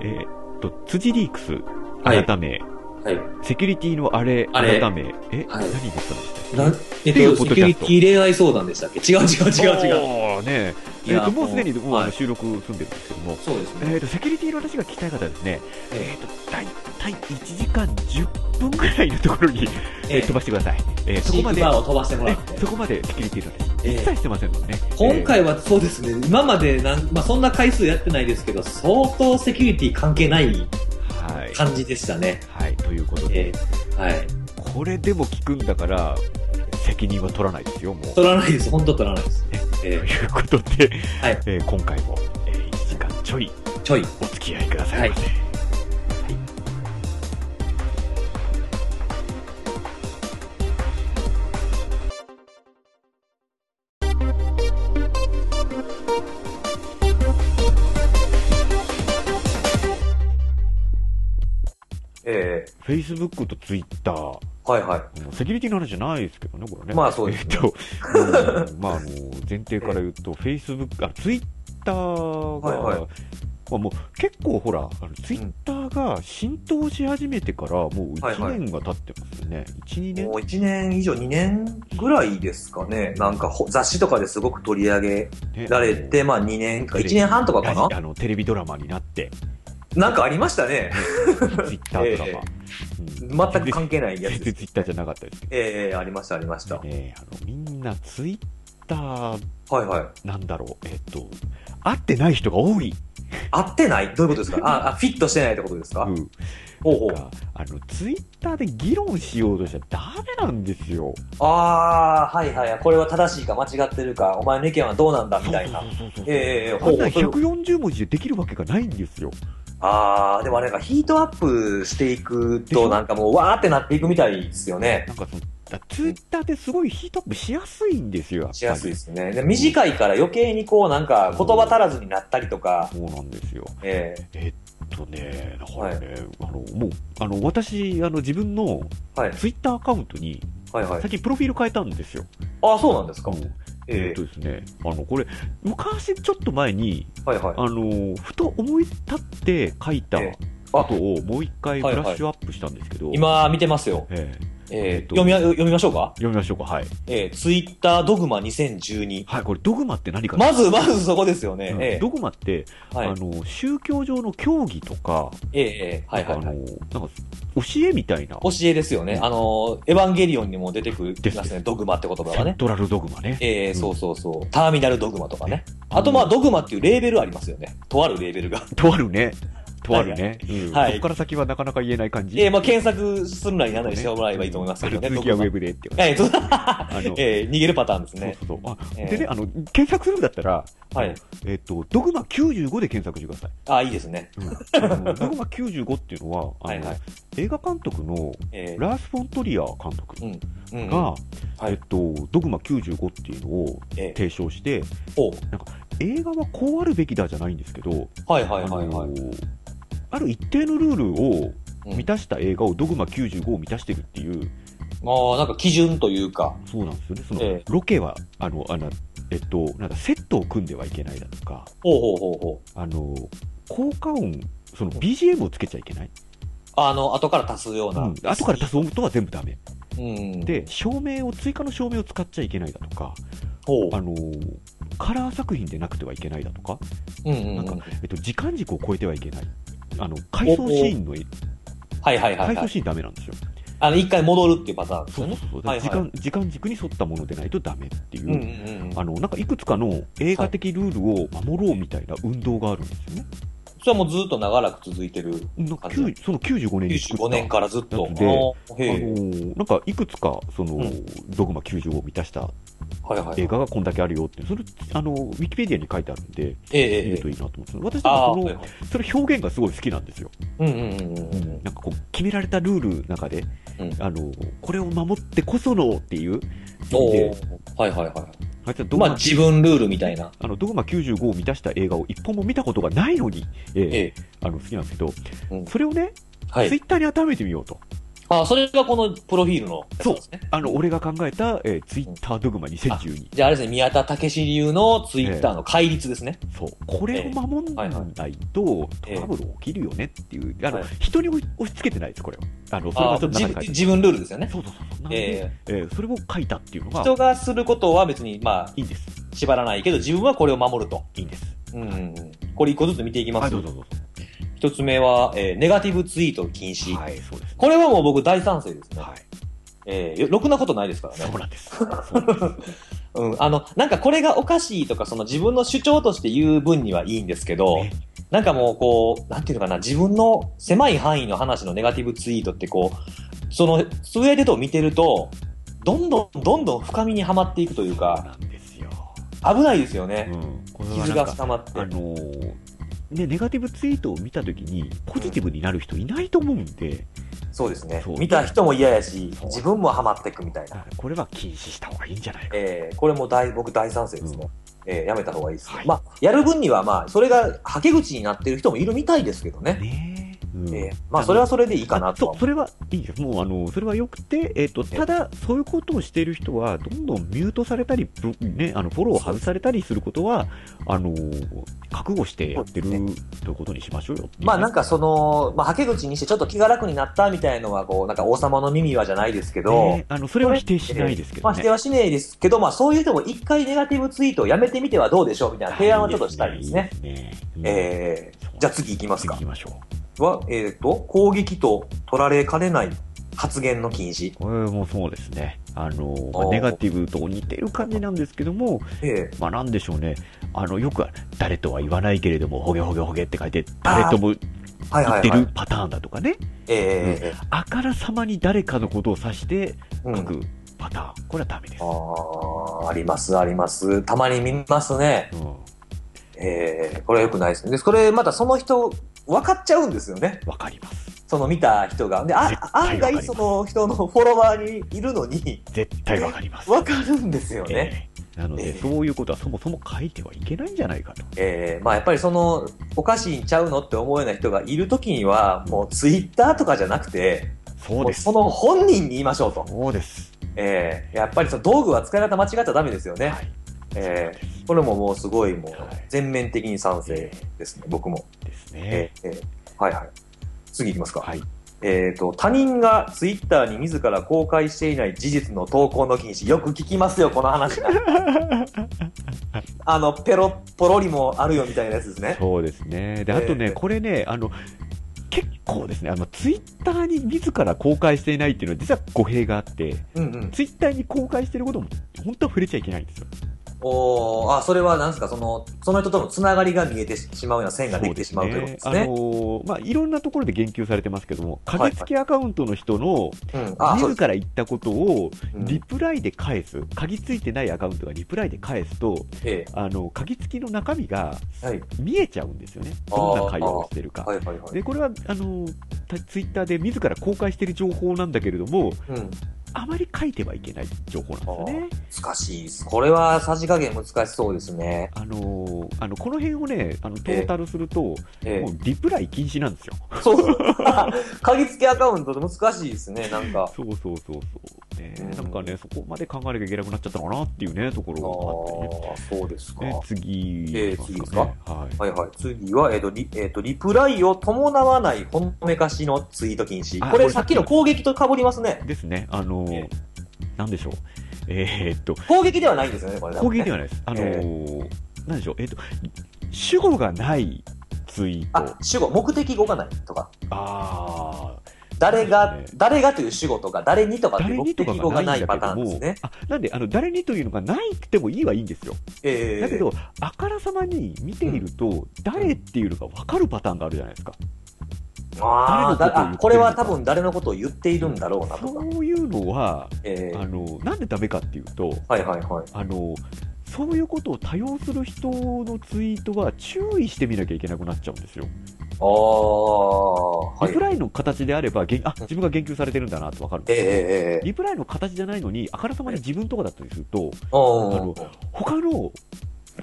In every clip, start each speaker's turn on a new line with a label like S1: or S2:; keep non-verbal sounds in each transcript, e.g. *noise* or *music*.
S1: えーっと、辻リークス、
S2: はい
S1: 改め、
S2: はい。
S1: セキュリティのあれ、
S2: あれ
S1: 改め、え、
S2: はい
S1: 何でしたんでした
S2: なえ
S1: ってい
S2: っ
S1: うポ
S2: と、
S1: ッド
S2: セキ
S1: キ
S2: ュ
S1: ャ
S2: リ
S1: ス
S2: テ
S1: ト
S2: ィ恋愛相談でしたっけ違う違う違う違う。
S1: 違う。ねえ、
S2: い
S1: え
S2: や
S1: ーっと、もうすでにもうあ
S2: は
S1: の
S2: い
S1: 収録済んでるんですけども、
S2: そうです
S1: えー
S2: ね
S1: っ。と、セキュリティの話が聞きたい方はですね、えー
S2: え
S1: っと、大体1時間10分ぐらいのところに、えー
S2: え
S1: 飛ばしてください。えーそこ
S2: シー
S1: ま
S2: ク
S1: で、
S2: バーを飛ばしてもらって
S1: え。そこまでセキュリティの話、
S2: ええ
S1: 一切してませんもんね。
S2: 今回はそうですね、今までなん、まあ、そんな回数やってないですけど、相当セキュリティ関係ない
S1: はい。
S2: 感じでしたね。
S1: はい、ということで
S2: え、えはい。
S1: これでも聞くんだから、責任は取らないですよ、もう。
S2: 取らないです。本当取らないです。え
S1: ということで、
S2: はい
S1: えー今回も、えー1時間ちょい
S2: えちょい。
S1: お付き合いくださいませ。
S2: え
S1: Facebook と Twitter、
S2: えはいはい。
S1: セキュリティの話じゃないですけどね、これね。
S2: まあそうですね
S1: えっと、うんまあ、あの、前提から言うと、Facebook、あ、Twitter が、
S2: はいは
S1: まあもう結構ほら、あの Twitter が浸透し始めてから、もう
S2: はいは
S1: 1
S2: い
S1: 年が経ってますよね。1、2年
S2: もう1年以上、2年ぐらいですかね。なんかほ雑誌とかですごく取り上げ
S1: ね
S2: られて、まあ2年か、1年半とかかな
S1: あの、テレビドラマにな
S2: *laughs*
S1: って、
S2: なんかありましたね。
S1: Twitter ドラマ
S2: え。
S1: うん
S2: 全く関係ないやつ
S1: 全
S2: で
S1: 然 *laughs*
S2: す。
S1: ツイッターじゃなかったですけ
S2: ええありました、ありました
S1: ど。ね、あのみんなツイッター
S2: はいはい。
S1: なんだろう、えっと、会ってない人が多い、
S2: 合ってないどういうことです
S1: *laughs*
S2: かああ、フィットしてないってことですか、
S1: うん、
S2: ほうほ
S1: な
S2: う
S1: んかあのツイッターで議論しようとしたらダメなんですよ。
S2: ああ、はいはい。これは正しいか間違ってるか、お前の意見はどうなんだみたいな。
S1: そうそうそうそう
S2: ええええ
S1: あんな
S2: ほうほ
S1: 140文字でできるわけがないんですよ。
S2: ああ、でもなんかヒートアップしていく
S1: でしょ
S2: と、なんかもうわーってなっていくみたいですよね。
S1: なんかそのだツイッターってすごいヒートアップしやすいんですよ、やっぱり
S2: しやすいですね。で短いから余計にこうなんか言葉足らずになったりとか、
S1: そうなんですよ。
S2: え
S1: え
S2: え
S1: っとね、だからね、あのもうあの私あの、自分の
S2: はい
S1: ツイッターアカウントに、
S2: はいはい。
S1: 最近プロフィール変えたんですよ。
S2: ああ、そうなんですか。
S1: うんえっ
S2: ええ
S1: とですね、あのこれ、昔ちょっと前に、
S2: はいはい。
S1: あのふと思い立って書いた
S2: えあ
S1: ことをもう一回ブ
S2: はいはい
S1: ラッシュアップしたんですけど、
S2: 今見てますよ。
S1: えええ
S2: え
S1: っ
S2: え
S1: と
S2: 読み、読みましょうか。
S1: 読みましょうか、はい、
S2: ええツイッタードグマ2012。
S1: はい、これ、ドグマって何かな
S2: まず、まずそこですよね。
S1: うん
S2: え
S1: ドグマって、
S2: えはい
S1: あ。の、宗教上の教義とか、
S2: ええええはいはい
S1: なん
S2: はい
S1: かあ。のなんか教えみたいな、
S2: 教えですよね。あの、エヴァンゲリオンにも出てくる
S1: です
S2: ますね。ドグマって言葉
S1: セ
S2: が
S1: ン
S2: ね。
S1: トラルドグマね、
S2: ええ
S1: ん
S2: そうそうそう。ターミナルドグマとかね。あと、まあ、ドグマっていうレーベルありますよね。とあるレーベルが。
S1: とあるね、とあるね、うん
S2: はい
S1: そこから先はなかなか言えない感じ、
S2: ええまあ、検索するなりなんなりしてもらえばいいと思いますけど
S1: あ
S2: ね。
S1: の
S2: ド
S1: 続きは
S2: グ
S1: ウ
S2: マ
S1: ェブでって
S2: ええそう
S1: あの
S2: ええ逃げるパターンですね。
S1: そうそうそう。あ、
S2: えー
S1: でね、あの、検索するんだったら、
S2: はい
S1: あの。えっ、と、ドグマ95で検索してください。
S2: ああ、いいですね。
S1: うんあのドグマ95っていうのは、あの
S2: はいはい
S1: 映画監督の
S2: え
S1: ラース・フォントリアー監督
S2: うんえうん。
S1: が、
S2: はい
S1: えっ、と、ドグマ95っていうのを
S2: ええ
S1: 提唱して、
S2: お
S1: 映画はこうあるべきだじゃないんですけど、
S2: はいはいはいはい。
S1: あのある一定のルールを
S2: うん
S1: 満たした映画をドグマ95を満たしてるっていう、
S2: ああ、なんか基準というか。
S1: そうなんですよね。その、
S2: ええ
S1: ロケは、あの、あの、えっと、なんだ、セットを組んではいけないだとか、
S2: ほうほうほうほう。
S1: あの効果音、その BGM をつけちゃいけない、
S2: あの、後から足すよう
S1: う
S2: な。
S1: ん、後から足す音は全部ダメ
S2: うん。
S1: で、照明を、追加の照明を使っちゃいけないだとか、
S2: ほう。
S1: あのカラー作品でなくてはいけないだとか、
S2: うんうん
S1: な
S2: う
S1: ん
S2: ん。
S1: えっと、時間軸を超えてはいけない、あの回想シーンの、
S2: はいはいはい
S1: 回
S2: は
S1: 想
S2: い。
S1: シーンダメなんですよ、
S2: あの、一回戻るっていうパターンです
S1: そ
S2: よ
S1: う
S2: ね。
S1: そうそう、
S2: はいはい
S1: 時間時間軸に沿ったものでないとダメっていう。
S2: うんうんうん。
S1: あのなんかいくつかの映画的ルールを守ろうみたいな運動があるんですよね、
S2: それはもうずっと長らく続いてる。
S1: なんかきゅうその95年に作った
S2: 95年からずっと。
S1: で
S2: あー
S1: あの
S2: へえ
S1: ーなんかいくつかその、
S2: うん
S1: ドグマ95を満たした
S2: はいはい。
S1: 映画がこんだけあるよって、それあのウィキペディアに書いてあるんで、
S2: ええ
S1: 見
S2: え
S1: る
S2: え
S1: といいなと思うんです私
S2: あ
S1: な
S2: あ、
S1: ん
S2: はい
S1: か
S2: はい
S1: その、その表現がすごい好きなんですよ、
S2: うんうんうんうん。
S1: なんかこう、決められたルールの中で、
S2: うん
S1: あの、これを守ってこそのっていう、
S2: お
S1: で
S2: ーはいはいは。
S1: あいつはいドグ
S2: まあ
S1: マ、
S2: 自分ルールみたいな。
S1: あのドグマ95を満たした映画を一本も見たことがないのに、ええ
S2: ええ。
S1: あの好きなんですけど、
S2: うん
S1: それをね、
S2: はい。は
S1: ツイ
S2: い
S1: ッターに当てはめてみようと。
S2: あ、それがこのプロフィールの、
S1: そう
S2: ですね。
S1: あの、俺が考えた、えー、ツイッタードグマ2012。
S2: じゃああれですね、宮田武史流のツイッターの戒律ですね。
S1: そう。これを守んないと、ト
S2: ええ
S1: ラブル起きるよねっていう。あの、
S2: はい
S1: 人に押し押し付けてないです、これは。あの、それ
S2: あ
S1: が
S2: あ
S1: ちょっと
S2: 自
S1: 中に書い
S2: 分
S1: て
S2: 自分ルールですよ
S1: ある
S2: ね。
S1: そうそうそう。なんで、
S2: え
S1: えーそれを書いたっていうの
S2: ー
S1: が、
S2: 人がすることは別に、まあ、
S1: いいんです。
S2: 縛らないけど、自分はこれを守ると。
S1: いいんです。
S2: うんうんうん。これ一個ずつ見ていきま
S1: はい、
S2: す
S1: どう。ぞどう
S2: 一つ目は、えーネガティブツイート禁止。
S1: ぞ。はい、そうです。
S2: これはもう僕大賛成ですね。
S1: はい。
S2: えーよろくなことないですからね
S1: そ。うなん
S2: *laughs*
S1: です。そうなんです。
S2: うん。あの、なんかこれがおかしいとか、その自分の主張として言う分にはいいんですけど、
S1: ね
S2: なんかもうこう、なんていうのかな、自分の狭い範囲の話のネガティブツイートってこう、その、スウェーデと見てると、どんどん、どんどん深みにはまっていくという
S1: そう
S2: か、
S1: なんですよ。
S2: 危ないです
S1: う
S2: よね。
S1: ん。これは
S2: 傷
S1: なん
S2: が
S1: か、
S2: 深まって。
S1: あのーね、ネガティブツイートを見たときに、ポジティブになる人いないと思うんで、
S2: そうですね
S1: そう。
S2: 見た人も嫌やし
S1: そ、う
S2: 自分もはまっていくみたいな。
S1: これは禁止した方がいいんじゃないか。
S2: えーこれも大、僕大賛成ですね。
S1: う
S2: えーやめた方がいいですね、
S1: はい
S2: まあ、やる分にはまあ、それがはけ口になってる人もいるみたいですけどね。
S1: ねえ。うん
S2: えーまあ、それはそれでいいかなとは
S1: そうそ
S2: 思
S1: れはいいです、もうあのそれはよくて、えっと
S2: え
S1: ただ、そういうことをしている人は、どんどんミュートされたり、ブね、あのフォローを外されたりすることは、あの覚悟してやってる
S2: そ
S1: ということにしましょうよっていうね
S2: う。まあなんかその、まあ、はけ口にしてちょっと気が楽になったみたいのは、こう、なんか王様の耳はじゃないですけど、
S1: ねあのそれは否定しないですけ
S2: ま
S1: ど
S2: あ否
S1: ね
S2: 定。はしないですけど、まあそういう人も一回ネガティブツイートをやめてみてはどうでしょうみたいな提案をちょっとしたいですね。
S1: いいですね
S2: えーじゃあ次行きます
S1: 次
S2: か
S1: 行。きましょ
S2: は、えっ、と、攻撃と取られかねない発言の禁止
S1: う。。これもそうですね。あの、まあ
S2: おー
S1: ネガティブと似てる感じなんですけども、
S2: えー
S1: まあなんでしょうね。あの、よくは誰とは言わないけれども、ほげほげほげって書いて、誰とも
S2: はい
S1: 言
S2: は
S1: っ
S2: い
S1: て
S2: はい
S1: る。パターンだとかね。
S2: えー
S1: あからさまに誰かのことを指して
S2: う
S1: 書
S2: ん
S1: くパターン、これはダメです。
S2: あーあります、あります。たまに見ますね。
S1: うん、
S2: えー、これは良くないですね。で、これまたその人、分かっちゃうんですよね。
S1: わかります。
S2: その見た人が。で、
S1: 絶
S2: あ、
S1: 対
S2: 案
S1: 分かりま
S2: 外
S1: す
S2: その人のフォロワーにいるのに、
S1: 絶対わかります。
S2: 分かるんですよね。
S1: ええなので、
S2: ええ
S1: そういうことはそもそも書いてはいけないんじゃないかと。
S2: えー、まあやっぱりその、おかしいんちゃうのって思うような人がいるときには、もうツイッターとかじゃなくて、
S1: そう
S2: もう
S1: です。
S2: その本人に言いましょうと。
S1: そうです。
S2: えー、やっぱりその道具は使い方間違ったらダメですよね。
S1: はい。
S2: え
S1: そうです
S2: ー、これももうすごいもう
S1: はい、
S2: 全面的に賛成ですね、僕も。
S1: です
S2: え
S1: ね。
S2: ーえーはいはい。次いきますか。
S1: はい。
S2: えっ、と、他人がツイッターに自ら公開していない事実の投稿の禁止。よく聞きますよ、こ
S1: *laughs*
S2: の話。あの、ペロッポロリもあるよみたいなやつですね。
S1: そうですね。で、あとね、
S2: ええ
S1: これね、あの、結構ですね、あの、ツイッターに自ら公開していないっていうのは実は語弊があって、
S2: うんうん。
S1: ツイッターに公開していることも本当は触れちゃいけないんですよ。
S2: おーあ、それはなんですか、その、その人とのつながりが見えてしまうような線ができてしまうということです
S1: あ
S2: ね。
S1: のーまあ、いろんなところで言及されてますけども、鍵付きアカウントの人の
S2: うん。あ、そ
S1: 自
S2: うです。
S1: ら言ったことを
S2: うん
S1: リプライで返す、鍵付いてないアカウントがリプライで返すと、
S2: え
S1: あの鍵付きの中身が
S2: えはい。
S1: 見えちゃうんですよね、
S2: あー
S1: どんな会話をしてるか。
S2: はいはいはい。
S1: でこれはあのたツイッターで自ら公開している情報なんだけれども、
S2: うん。
S1: あまり書いてはいけない情報なんですよね。
S2: 難しいです。これはさじ加減難しそうですね。
S1: あのーあのこの辺をね、あのトータルすると、
S2: ええ
S1: もうリプライ禁止なんですよ。
S2: *laughs* そう。鍵付きアカウントって難しいですね、なんか。
S1: そうそうそうそう、ね
S2: うん
S1: なんかね、そこまで考えなきゃいけなくなっちゃったのかなっていうね、とこ
S2: あ
S1: ろがあっ
S2: あ、そうですか。
S1: てね。ね次、
S2: え
S1: い
S2: え
S1: き
S2: 次で
S1: ますすか
S2: か
S1: ね。はい。
S2: はいはい。次は、えっ、と、リ、えっ、と、リプライを伴わないほのめかしのツイート禁止
S1: あ。
S2: こ
S1: こ
S2: れ
S1: れ
S2: さっきの攻撃と被りますね。
S1: ですね、あのー
S2: え
S1: なんでしょう。えーっと、
S2: 攻撃ではないんですよね、これ。
S1: 攻撃ではないです。あのーなんでしょう。えーっと、主語がないツイー
S2: あ
S1: ト。、
S2: 主語、目的語がないとか。
S1: あー
S2: 誰
S1: そう
S2: が、
S1: です
S2: 誰がという主語とか、誰にとかっていう
S1: 誰
S2: 目
S1: にと
S2: 的
S1: か
S2: 語
S1: が
S2: が
S1: な
S2: ない
S1: んだ
S2: いパ
S1: け
S2: タ
S1: ど
S2: ーンです
S1: も、
S2: ね。
S1: あなんであの誰にというのがないくてもいいはいいんですよ、
S2: ええ
S1: だけど、あからさまに見ていると、誰っていうのが分かるパターンがあるじゃないですか、
S2: あー
S1: 誰のことを言ってるのか
S2: だあ、これは多分誰のことを言っているんだろうなとか。
S1: そういうのは、
S2: ええ
S1: あのなんでダメかっていうと
S2: はいはいはい。
S1: あのそういうことを多用する人のツイートは注意してみなきゃいけなくなっちゃうんですよ。
S2: ああ、はい。
S1: リプライの形であればげんあ自分が言及されてるんだなってわかるん
S2: ええ
S1: ですよ
S2: ええええ
S1: リプライの形じゃないのにあからさまに自分とかだったりすると
S2: うんうん
S1: あの
S2: うん
S1: 他の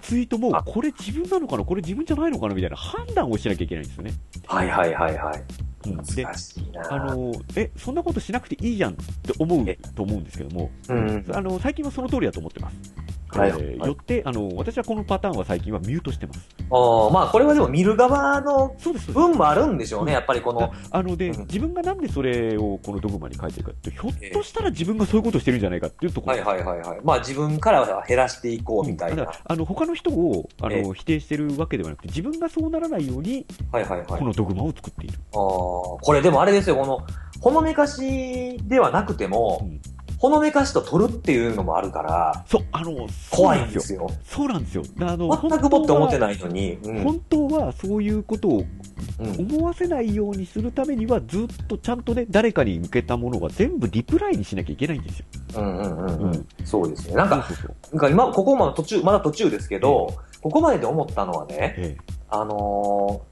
S1: ツイートも
S2: あ
S1: これ自分なのかなこれ自分じゃないのかなみたいな判断をしなきゃいけないんですよね。
S2: はいはいはいはい。
S1: うん、で
S2: 難しいな
S1: あのえそんなことしなくていいじゃんって思うと思うんですけども、
S2: うん。
S1: あの最近はその通りだと思ってます、
S2: はい
S1: えーよってあの私はこのパターンは最近はミュートしてます
S2: あーまあ、これはでも見る側の
S1: そうですそうです
S2: 分もあるんでしょうね、やっぱりこの。
S1: あので、
S2: うん
S1: 自分がなんでそれをこのドグマに書いてるかって、ひょっとしたら自分がそういうことをしてるんじゃないかっていうところ、
S2: はいはいはいはい。まあ自分からは減らしていこうみたい
S1: だ
S2: な。
S1: か
S2: は
S1: らあの他の人をあ
S2: え
S1: の否定してるわけではなくて、自分がそうならないように、
S2: いはいはい。
S1: このドグマを作っている。
S2: あーこれでもあれですよ、この、ほのめかしではなくて
S1: う
S2: も、
S1: ん
S2: ほのめかしと取るっていうのもあるから、
S1: そう、あの、
S2: 怖いんで
S1: よ。
S2: すよ。
S1: そうなんですよ。あの
S2: 全くもって思って
S1: い。
S2: ないのに。うん
S1: 本当はそういうことを
S2: うん
S1: 思わせないようにするためには、ずっとちゃんとね、誰かに向けたものは全部リプライにしなきゃいけないんですよ。
S2: うんうんうん
S1: う
S2: うんん。そうですね。なんか、
S1: そうそうそう
S2: なんか今、ここまで途中、まだ途中ですけど、ここまでで思ったのはね、
S1: ええ
S2: あのー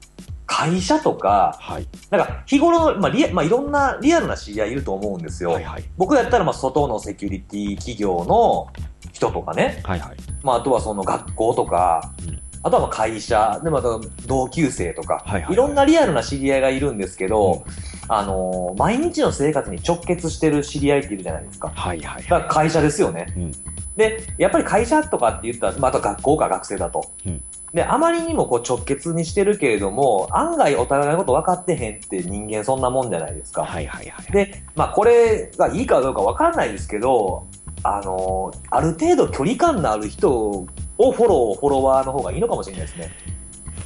S2: 会社とか、
S1: はい。
S2: なんか日頃の、まあリアまあ、いろんなリアルな知り合いいると思うんですよ。
S1: はいはい。
S2: 僕だったら、まあ、外のセキュリティ企業の人とかね、
S1: はいはい。
S2: まあ、あとはその学校とか、
S1: うん
S2: あとはまあ会社、でまた同級生とか、
S1: はいはいはい
S2: いろんなリアルな知り合いがいるんですけど、あのー毎日の生活に直結してる知り合いっているじゃないですか。
S1: はいはい
S2: だ
S1: は
S2: から
S1: い。
S2: 会社ですよね。
S1: うん
S2: で、やっぱり会社とかって言ったら、まあ、あと学校か学生だと。
S1: うん
S2: で、あまりにもこう直結にしてるけれども、案外お互いのこと分かってへんって人間そんなもんじゃないですか。
S1: はいはいはい。
S2: で、まあ、これがいいかどうか分かんないですけど、あのある程度距離感のある人をフォロー、フォロワーの方がいいのかもしれないですね。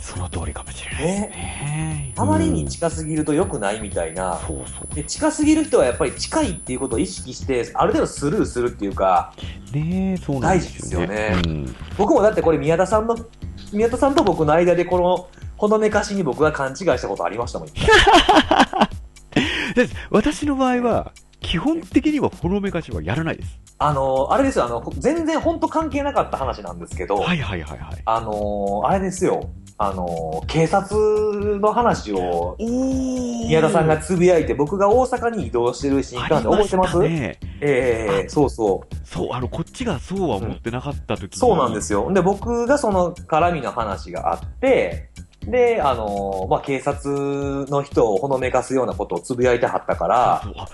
S1: その通りかもしれないです
S2: ね
S1: ね。
S2: あまりに
S1: うん
S2: 近すぎると良くないみたいな。
S1: そうそう。
S2: で近すぎる人はやっぱり近いっていうことを意識して、ある程度スルーするっていうか、
S1: ねそうなんですよね。
S2: 大事
S1: すよね。
S2: 僕もだってこれ宮田さんの、宮田さんと僕の間でこの、ほのめかしに僕が勘違いしたことありま *laughs* したもん、一回
S1: で私の場合は、基本的にはほのめかしはやらないです。
S2: あの、あれですよ、あの、全然本当関係なかった話なんですけど、
S1: はいはいはいはい。
S2: あの、あれですよ、あの、警察の話を、
S1: お
S2: 宮田さんがつぶやいて、僕が大阪に移動してる新幹線、覚えてます、
S1: ね。
S2: ええそうそう。
S1: そう、あの、こっちがそうは思ってなかった時に。
S2: そうなんですすよ。で、僕がその絡みの話があって、で、あの、まあ、警察の人をほのめかすようなことをつぶやいてはったから、
S1: そうあ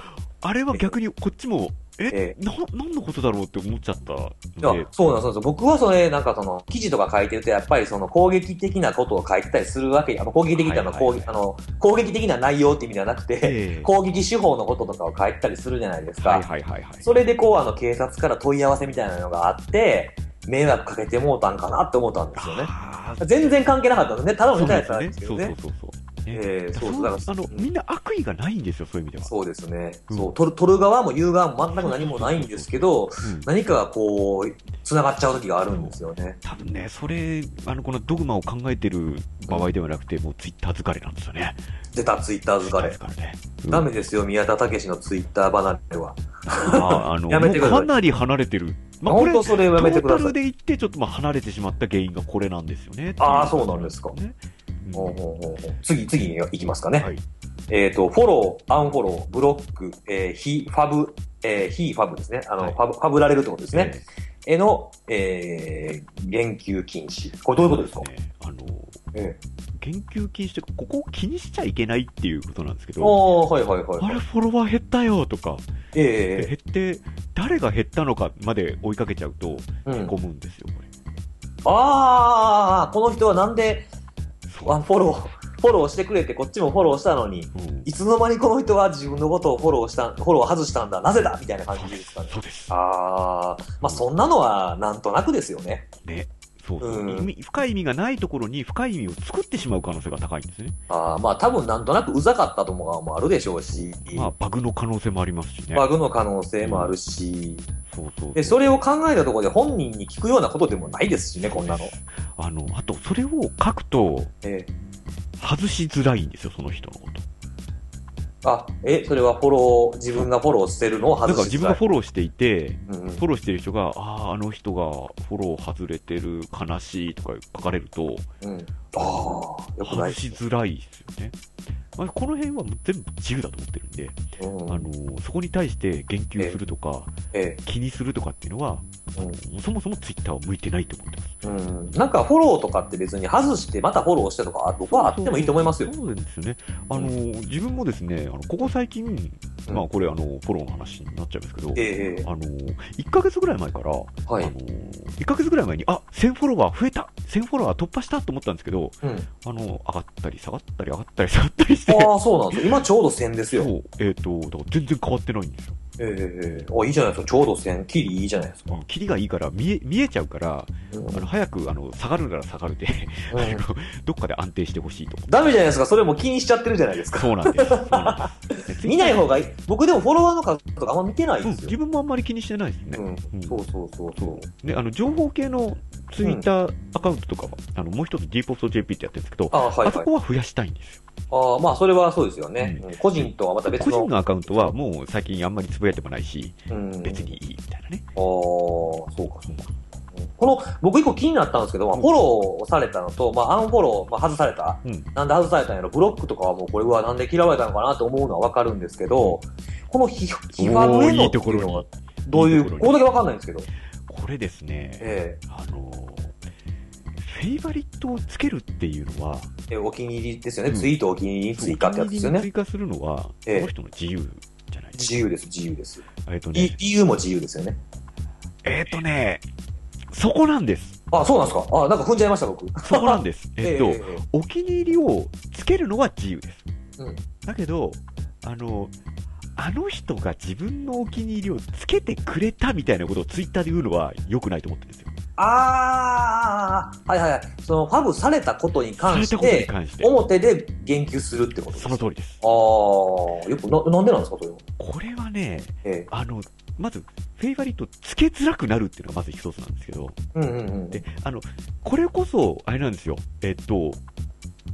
S1: あれは逆にこっちも、え
S2: え、
S1: な、何のことだろうって思っちゃったの
S2: いや
S1: で。
S2: そうなんですそうなんです。僕はそれ、なんかその、記事とか書いてると、やっぱりその攻撃的なことを書いてたりするわけ、あの攻撃的なの、
S1: はいはい
S2: 攻
S1: はい
S2: 撃、あの、攻撃的な内容って意味ではなくて、
S1: ええ
S2: *laughs* 攻撃手法のこととかを書いてたりするじゃないです
S1: はい
S2: か。
S1: はいはいはい。
S2: それでこう、あの、警察から問い合わせみたいなのがあって、迷惑かけてもうたんかなって思ったんですよね。
S1: あー
S2: 全然関係なかったんですね。ただの
S1: そう
S2: ネタや
S1: で
S2: った
S1: す
S2: んで
S1: ね。
S2: す
S1: そうそ
S2: けど
S1: うそうそう。
S2: ね。
S1: ね
S2: ええそうそうだ
S1: あ
S2: から
S1: の、
S2: うん
S1: みんな悪意がないんですよ、そういう意味では。
S2: そうですね。
S1: うん
S2: そう、取る、取る側も言う側も全く何もないんですけど、
S1: うん
S2: 何かがこう、繋がっちゃう時があるんですよね。
S1: 多分ね、それ、あの、このドグマを考えてる場合ではなくて、もうツイッター疲れなんですよね。
S2: 出たツイッター疲れ
S1: ツイッ。ター疲れね。うん
S2: ダメですよ、宮田武のツイッター離れは。 *laughs*
S1: ああの、
S2: やめてください
S1: もうかなり離れてる。まあ、こ
S2: 本
S1: れ、
S2: 当それをやめてくだ
S1: トータ
S2: さ
S1: ル
S2: い。
S1: で言って、ちょっとまあ離れてしまった原因がこれなんですよね。
S2: あーそうなんですか
S1: ねうん
S2: ほうほうほうほう次、次に行きますかね。
S1: はい
S2: えっ、と、フォロー、アンフォロー、ブロック、えー、非ファブ、えー、非ファブですね。あの、
S1: はい
S2: ファブ、ファブられるってことですね。。えの、えー、言及禁止。これどういうことですか
S1: そうねあの、
S2: え
S1: 研究禁止というか、ここを気にしちゃいけないっていうことなんですけ
S2: え
S1: ど、
S2: あー、はいはいはい
S1: あ
S2: はい。
S1: れ、フォロワー減ったよとか、で
S2: え
S1: 減って、誰が減ったのかまで追いかけちゃうと、
S2: えう
S1: へ
S2: ん。
S1: こむんですよ、これ。
S2: ああ、この人はなんで、
S1: そう
S2: あフォロー、フォローしてくれて、こっちもフォローしたのに、
S1: うん
S2: いつの間にこの人は自分のことをフォローした、フォロー外したんだ、なぜだみたいな感じですかね。
S1: そうです。
S2: あー、まあそんなのはなんとなくですよね。
S1: ね。そうそう、
S2: うん
S1: 意味深い意味がないところに深い意味を作ってしまう可能性が高いんですね。
S2: あーまあ多分なんとなくうざかったとかもあるでしょうし、
S1: まあ、バグの可能性もありますしね。
S2: バグの可能性もあるし、
S1: そうそう
S2: で、それを考えたところで本人に聞くようなことでもないですしね、こんなの。
S1: あの、あと、それを書くと、
S2: え
S1: 外しづらいんですよ、その人のこと。
S2: ーあ、え、それはフォロー、自分がフォローしてるのを
S1: だ
S2: 外
S1: から
S2: し
S1: 自
S2: て
S1: 分がフォローしていて、
S2: うんうん
S1: フォローしてる人が、ああ、あの人がフォロー外れてる、悲しいとか書かれると、
S2: うん。ああ、よく
S1: 外
S2: ないです
S1: し
S2: ね。
S1: づらいですよね。まあ、この辺はもう全部自由だと思ってるんで、
S2: うん
S1: あのそこに対して言及するとか、
S2: え
S1: 気にするとかっていうのは、
S2: え
S1: そもそもツイッターは向いてないと思ってます。
S2: うんうん、なんかフォローとかって別に外してまたフォローしてとか僕はあってもいいと思いますよ。
S1: そうなんですよね。あの、自分もですね、あのここ最近、まあこれあの、フォローの話になっちゃうんですけど、
S2: ええ
S1: あの、1ヶ月ぐらい前から、
S2: は
S1: あ
S2: い
S1: の、1ヶ月ぐらい前に、あ、1000フォロワー増えた !1000 フォロワー突破したと思ったんですけど、
S2: うん、
S1: あの、上がったり下がったり上がったり下がったりして、
S2: ああ、そうなんですよ。今ちょうど1000です
S1: そ
S2: よ。
S1: う、えっ、と、だから全然変わってないんですよ。
S2: ええええあいいじゃないですか。ちょうど1000。キリいいじゃないですか。
S1: キリがいいから見え、見えちゃうから、
S2: うん
S1: あの早くあの下がるなら下がるで、
S2: うん
S1: *laughs* どっかで安定してほしいと思って。
S2: ダメじゃないですか。それも気にしちゃってるじゃないですか。
S1: そうなんです。そうなんです
S2: *laughs* 見ない
S1: 方
S2: 方がいい。僕でもフォロワーの数とかあんま見てない
S1: うん、
S2: です
S1: 自
S2: よ。
S1: 分もあんまり気にしてないですね。
S2: うん。
S1: うん
S2: そうそうそうそう。
S1: ね、あの情報系のツイッターアカウントとかは、あのもう一つ dpopjp ってやってるんですけど、
S2: ああ、はい
S1: あそ
S2: はい。
S1: こは増やしたいんですよ。
S2: ああ、まあそれはそうですよね。
S1: う
S2: うん個人とはまた別
S1: 個人
S2: の。
S1: のアカウントはもう最近あんまりつぶやいてもないし、
S2: うん
S1: 別にいいみたいなね。
S2: ああ、そうか、そうか。この、僕一個気になったんですけど、まあ、フォローをされたのと、まあ、アンフォロー、まあ、外された。
S1: うん
S2: なんで外されたんやろブロックとかはもう、これはなんで嫌われたのかなと思うのはわかるんですけど、この批批判
S1: お
S2: へ
S1: ーい
S2: の
S1: い
S2: って
S1: とこ
S2: い
S1: ろ
S2: うのは
S1: に、
S2: どうい
S1: いいところに
S2: う、ここだけわかんないんですけど。
S1: これですね、
S2: え
S1: あのフェイバリットをつけるっていうのは、
S2: えええお気に入りですよね。
S1: うん
S2: ツイートお気に入りに追加ってやつですよ
S1: お気
S2: ね。
S1: に入りに追加するのは、
S2: ええ
S1: この人の自由じゃないです
S2: 自由です、自由です。
S1: か。えっと
S2: 理
S1: ね、
S2: 理由も自由ですよね。
S1: えっとね、そこなんです。
S2: あ、そうなんですか。あ、なんか踏んじゃいました、僕。
S1: そこなんです。えっと、
S2: *laughs* えええ
S1: お気に入りをつけるのは自由です、
S2: うん
S1: だけどあのあの人が自分のお気に入りをつけてくれたみたいなことをツイッターで言うのは良くないと思ってるんですよ
S2: ああ、はいはいはい。その、ファブされたことに
S1: さ
S2: 関
S1: れ
S2: した
S1: ことに
S2: て、
S1: 関して
S2: 表で言及するってことです
S1: その通りです
S2: ああ、よくな、なんでなんですか、それは。
S1: これはね
S2: ええ。
S1: あのまずフェイバリットつけづらくなるっていうのがまず一つなんですけど
S2: うんうんうん。
S1: であのこれこそあれなんですよえっと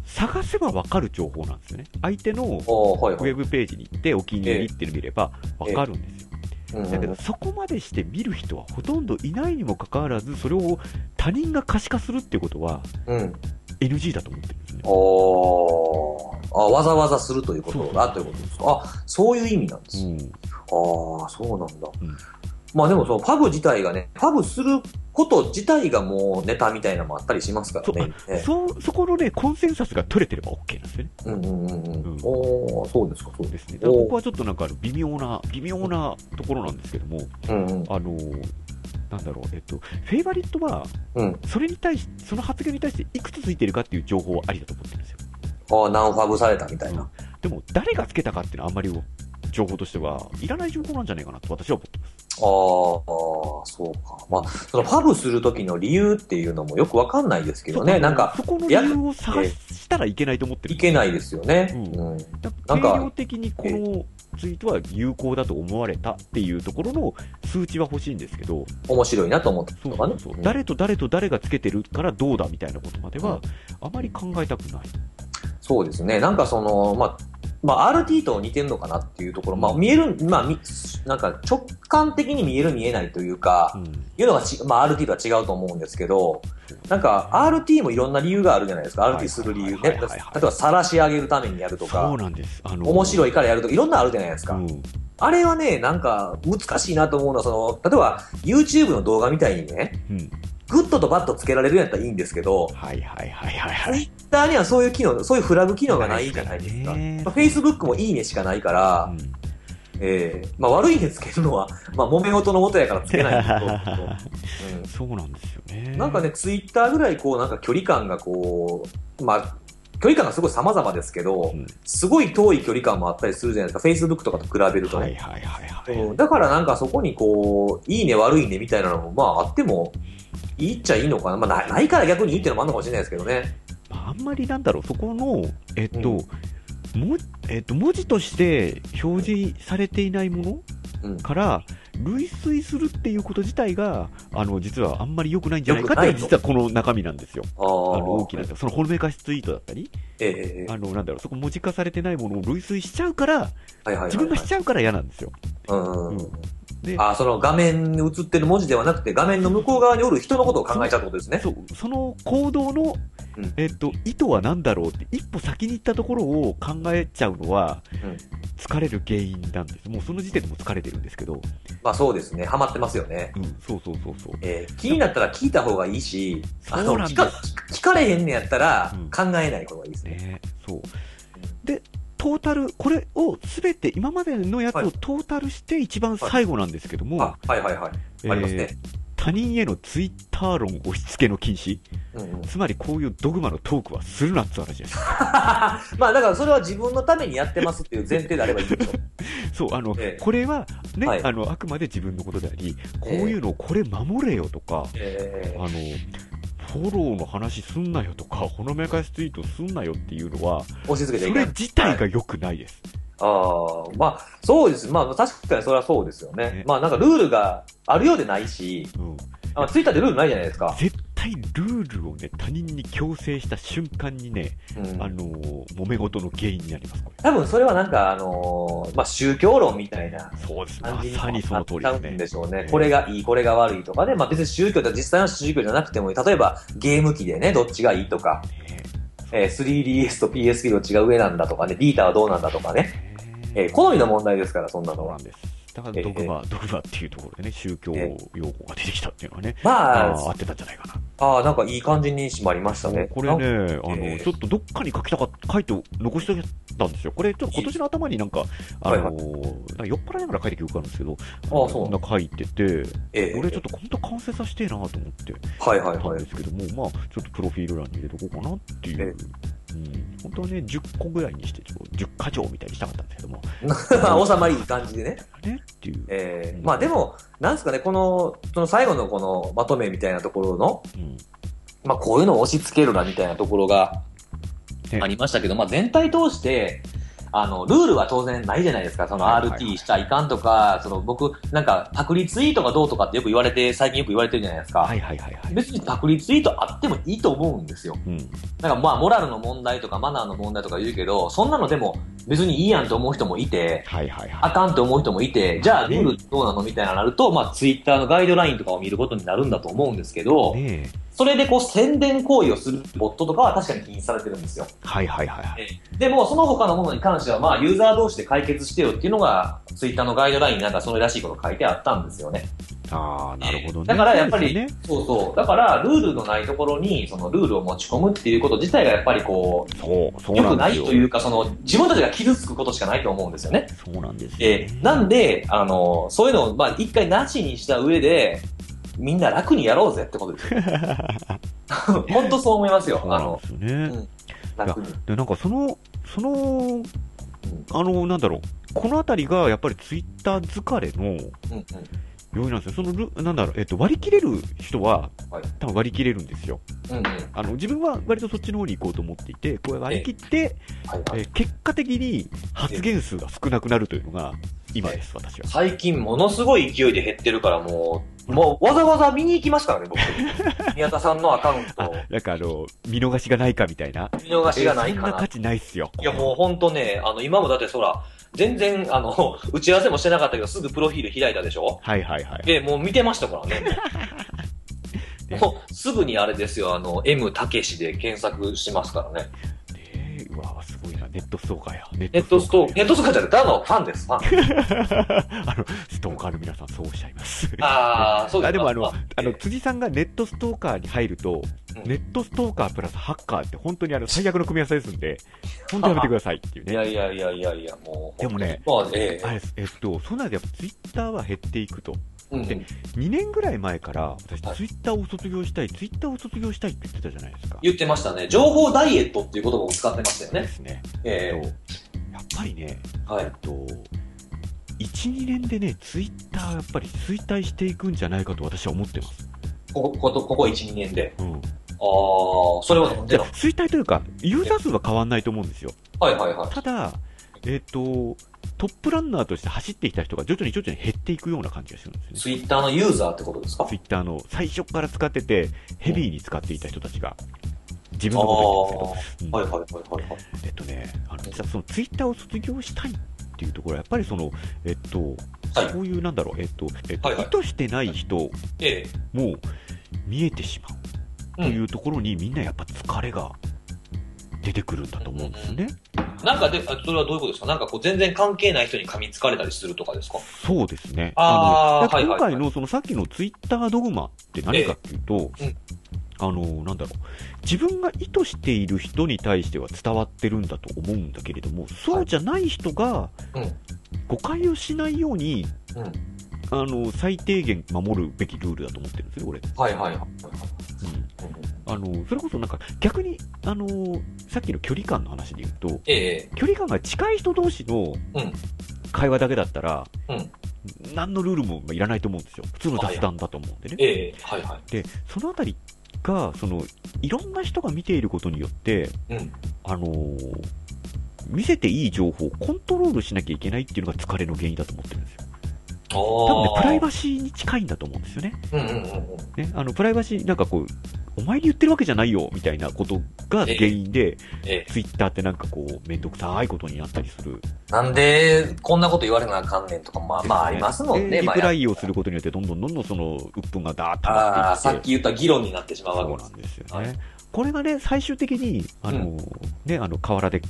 S1: 探せば分かる情報なんですよね相手のウ
S2: ああ、はいはい。
S1: ェブページに行ってお気に入りっていうのを見れば分かるんですよ
S2: うんうん
S1: だけど、そこまでして見る人はほとんどいないにもかかわらず、それを他人が可視化するっていうことは
S2: うん。
S1: NG だと思ってるんですね。
S2: ああ、あわざわざするというこ
S1: そう
S2: とだということですか。あ、そういう意味なんです。
S1: うん
S2: ああ、そうなんだ。
S1: うん
S2: まあでも、その、ファブ自体がね、ファブすること自体がもうネタみたいなのもあったりしますからね。ね
S1: そうそこの、ね、コンセンサスが取れてれば OK なんですよね。
S2: うんう
S1: う
S2: んうんう
S1: ん
S2: ん。おーそうですか、そうで
S1: ですねだからここはちょっとなんかあの微妙な、微妙なところなんですけども、
S2: す。うんうん。
S1: あのーなんだろう、えっと、フェイバリットは、
S2: うん。
S1: それに対し、その発言に対していくつついてるかっていう情報はありだと思ってるんですよ。
S2: ああ、ナンファブされたみたいな。
S1: でも、誰がつけたかっていうのはあんまり情報としては、いらない情報なんじゃないかなと私は思ってます。
S2: ああ、そうか。まあ、そのファブする時の理由っていうのもよくわかんないですけど
S1: そう
S2: ね。なんか、
S1: そこの理由を探したらいけないと思ってる
S2: いけないですよね。
S1: う
S2: うん。
S1: 定量的にこのツイートは有効だと思われたっていうところの数値は欲しいんですけど、
S2: 面白いなと思った
S1: そ
S2: と
S1: う
S2: か
S1: そ
S2: ね
S1: うそう。
S2: うん
S1: 誰と誰と誰がつけてるからどうだみたいなことまで
S2: う
S1: は
S2: ん、
S1: あまり考えたくない。
S2: そうですね。なんかその、まあ、まあ、RT と似てるのかなっていうところ、まあ、見える、まあ、みなんか直感的に見える見えないというか、
S1: うん
S2: いうのがち、まあ、RT とは違うと思うんですけど、なんか RT もいろんな理由があるじゃないですか。
S1: はい
S2: RT する理由ね。
S1: はい
S2: 例
S1: はい
S2: え
S1: はいはい
S2: ば晒し上げるためにやると
S1: そ
S2: か
S1: う、なんです。あの
S2: 面白いからやるとか、いろんなあるじゃないですか。
S1: うん
S2: あれはね、なんか難しいなと思うのは、その、例えば YouTube の動画みたいにね、
S1: うん
S2: グッドとバッドつけられるんやったらいいんですけど、
S1: はいはいはいはいはい。
S2: Twitter にはそういう機能、そういうフラグ機能がないじゃないで
S1: ないで
S2: すか。
S1: すからね
S2: まあ Facebook もいいねしかないから、
S1: うん
S2: えーまあ悪いねつけるのは、まあ揉め事の元やからつけないんだ
S1: *laughs*
S2: けど、
S1: そうなんですよね。
S2: うんなんかね、Twitter ぐらいこう、なんか距離感がこう、まあ、距離感がすごい様々ですけど
S1: う、ん、
S2: すごい遠い距離感もあったりするじゃないですか、Facebook とかと比べるとね。
S1: はいはいはいは
S2: う
S1: い。
S2: んだからなんかそこにこう、いいね悪いねみたいなのも、まああっても、いいっちゃいいのかな。まあないないから逆にいいっていうのもあるのかもしれないですけどね。
S1: まああんまりなんだろう、そこの、えっ
S2: う
S1: と、もえっと、文字として表示されていないも
S2: うん
S1: のから類推するっていうこと自体が、あの、実はあんまり良くないんじゃないかっていうのが
S2: 良く
S1: 実はこの中身なんですよ。
S2: ああ
S1: あの、大きな、そのほのめかしツイートだったり、
S2: ええええ
S1: あの、なんだろう、そこ文字化されてないものを類推しちゃうから、
S2: はいはいはいはい。
S1: 自分がしちゃうから嫌なんですよ。
S2: うんう
S1: う
S2: んうんん。
S1: で
S2: ああ、その画面に映ってる文字ではなくて、画面の向こう側におる人のことを考えちゃうってことですね。
S1: そう、その行動の
S2: うん
S1: えっと、意図は何だろうって、一歩先に行ったところを考えちゃうのは
S2: うん、
S1: 疲れる原因なんです。もうその時点でも疲れてるんですけど、
S2: まあそうですね。ハマってますよね。
S1: うん、そうそうそうそう。
S2: えー気になったら聞いた方がいいし、あ
S1: そ
S2: の
S1: うなん
S2: 聞か
S1: です
S2: 聞かれへんねやったら
S1: うん
S2: 考えない方がいいですね。
S1: ね、そう。で、トータル、これをすべて、今までのやつ
S2: は
S1: を
S2: い
S1: トータルして一番最後なんですけども、
S2: あ、はいはいはい。
S1: えー
S2: ありますね。
S1: 他人へのツイッター論押し付けの禁止。
S2: うん *laughs* うん
S1: つまりこういうドグマのトークはするなって話です。
S2: まあだからそれは自分のためにやってますっていう前提であ
S1: *laughs*
S2: ればいいでしょ。
S1: そう、あの、
S2: ええ
S1: これはね、
S2: はい
S1: あの、あくまで自分のことであり、こういうのをこれ守れよとか、
S2: え
S1: あの、フォローの話すんなよとか、ほのめかしツイートすんなよっていうのは、
S2: ー、押し付け
S1: そ
S2: ていか
S1: れ
S2: ない。
S1: 自体が良くないです。
S2: ああ、まあそうです。まあ確かにそれはそうですよね
S1: ね。
S2: まあなんかルールがあるようでないし、
S1: うん。
S2: あツイッターでルールないじゃないですか。
S1: 絶対ルールをね、他人に強制した瞬間にね、
S2: うん
S1: あの揉め事の原因になります、これ。
S2: 多分それはなんか、あのーまあ、宗教論みたいな
S1: そうです。
S2: 感
S1: ま
S2: じに
S1: さにそ
S2: な
S1: の
S2: っ
S1: 通
S2: ち
S1: りで
S2: ゃう
S1: す
S2: ん
S1: ね。
S2: でしょう
S1: え
S2: ね
S1: え。
S2: これがいい、これが悪いとかで、まあ、別に宗教って実際の宗教じゃなくても、例えばゲーム機でね、どっちがいいとか、
S1: ね
S2: えー 3DS と PSP どっちが上なんだとかね、ビーターはどうなんだとかね、えー好みの問題ですから、そんなの
S1: そうな
S2: は
S1: ん。です。だからドグマ、ドグマっていうところでね、宗教
S2: え
S1: 用語が出てきたっていうのはね、
S2: ま
S1: ああー、合
S2: あ
S1: っ、てたんじゃないかな。
S2: ああ、なんかいい感じに締まりましたね。
S1: これ
S2: なんか。
S1: ね、あの、
S2: えー
S1: ちょっとどっかに書きたかった、書いて残してたんですよ。これ、ちょっと今年の頭になんか、あ
S2: はい
S1: の
S2: はい
S1: なんか酔っ払いながら書いて記憶あるんですけど、
S2: あそう
S1: なんか書いてて、
S2: ええ
S1: 俺ちょっと本当完成させてえなと思って
S2: はいはい
S1: たん
S2: はい *laughs*
S1: で。すけども、まあ、ちょっとプロフィール欄に入れとこうかなっていう。
S2: え
S1: うん、本当はね、10個ぐらいにして、ちょっと10課長みたいにしたかったんですけども、
S2: まあ収まりいい感じでね。
S1: ねっていう。
S2: ええ
S1: うん
S2: まあでも、なんですかね、この、その最後のこのまとめみたいなところの、
S1: うん
S2: まあ、こういうのを押し付けるなみたいなところが
S1: ね
S2: ありましたけど、まあ、全体通してあのルールは当然ないじゃないですか、その
S1: はいはいはい
S2: RT しちゃいかんとか、その僕、なんかパクリツイートがどうとかってよく言われて、最近よく言われてるじゃないですか、
S1: はいはいはいはい。
S2: 別にパクリツイートあってもいいと思うんですよ、
S1: うん。
S2: なんかまあ、モラルの問題とかマナーの問題とか言うけど、そんなのでも別にいいやんと思う人もいて、
S1: はいはい
S2: あ
S1: は
S2: かんと思う人もいて、じゃあルールどうなのみたいなのになると、まあ、ツイッターのガイドラインとかを見ることになるんだと思うんですけど。
S1: い。ねえ
S2: それでこう宣伝行為をするボットとかは確かに禁止されてるんですよ。
S1: はいはいはいはい。
S2: でも、その他のものに関しては、まあ、ユーザー同士で解決してよっていうのが、ツイッターのガイドラインになんかそれらしいこと書いてあったんですよね。
S1: ああ、なるほどね。
S2: だからやっぱ
S1: そう
S2: り、
S1: ですよね
S2: そうそう。だから、ルールのないところに、そのルールを持ち込むっていうこと自体がやっぱりこ、
S1: そう、そうう
S2: 良
S1: な
S2: く
S1: ん
S2: な
S1: で
S2: い
S1: すよ。
S2: というか、その、自分たちが傷つくことしかないと思うんですよね。
S1: そうなんですよ
S2: えーなんで、あの、そういうのを、まあ、一回なしにした上で、みんな楽にやろうぜってことで
S1: *laughs*
S2: すよ。本当そう思いますよ。
S1: そう
S2: あ
S1: な
S2: の
S1: ん、ですよね。
S2: 楽に。
S1: で、なんかその、その、あの、なんだろう、このあたりがやっぱりツイッター疲れの
S2: うんうん、
S1: 要因なんですよ。そのル、なんだろう、えっと、割り切れる人は
S2: はい、
S1: 多分割り切れるんですよ。
S2: うんうん、
S1: あの、自分は割とそっちの方に行こうと思っていて、これ割り切って、
S2: はい
S1: え
S2: はい。
S1: ー結果的に発言数が少なくなるというのが、今です、私は。
S2: 最近ものすごい勢いで減ってるからもう、もうわざわざ見に行きましたからね、僕。
S1: *laughs*
S2: 宮田さんのアカウント
S1: あ、なんかあの、見逃しがないかみたいな。
S2: 見逃しがない
S1: えー
S2: か
S1: そんな価
S2: な。
S1: 値ないっすよ。
S2: いやもうほんとね、あの、今もだってそら、全然、あの、打ち合わせもしてなかったけど、すぐプロフィール開いたでしょ
S1: はいはいはい。
S2: で、もう見てましたか
S1: *laughs*
S2: らね
S1: ね。
S2: もうすぐにあれですよ、あの、M たけしで検索しますか
S1: *laughs*
S2: らね。
S1: えー、うわすごいな、ネットストーカーや。ネ
S2: ネットストー、
S1: や
S2: ネットストーカーじゃなくて、ただのファンです、ファン。
S1: あの、ストーカーの皆さん、そうおっしゃいます。
S2: *laughs* ああ、そうです
S1: あでもあの
S2: ま、
S1: あの、辻さんがネットストーカーに入ると、
S2: うん
S1: ネットストーカープラスハッカーって本当にあの最悪の組み合わせですんで、本当やめてくださいっていう
S2: いや
S1: ね。
S2: いやいやいやいや、もう。
S1: でもね、
S2: まあ、え
S1: あ
S2: え
S1: れです、えっと、そうなるとやっぱツイッターは減っていくと。
S2: うんうん
S1: で2年ぐらい前から、私
S2: はい
S1: ツイッターを卒業したい、ツイッターを卒業したいって言ってたじゃないですか。
S2: 言ってましたね。情報ダイエットっていう言葉を使ってましたよ
S1: で
S2: ね。
S1: すね。えっ
S2: え
S1: と、やっぱりね、
S2: えは
S1: えっ
S2: い。
S1: と、1、2年でね、ツイッターはやっぱり衰退していくんじゃないかと私は思ってます。
S2: ここ、ここ、ここ1、2年で。
S1: うん。
S2: ああ、それはなん
S1: じ
S2: で
S1: ゃあ
S2: な
S1: 衰退というか、ユーザー数は変わんないと思うんですよ。
S2: はいはいはい。
S1: ただ、えっ、と、トップランナーとして走ってきた人が徐々に徐々に減っていくような感じがするんです
S2: ツ
S1: ね。
S2: イッターのユーザーってことですか
S1: ツイッターの最初から使ってて、ヘビーに使っていた人たちが、自分のことを言ってますけど、
S2: はい
S1: うん
S2: はいはいはいはい。
S1: えっとね、あの実はそのツイッターを卒業したいっていうところは、やっぱりその、えっと、
S2: はい
S1: こういうなんだろう、えっと、えっと
S2: はいはい
S1: 意図してない人
S2: ええ。
S1: も見えてしまう。と
S2: うん
S1: いうところにみんなやっぱ疲れが出てくるんだと思うんですね。
S2: なんかで、あそれはどういうことですかなんかこう全然関係ない人に噛みつかれたりするとかですか
S1: そうですね。
S2: あ
S1: の
S2: ー
S1: だから
S2: はいはい
S1: 今回のそのさっきのツイッタードグマって何かっていうと、
S2: ええうん
S1: あの、なんだろう。自分が意図している人に対しては伝わってるんだと思うんだけれども、そうじゃない人が
S2: うん
S1: 誤解をしないように、
S2: うん
S1: あの、最低限守るべきルールだと思ってるんですよ、俺。
S2: はいはいはい。
S1: うんあの、それこそなんか逆に、あの、さっきの距離感の話で言うと、
S2: ええ
S1: 距離感が近い人同士の
S2: うん
S1: 会話だけだったら、
S2: うん
S1: 何のルールもいらないと思うんですよ。普通の雑談だと思うんでね。
S2: ええはいは
S1: で、そのあたりが、その、いろんな人が見ていることによって、
S2: い。うん。
S1: あのー見せていい情報をコントロールしなきゃいけないっていうのが疲れの原因だと思ってるんですよ。多分ね、プライバシーに近いんだと思うんですよね。
S2: ー。うんうんうんうん。
S1: ね、あの、プライバシー、なんかこう、お前に言ってるわけじゃないよ、みたいなことが原因で、
S2: ええ
S1: ツイッターってなんかこう、めんどくさいことになったりする。
S2: なんで、こんなこと言われなあかんねんとか、まあまあありますもん
S1: で
S2: ね、
S1: リ
S2: ま
S1: プラ
S2: あ。
S1: イをすることによって、どんどんどんどんその、鬱憤がダーッと
S2: あ
S1: な
S2: あ、
S1: ってい
S2: さ
S1: って
S2: っ。き言った議論になってしまうわ
S1: そう
S2: けで
S1: な
S2: す
S1: ん。ですよ
S2: は
S1: ね
S2: い。
S1: これがね、最終的に、あの、ね、あの、河原で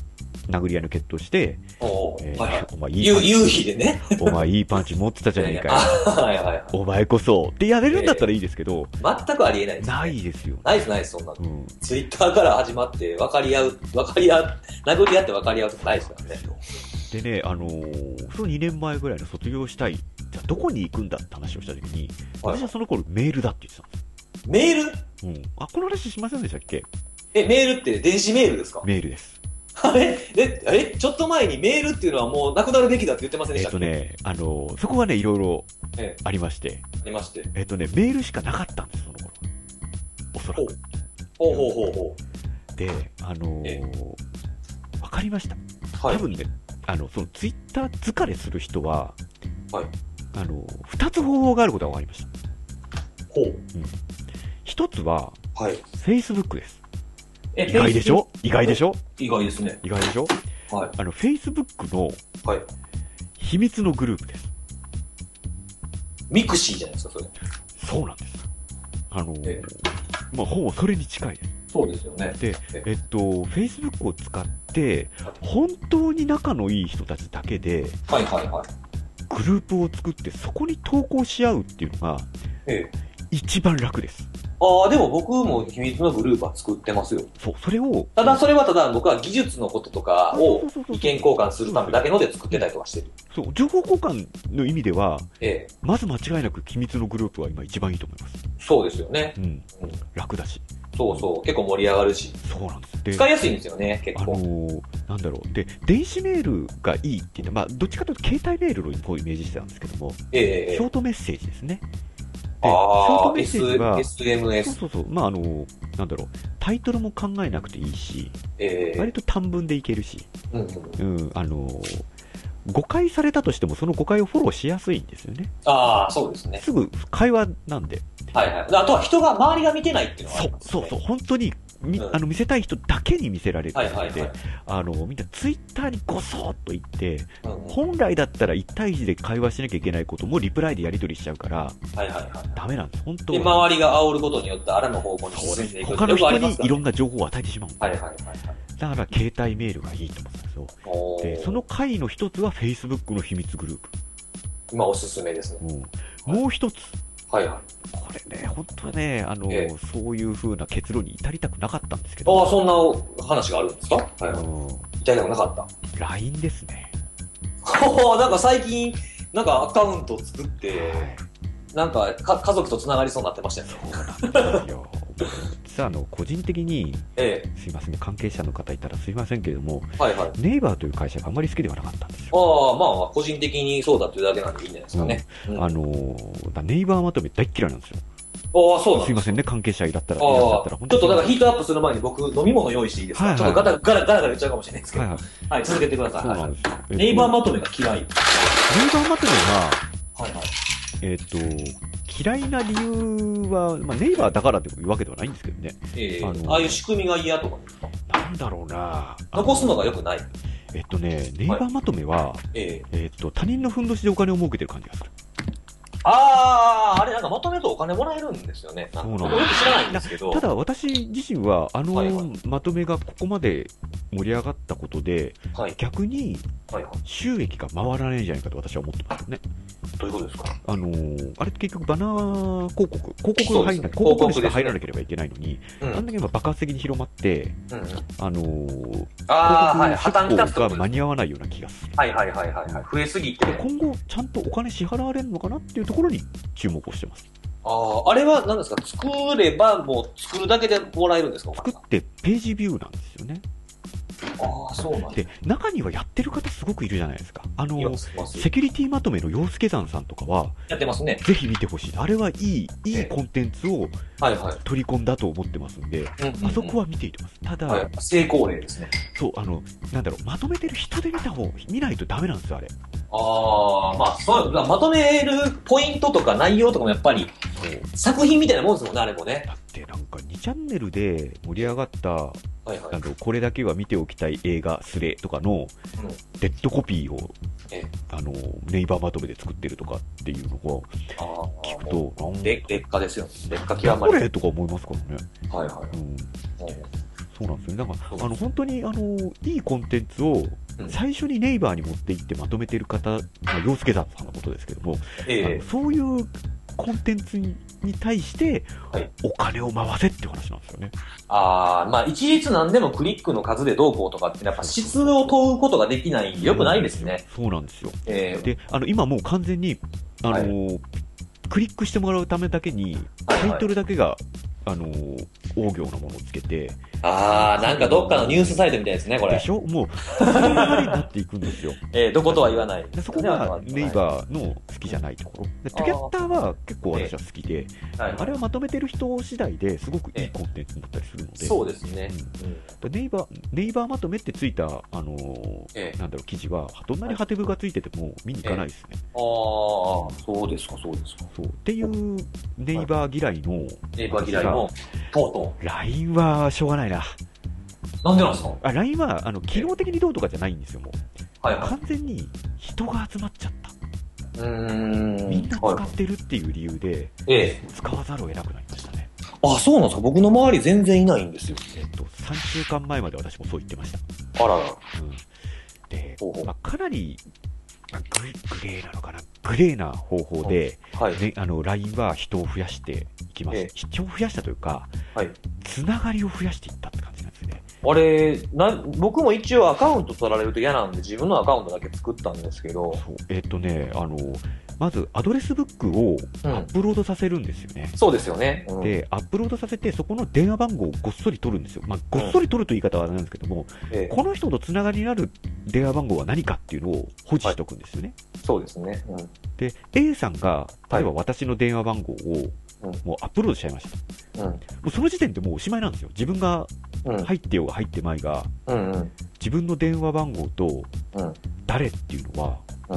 S1: 殴り合いの決闘して、
S2: おお、
S1: えー
S2: はいはい。
S1: お前いい
S2: 夕
S1: パンチ、
S2: 夕日でね。
S1: *laughs* お前いいパンチ持ってたじゃねえかよ。
S2: あ *laughs* はいはい
S1: お前こそってやれるんだったらいいですけど、
S2: はい。全くありえないです、ね。
S1: ない。ですよね。
S2: ないです、ないです、そんなの。
S1: うん。
S2: ツイッターから始まって、分かり合う、分かり合う、殴り合って分かり合うとかないですからね。
S1: でね、あのーその2年前ぐらいの卒業したい、じゃあどこに行くんだって話をした時に、
S2: はい
S1: 私はその頃メールだって言ってた
S2: メール
S1: んです。うん。あ、この話しませんでしたっけ
S2: え、メールって電子メールですか *laughs*
S1: メールです。
S2: あれえ、あれちょっと前にメールっていうのはもうなくなるべきだって言ってません
S1: え
S2: で
S1: っ、
S2: したっ
S1: と
S2: け、
S1: ね、あのーそこはね、いろいろ
S2: ええ
S1: ありまして、
S2: ありまして。
S1: えっ、とね、メールしかなかったんです、その頃。おそらく。
S2: ほうほうほうほ
S1: で、あのー
S2: え
S1: わかりました。
S2: う。は
S1: 多
S2: い。
S1: 分ね、あの、そのツイッター疲れする人は、
S2: はい
S1: あのー、二つ方法があることがわかりました。
S2: ほう。
S1: 一つは、
S2: はい。
S1: Facebook です。
S2: え
S1: 意外でしょ意外でしょ
S2: 意外ですね。
S1: 意外でしょ
S2: はい。
S1: あの、Facebook の
S2: はい。
S1: 秘密のグループです。
S2: ミクシーじゃないですか、それ。
S1: そうなんです。あの、
S2: え
S1: まあ、ほぼそれに近いです。
S2: そうですよね。え
S1: えっと、Facebook を使って、本当に仲のいい人たちだけで、
S2: はいはいはい。
S1: グループを作って、そこに投稿し合うっていうのが、
S2: ええ。
S1: 一番楽です。
S2: ああ、でも僕も秘密のグループは作ってますよ。
S1: そう、それを、
S2: ただそれはただ僕は技術のこととかを
S1: そうそうそうそう
S2: 意見交換するためだけので作ってたりとかしてる。
S1: そう、情報交換の意味では、
S2: ええ。
S1: まず間違いなく秘密のグループは今一番いいと思います。
S2: そうですよね。
S1: うん
S2: うん。
S1: 楽だし。
S2: そうそう。結構盛り上がるし。
S1: そうなんです。で
S2: 使いやすいんですよね、
S1: あ
S2: 結
S1: の
S2: 構。
S1: ーなんだろう、で、電子メールがいいっていうのは、まあ、どっちかというと携帯メールのこうイメージしてたんですけども、
S2: えええ
S1: ショー
S2: え。
S1: トメッセージですね。で、ショー
S2: あ
S1: ト
S2: あ、
S1: メッ
S2: S
S1: セージは、そう
S2: SMS。
S1: そうそう、まあ、あのーなんだろう、タイトルも考えなくていいし、
S2: ええ。
S1: 割と短文でいけるし、
S2: うんうん。
S1: うん、あのー誤解されたとしても、その誤解をフォローしやすいんですよね。
S2: ああ、そうですね。
S1: すぐ会話なんで。
S2: はいはい。あとは人が、周りが見てないっていうのがあ
S1: そ
S2: り
S1: う
S2: ますね
S1: そうそう、本当にみ、
S2: うん
S1: あの見せたい人だけに見せられる
S2: はい
S1: の
S2: はい
S1: で、
S2: はい。
S1: あのみんなツイッターにごそっと行って、
S2: うんうんはい
S1: 本来だったら1対1で会話しなきゃいけないこともリプライでやり取りしちゃうから、
S2: はいはい。
S1: ダメなんです、本当
S2: で、周りが煽ることによって、あらぬ方向に
S1: そう
S2: 進
S1: で
S2: んですいく
S1: 他の
S2: よくあ
S1: 人
S2: りま
S1: に
S2: すか
S1: い
S2: ら
S1: ろんな情報を与えてしまう、
S2: はいはいはいはい。
S1: だから携帯メールがいいと思うんですよ。
S2: お
S1: で
S2: ー
S1: その回の一つは Facebook の秘密グループ、
S2: 今おすすめですね。
S1: うんもう一つ、
S2: はいはい。
S1: これね、本当はね、あの
S2: ええ
S1: そういう風な結論に至りたくなかったんですけ
S2: ああ、
S1: ど、
S2: そんなお話があるんですかはいは
S1: う
S2: い。痛いくなかっ
S1: ん、LINE ですね。
S2: た。おーなんか最近、なんかアカウント作って、
S1: はい
S2: なんかか家族と繋がりそうになってましたよね。
S1: そうなんですよ実はあの個人的に
S2: え
S1: すいません関係者の方いたらすいませんけれども
S2: えはいはい。あ
S1: ネイバーという会社があまり好きではなかったんですよ。
S2: あ、まあまあ、個人的にそうだっていうだけなんでいいんじゃないですかね。うん
S1: あのーだからネイバーまとめ大っ嫌いなんですよ。
S2: ああ、そうなん
S1: すい
S2: です
S1: ませんね、関係者だったら、いらっしゃ
S2: あ
S1: ったら、
S2: あ、
S1: 本
S2: ちょっと
S1: に
S2: なんかヒートアップする前に僕、飲み物用意していいですか、
S1: はいはい
S2: ちょっとガタガラガラガラ言っちゃうかもしれないですけど。
S1: は
S2: はいい、
S1: はい、
S2: 続けてください。
S1: そうな
S2: は
S1: ん
S2: い
S1: ですよ。えっと
S2: ネイバーまとめが嫌い。
S1: ネイバーまとめは、
S2: はいはい。
S1: えっと、嫌いな理由は、まあ、ネイバーだからっていうわけではないんですけどね、
S2: ええ
S1: あの
S2: ああいう仕組みが嫌とかですか
S1: なんだろうな、
S2: 残すのが良くない。
S1: えっとね、ネイバーまとめは、
S2: ええ
S1: えっと、他人のふんどしでお金を儲けてる感じがする。
S2: ああ、あれなんかまとめるとお金もらえるんですよね。
S1: そうなんです
S2: 僕よく知らないんですけど。
S1: ただ私自身は、あ
S2: はいは
S1: のまとめがここまで盛り上がったことで、
S2: はい。
S1: 逆に
S2: はいはい。
S1: 収益が回らないんじゃないかと私は思ってますね。
S2: どういうことですか
S1: あのーあれって結局バナー広告、広告が入らない、
S2: そうですね
S1: 広告にし
S2: 広告です
S1: か
S2: ね
S1: 入らなければいけないのに、
S2: うん。う
S1: あん
S2: ん
S1: だけ今爆発的に広まって、あのー、
S2: ああ、はい。破
S1: 広
S2: 綻
S1: 告出
S2: した
S1: 稿
S2: ってこ
S1: が
S2: と
S1: 間に合わないような気がする。
S2: はいはいはいはいはい。増えすぎて。
S1: 今後、ちゃんとお金支払われるのかなっていうところに注目をしてます。
S2: ああ、あれは何ですか作ればもう作るだけでもらえるんですかお
S1: 作
S2: 金が
S1: ってページビューなんですよね。
S2: ああ、そうなんだ
S1: で、中にはやってる方すごくいるじゃないですか。あの
S2: いや
S1: ー、
S2: ます
S1: セキュリティまとめの洋介山さんとかは、
S2: やってますね。
S1: ぜひ見てほしい。あれはいい、い
S2: え
S1: い
S2: え
S1: コンテンツを
S2: はいはい。
S1: 取り込んだと思ってますんで、
S2: うんうんうん
S1: あそこは見ていてます。ただ、
S2: はい成功例ですね。
S1: そう、あの、なんだろう、まとめてる人で見た方、見ないとダメなんですよ、あれ。
S2: ああ、まあ、そう、まあまとめるポイントとか内容とかもやっぱり作品みたいなもんですもんね、あれもね。
S1: だってなんか2チャンネルで盛り上がった、
S2: はいは
S1: ないん。だろう、これだけは見ておきたい映画、スレとかの
S2: うん、
S1: デッドコピーを
S2: ええ、
S1: あの、ネイバーまとめで作ってるとかっていうのを
S2: ああ、
S1: 聞く
S2: も
S1: と、なん
S2: う
S1: だ
S2: で、劣化ですよ。劣化極ま
S1: こ
S2: り。
S1: れとか思いますからね。
S2: はいは
S1: うん。
S2: い。もう
S1: そうなんですよね。なんか、
S2: そうです
S1: あの、本当に、あの、いいコンテンツを
S2: う、ん
S1: 最初にネイバーに持っていってまとめてる方、まあ、洋介さんのことですけども、
S2: え
S1: あの
S2: え
S1: そういうコンテンツに対して
S2: はい、
S1: お金を回せっていう話なんですよね。
S2: ああ、まあ、一律何でもクリックの数でどうこうとかって、やっぱ質を問うことができないんで、よくないですね。。
S1: そうなんですよ。
S2: ええ
S1: で、あの、今もう完全に、あのークリックしてもらうためだけに、
S2: はい
S1: タイトルだけが、あのー、大行なものをつけて、
S2: ああ、なんかどっかのニュースサイトみたいですね、こ
S1: で
S2: れ。
S1: しょもう、そういう流れになっていくんですよ。
S2: ええどことは言わない。
S1: でそこがネイバーの好きじゃないところ。でトゥキャッターは結構私は好きで、
S2: ー。はい、
S1: あれはまとめてる人次第ですごくいいコンテンツになったりするので、
S2: そうですね。うん
S1: でネイバー、ネイバーまとめってついた、あのー
S2: ええ
S1: なんだろう、記事は、どんなにハテブがついてても見に行かないですね。
S2: ああ、そうですか、そうですか。
S1: そうっていうネイバー嫌いの、
S2: ネイバー嫌いの、とうと
S1: LINE はしょうがないな。
S2: う。なんでなんですか
S1: あ LINE はあの機能的にどうとかじゃないんですよ、もう。
S2: はいはい。
S1: 完全に人が集まっちゃった。
S2: うーん。
S1: みんな使
S2: は
S1: ってるっていう理由で、
S2: い、ええ。
S1: 使わざるを得なくなりましたね。
S2: あ、そうなんですか僕の周り全然いないんですよ。
S1: えっと、3週間前まで私もそう言ってました。
S2: あらら。
S1: うん、で
S2: ほうほ、う
S1: まあ、かなりまあググレーなのかな、グレーな方法で、
S2: はい。
S1: ね、あの LINE は人を増やしていきま
S2: え
S1: す
S2: え。
S1: 人を増やしたというか、
S2: はい
S1: つながりを増やしていったって感じなんですね。
S2: あれな、僕も一応アカウント取られると嫌なんで、自分のアカウントだけ作ったんですけど、
S1: そうえっ、とねあのまずアドレスブックを
S2: うん
S1: アップロードさせるんですよね、
S2: そうですよね。うん、え
S1: でアップロードさせてそこの電話番号をごっそり取るんですよ、まあ、ごっそり取るという言い方はあれなんですけども、
S2: え
S1: この人とつながりになる電話番号は何かっていうのを保持しておくんですよね、
S2: そうですね。うん、
S1: で A さんが
S2: は
S1: 例
S2: い
S1: えば私の電話番号を
S2: うん
S1: もうアップロードしちゃいました
S2: うん、
S1: もうその時点でもうおしまいなんですよ自分が
S2: うん、
S1: 入ってようが入ってまいが
S2: うん、うん、
S1: 自分の電話番号と
S2: うん、
S1: 誰っていうのは、
S2: うん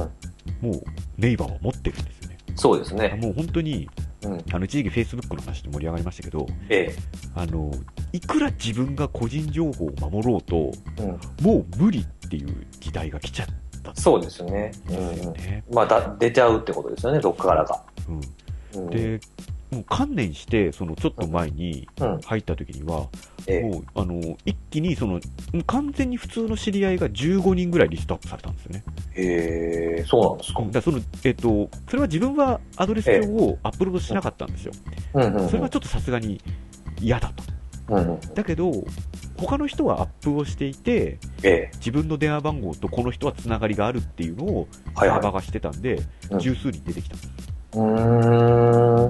S1: もうネイバーは持ってるんですよね
S2: そうですね。
S1: もう本当に
S2: うん、
S1: あの一時期、フェイスブックの話で盛り上がりましたけど
S2: え
S1: あの、いくら自分が個人情報を守ろうと、
S2: え、うん、
S1: もう無理っていう時代が来ちゃったんです
S2: そうですね。う
S1: よ
S2: ん、うん。
S1: ね。
S2: まあ、だ出ちゃうってことですよね、どっからが。
S1: うん
S2: うん、
S1: で、もう観念して、そのちょっと前に
S2: うん、
S1: 入った時には、
S2: ええ、
S1: もうあの一気にそのもう完全に普通の知り合いが15人ぐらいリストアップされたんですよね。
S2: へえ、そうなんですか
S1: だ。からその、えっと、それは自分はアドレス帳をアップロードしなかったんですよ。
S2: うん、うん、うん
S1: それはちょっとさすがに嫌だと。
S2: うん、うん、
S1: だけど、他の人はアップをしていて、
S2: ええ、
S1: 自分の電話番号とこの人はつながりがあるっていうのを
S2: はい
S1: サ
S2: は
S1: ーバー
S2: い。
S1: がしてたんで、
S2: うん
S1: 十数人出てきたんです
S2: うーん。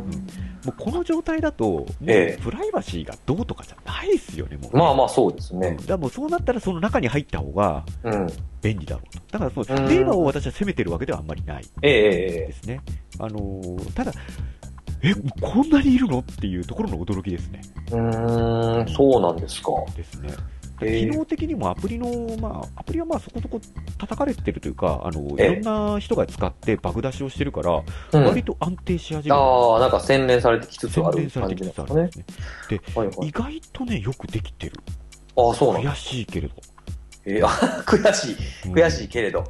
S1: もうこの状態だと、もう
S2: ええ
S1: プライバシーがどうとかじゃないですよね、もう、
S2: まあまあ、そうですね
S1: だ。からもうそうなったら、その中に入った方が
S2: うん。
S1: 便利だろうと、だからそう
S2: うん
S1: テーマを私は責めてるわけではあんまりない
S2: ええ、ええ、
S1: ですね、あのーただ、え、もうこんなにいるのっていうところの驚きですね、
S2: うーん、そうなんですか。
S1: ですね
S2: え
S1: 機
S2: え
S1: 能的にもアプリの、まあ、アプリはまあそこそこ叩かれてるというか、あのい
S2: え
S1: ろ
S2: え
S1: んな人が使ってバグ出しをしてるから、
S2: うん
S1: 割と安定し始める、
S2: ああ、なんか洗練されてきつつあ
S1: 洗練
S2: る
S1: され
S2: 感
S1: て
S2: じ
S1: き
S2: な
S1: つつあ
S2: んですか
S1: るん
S2: ね
S1: で。すね。
S2: はいは
S1: 意
S2: い。
S1: 外とね、よくできてる。
S2: ああ、そうなんだ。
S1: 悔しいけれど。
S2: えーあ悔しい、
S1: うん
S2: 悔しいけれど。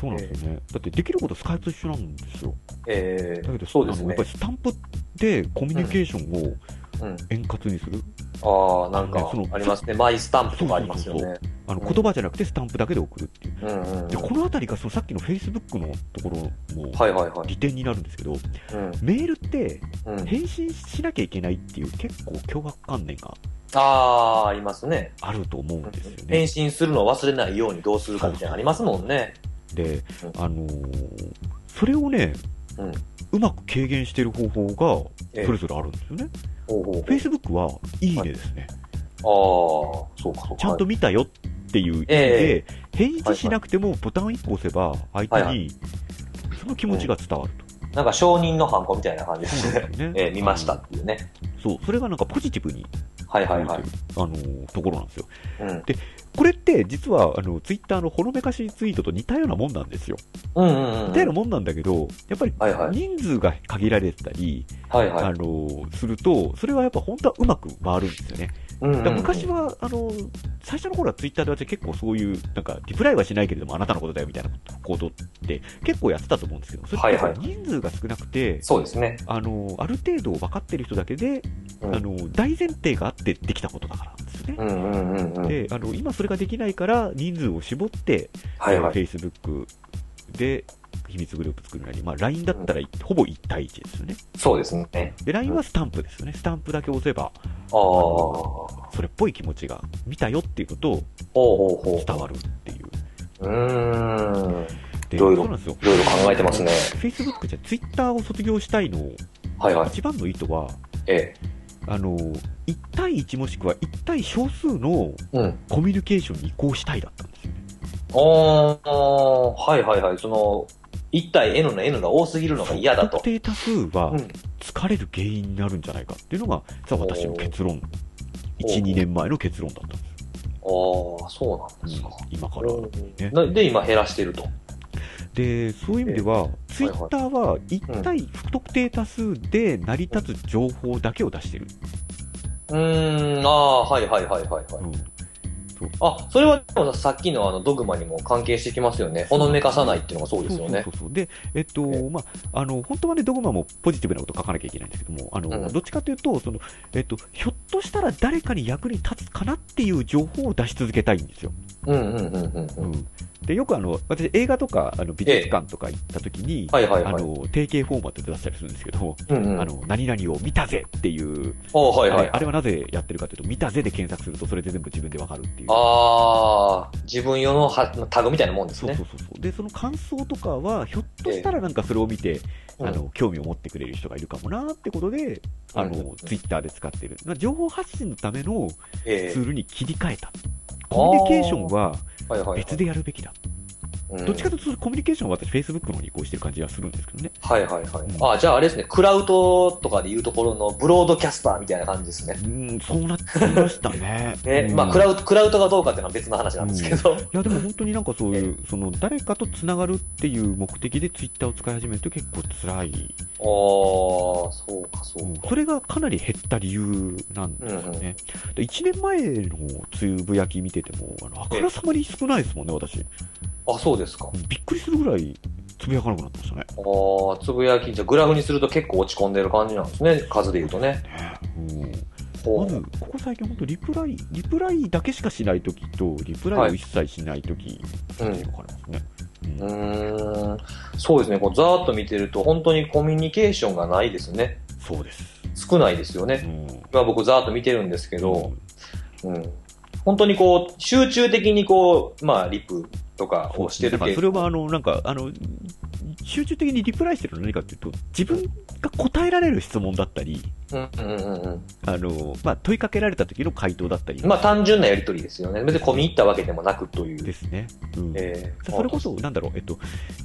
S1: そうなんですよね。だってできることスカイプと一緒なんですよ。
S2: え
S1: だけど、
S2: そうです
S1: あのやっ
S2: ね
S1: ぱ。りスタンプでコミュニケーションを
S2: うん、
S1: 円滑にする。
S2: ああ、なん
S1: ね
S2: か
S1: その
S2: ありますね。マイスタンプとかありますよ
S1: そう
S2: ね。
S1: あの
S2: うん
S1: 言葉じゃなくてスタンプだけで送るっていう。
S2: うんうんうん
S1: で、このあたりがそのさっきの Facebook のところも
S2: はいはいはい。
S1: 利点になるんですけど、
S2: うん
S1: メールって
S2: うん、
S1: 返信しなきゃいけないっていう結構脅迫観念が
S2: ああ、ありますね。
S1: あると思うんですよね
S2: 返。信するのを忘れないようにどうするかみたいなのありますもんね。
S1: で
S2: うん、
S1: あのーそれをね、
S2: うん
S1: うまく軽減している方法が
S2: ええ
S1: それぞれあるんですよね。
S2: ほうほう
S1: Facebook は、いいねですね。
S2: ほうああ、そうかそうか。
S1: ちゃんと
S2: はい
S1: 見たよっていう意味
S2: え
S1: で、返事しなくてもボタン1個押せば、相手
S2: はい
S1: にその気持ちが伝わると。
S2: なんか承認のハンコみたいな感じですね。
S1: ね
S2: *laughs* ええ見ましたっていうね。
S1: そう、それがなんかポジティブに
S2: はいは
S1: 感
S2: い
S1: じ
S2: はい
S1: て。る、あのーところなんですよ。
S2: うん
S1: これって、実は、あの、Twitter のほのめかしツイートと似たようなもんなんですよ。
S2: うんうんうん。
S1: 似たようなもんなんだけど、やっぱり
S2: はいはい
S1: 人数が限られてたり、
S2: はいは
S1: あ
S2: い。
S1: のすると、それはやっぱ本当はうまく回るんですよね。
S2: うんうん
S1: だ
S2: うん
S1: から昔は、あの最初の頃はツイッターで私結構そういう、なんか、リプライはしないけれども、あなたのことだよみたいな行動って結構やってたと思うんですけど、それってやっぱり
S2: は
S1: 人数が少なくて、
S2: そうですね。
S1: あのある程度分かってる人だけで、
S2: うん
S1: あの大前提があってできたことだからなんですよね。
S2: うんうんうんうん。
S1: であの今それができないから人数を絞って、
S2: はいはい。
S1: Facebook で秘密グループ作るなり、まあ、LINE だったらほぼ1対1ですよね。
S2: そうですね。
S1: で、LINE はスタンプですよね。スタンプだけ押せば、
S2: ああ。ほう
S1: それっぽい気持ちが、見たよっていうことを
S2: ほうほ
S1: 伝わるっていう。
S2: う。うーん。
S1: で、
S2: いろい
S1: そ
S2: ろ
S1: うなんですよ。
S2: いろいろ考えてますね。
S1: Facebook じゃ Twitter を卒業したいの、
S2: はいはい。
S1: 一番の意図は、
S2: え
S1: あの、1対1もしくは1対少数の
S2: え。うん。
S1: コミュニケーションに移行したいだったんですよね。
S2: おー、はいはいはい。その、1対 N の N が多すぎるのが嫌だ
S1: 不
S2: と。
S1: 特定多数は
S2: うん
S1: 疲れる原因になるんじゃないかっていうのが、さあ私の結論。
S2: おー
S1: 1、2年前の結論だったんです
S2: ああ、そうなんです
S1: よ
S2: か。。
S1: うん今から。ね
S2: なで、今減らしてると。
S1: でそういう意味では、ツイッターは
S2: う
S1: 1
S2: ん
S1: 対不特定多数で成り立つ情報だけを出してる、
S2: うーん、ああ、はいはいはいはい、は
S1: う
S2: い。
S1: んそう
S2: あ、それはでもさっきのあのドグマにも関係してきますよね。ほのめかさないっていうのがそうですよ
S1: そ
S2: ね
S1: う。そうそうで、えっと
S2: え
S1: まあ、あの本当はね、ドグマもポジティブなこと書かなきゃいけないんですけども、あの
S2: うん
S1: どっちかというとその、えっと、ひょっとしたら誰かに役に立つかなっていう情報を出し続けたいんですよ。
S2: うんうんうんうんう。
S1: うんん、でよくあの私、映画とかあの美術館とか行った時に、
S2: はいはい
S1: あ
S2: はい。
S1: の定型フォーマットで出したりするんですけど、
S2: うんうん。
S1: あの何々を見たぜっていう
S2: あはいは
S1: あ
S2: い
S1: れ。あれはなぜやってるかというと、見たぜで検索すると、それで全部自分でわかるっていう。
S2: ああ、自分用のはタグみたいなもんです
S1: そう
S2: ね
S1: そ。うそうそうでその感想とかは、ひょっとしたらなんかそれを見て、
S2: うん
S1: あの興味を持ってくれる人がいるかもなーってことで、あの
S2: うんうんうん
S1: ツイッターで使ってる、まあ情報発信のための
S2: え
S1: ツールに切り替えた、コミュニケーションは
S2: えはいはい。
S1: 別でやるべきだ、どっちかというと、コミュニケーションは私、Facebook の方に移行してる感じがするんですけどね、
S2: うんはいはいはい。
S1: うん
S2: ああ、じゃああれですね、クラウドとかで言うところのブロードキャスターみたいな感じですね。
S1: う。ーん、そうなってきました *laughs* ね
S2: ね、まあク
S1: い
S2: ラウ、クラウドがどうかっていうのは別の話なんですけど。
S1: やでも本当になんかそういう、その誰かとつながるっていう目的でツイッターを使い始めると結構辛い
S2: ああ、そうか、そうか。
S1: それがかなり減った理由なんですよね。で1年前のつぶやき見てても、あのあからさまに少ないですもんね、私。
S2: あ、そうですか。
S1: びっくりするぐらいつぶやかなくなってましたね。
S2: ああ、つぶやき、じゃあグラフにすると結構落ち込んでる感じなんですね、数で言うとね。
S1: うん、
S2: ほ
S1: ま
S2: う
S1: ず、ここ最近、本当リプライ、リプライだけしかしないときと、リプライを一切しないとき、
S2: うん
S1: 分かりますね。うん
S2: うーん、そうですね、こうざーっと見てると、本当にコミュニケーションがないですね。
S1: そうです。
S2: 少ないですよね。
S1: ん、
S2: 今僕ざーっと見てるんですけ
S1: う
S2: ど、
S1: ん
S2: うん、本当にこう、集中的にこう、まあ、リプとかをしてる
S1: だから
S2: け
S1: そ
S2: ど、
S1: れはあのなんかあの集中的にリプライしてるのは何かというと自分が答えられる質問だったり
S2: うんうんうんう
S1: あの、まあ、問いかけられた時の回答だったり
S2: ん。まあ、単純なやりとりですよね。別に込み入ったわけでもなくとい
S1: で
S2: う。
S1: すね、うん
S2: えー
S1: それこそ、なんだろう、えっと、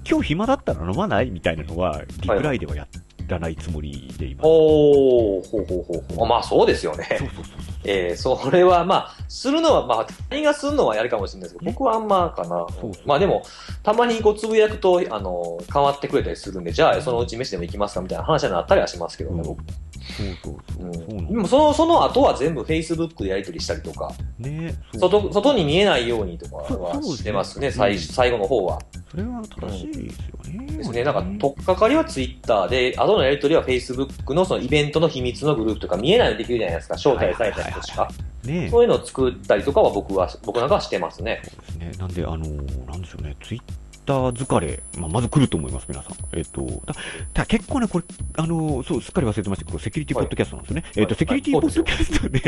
S1: 今日暇だったら飲まないみたいなのは、リプライではやらないつもりでいます。
S2: おおほうほうほうほう。まあ、そうですよね。 *laughs*
S1: そうそうそうそう
S2: えー、それはまあ、するのは、まあ、他人がするのはやるかもしれないですけど、
S1: ね
S2: 僕はあんまかな。
S1: そうそう
S2: まあでも、たまにこう、つぶやくと、あの、変わってくれたりするんで、じゃあ、そのうち飯でも行きますかみたいな話になったりはしますけど
S1: う
S2: ね、
S1: ん
S2: 僕。
S1: そうそうそうう。
S2: ん、
S1: そ
S2: で
S1: うなん
S2: もその、その後は全部 Facebook でやり取りしたりとか、
S1: ね。そう
S2: 外、外に見えないようにとかは
S1: そうそうですね
S2: してますね、
S1: うん
S2: 最、最後の方は。
S1: それは正しいですよね。
S2: ですね。なんか、とっかかりはツイッターで、後のやりとりはフェイスブックのそのイベントの秘密のグループとか見えないのできるじゃないですか。招待された人しか。
S1: ね
S2: そういうのを作ったりとかは僕は、僕なんかはしてますね。
S1: そうですね。なんで、あのーなんでしょうね、ツイッター疲れ、まあ、まず来ると思います、皆さん。えっ、と、だただ結構ね、これ、あのーそう、すっかり忘れてましたけど、セキュリティポッドキャストなんですよね。えっ、と、
S2: はい
S1: セキュリティポッドキャストで、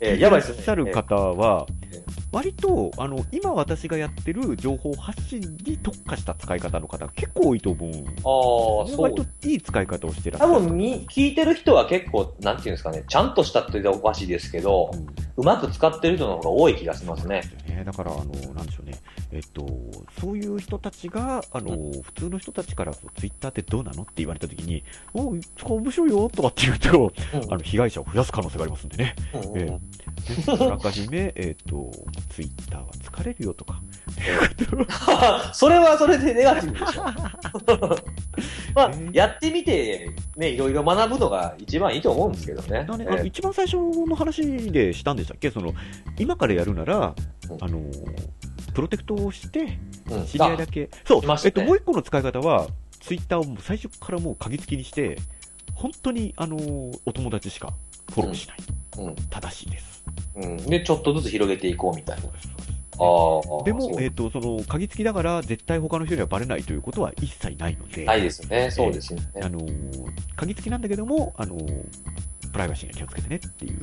S2: えーやばいです
S1: ら
S2: ね。
S1: っしゃる方は
S2: ええ、
S1: 割と、あの、今私がやってる情報発信に特化した使い方の方、結構多いと思うんですよね。
S2: ああ、そう
S1: 割。といい使い方をしてらっしゃ
S2: 多
S1: る。
S2: 分み、聞いてる人は結構、なんていうんですかね、ちゃんとしたって言うとおかしいですけど、
S1: うん
S2: うまく使ってる人の方が多い気がしますね。
S1: ね、だからあの、なんでしょうね、えっと、そういう人たちが、あの普通の人たちからツイッターってどうなのって言われたときに、おそこ面白いよとかって言うと、
S2: うん
S1: あの被害者を増やす可能性がありますんでね、
S2: うんうんうん
S1: ねあらかじめ、えっと、ツイッターは疲れるよとか、
S2: *laughs* それはそれでネガティブで
S1: *laughs*
S2: しょ。まあ
S1: ね、
S2: やってみて、ね、いろいろ学ぶのが一番いいと思うんですけどね。
S1: だね
S2: え
S1: あの
S2: ー
S1: 一番最初の話でしたんでしたっけ、その今からやるなら
S2: うん、
S1: あのプロテクトをして、
S2: うん
S1: 知り合いだけ、そう、
S2: いまし
S1: え
S2: た
S1: っと、
S2: ね
S1: もう一個の使い方は、ツイッターをもう最初からもう鍵付きにして、本当に、あのーお友達しかフォローしない、
S2: うんうん
S1: 正しいです。
S2: うん、で、ちょっとずつ広げていこうみたいな。
S1: そうですそうです
S2: あー
S1: で
S2: そ
S1: も、
S2: う
S1: えっとその鍵付きだから、絶対他の人にはバレないということは一切ないので、
S2: ないですよね。そうですね。
S1: あのー鍵付きなんだけども、あのープライバシーには気をつけてねっていう。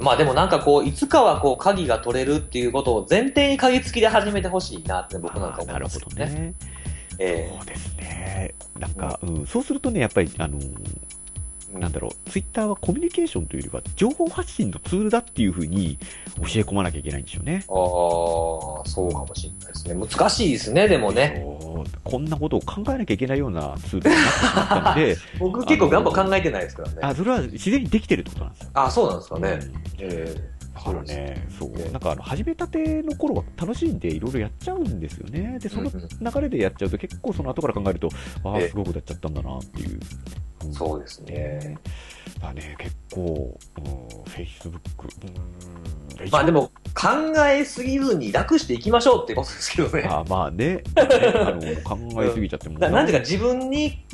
S2: まあでもなんかこう、いつかはこう、鍵が取れるっていうことを前提に鍵付きで始めてほしいなって僕なん
S1: あ
S2: か
S1: ー
S2: 思
S1: ないる
S2: ま
S1: ほ
S2: す
S1: ど
S2: ね。
S1: ね。
S2: え
S1: そうですね。なんか、うん、そうするとね、やっぱり、あのー
S2: え
S1: なんだろう、ツイッターはコミュニケーションというよりは、情報発信のツールだっていうふうに教え込まなきゃいけないんでしょうね。
S2: ああ、そうかもしれないですね。難しいですね、でもね。
S1: そうこんなことを考えなきゃいけないようなツールになってしまったの
S2: *laughs*
S1: で、
S2: 僕結構頑張考えてないですからね。
S1: あそれは自然にできてるってことなんですよ。
S2: あそうなんですかね。
S1: うん
S2: え
S1: だからね、そう
S2: ね
S1: なんかあの始めたての頃は楽しんでいろいろやっちゃうんですよね、で
S2: え
S1: その流れでやっちゃうと、結構その後から考えると、ああ、
S2: ええ
S1: すごいことやっちゃったんだなっていう、うん
S2: そうですね。
S1: まあね、結構、フェイスブック、うん
S2: まあでも、考えすぎずに楽していきましょうってことですけどね。
S1: あまあね、あの考えすぎちゃっても、
S2: だからなんていうか自分に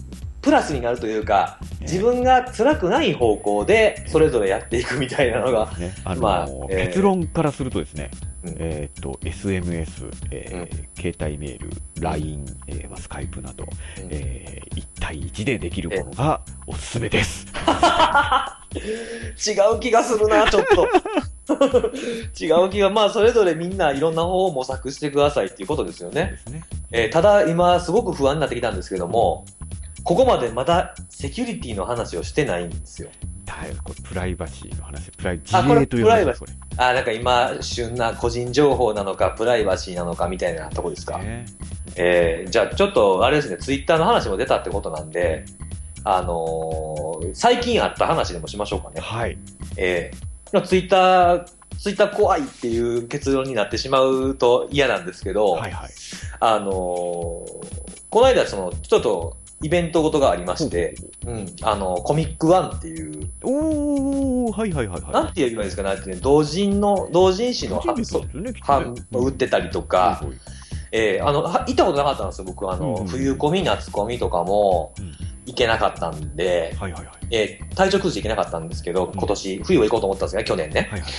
S2: プラスになるというか、自分が辛くない方向でそれぞれやっていくみたいなのが、
S1: ねあの
S2: まあえー
S1: 結論からするとですね、
S2: うん
S1: えーっと SMS、えー携帯メール、LINE、えーまあ、スカイプなど、えー、1対1でできるものがおすすめです。
S2: 違う気がするな、ちょっと。 *laughs* 違う気が、まあそれぞれみんないろんな方法を模索してくださいっていうことですよね。
S1: ですね
S2: えーただ今すごく不安になってきたんですけども、ここまでまだセキュリティの話をしてないんですよ。
S1: だいこれプライバシーの話、プライ自
S2: あこれ
S1: 衛という話
S2: プライバ
S1: これ
S2: あーなんか今、旬な個人情報なのか、プライバシーなのかみたいなとこですか。
S1: ね
S2: えーじゃあちょっとあれですね、ツイッターの話も出たってことなんで、あのー最近あった話でもしましょうかね。
S1: はい、
S2: えー、ツイッター、ツイッター怖いっていう結論になってしまうと嫌なんですけど、
S1: はいはい。
S2: あのーこの間その、ちょっとイベントごとがありまして、うん、あのコミックワンっていう、
S1: おおはいはいはいはい。
S2: なんて言えばいいんですかねあれってね、同人の、同人誌の
S1: 個人
S2: は
S1: 別な
S2: そ
S1: ん
S2: う
S1: ですよね、きっと
S2: 版
S1: ね
S2: を売ってたりとか、
S1: うんはい
S2: えーあの、は行ったことなかったんですよ、僕。あの、
S1: うんうん
S2: 冬コミ、夏コミとかも
S1: うん
S2: 行けなかったんで、
S1: はいはいはい
S2: えー体調崩して行けなかったんですけど、今年、冬は行こうと思ったんですね、去年ね。
S1: はいはい。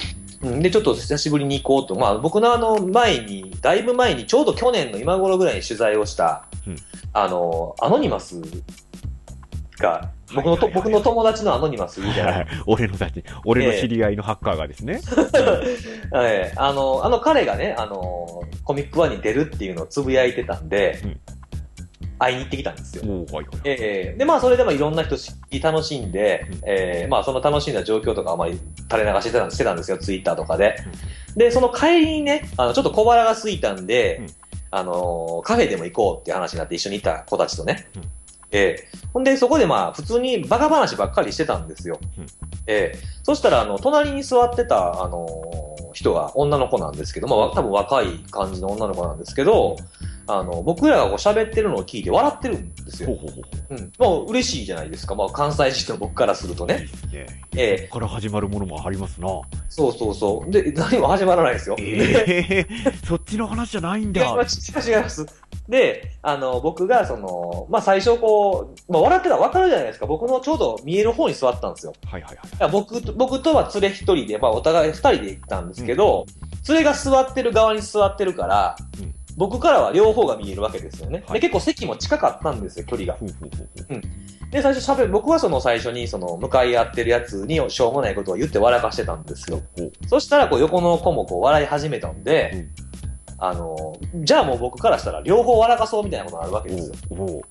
S2: うん、で、ちょっと久しぶりに行こうと。まあ、僕のあの、前に、だいぶ前に、ちょうど去年の今頃ぐらいに取材をした、
S1: うん
S2: あの、アノニマスが、僕のと、
S1: はいはいはい
S2: 僕の友達のアノニマスいるじゃない
S1: はいはい俺のたち、俺の知り合いのハッカーがですね。
S2: *laughs* ええあの、あの彼がね、あの、コミックワンに出るっていうのをつぶやいてたんで、
S1: うん
S2: 会いに行ってきたんですよ。
S1: おーはいはいはい
S2: ええで、まあ、それでもいろんな人知り楽しんで、
S1: うん
S2: ええまあ、その楽しんだ状況とか、まあ、垂れ流してたんしてたんですよ、ツイッターとかで。で、その帰りにね、あの、ちょっと小腹が空いたんで、
S1: うん
S2: あの、カフェでも行こうっていう話になって一緒に行った子たちとね。
S1: うん
S2: ええほんで、そこでまあ、普通にバカ話ばっかりしてたんですよ。
S1: うん
S2: ええそしたら、あの、隣に座ってた、あの人が女の子なんですけど、まあ、多分若い感じの女の子なんですけど、あの、僕らがこう喋ってるのを聞いて笑ってるんですよ
S1: ほう。ほうほうほ
S2: うん、まあ嬉しいじゃないですか、まあ、関西人の僕からすると
S1: う。いい
S2: ね。
S1: ですね。
S2: ええ
S1: ここから始まるものもありますな。
S2: そうそうそう。で、何も始まらないですよ。
S1: ええそっちの話じゃないんだ。
S2: 違います、違います。で、あの、僕が、その、まあ、最初こう、まあ、笑ってたらわかるじゃないですか。僕のちょうど見える方に座ったんですよ。
S1: はいはいはい。
S2: いや僕と、僕とは連れ一人で、まあ、お互い二人で行ったんですけど、連れが座ってる側に座ってるから、
S1: うん
S2: 僕からは両方が見えるわけですよね。
S1: はい
S2: で、結構席も近かったんですよ、距離が。
S1: ほうほうほうほう。
S2: で、最初喋る、僕はその最初に、その、向かい合ってるやつに、しょうもないことを言って笑かしてたんですよ。
S1: ほう
S2: そしたら、こう、横の子もこう、笑い始めたんで、
S1: うん
S2: あの、じゃあもう僕からしたら、両方笑かそうみたいなことになるわけですよ。
S1: おうおう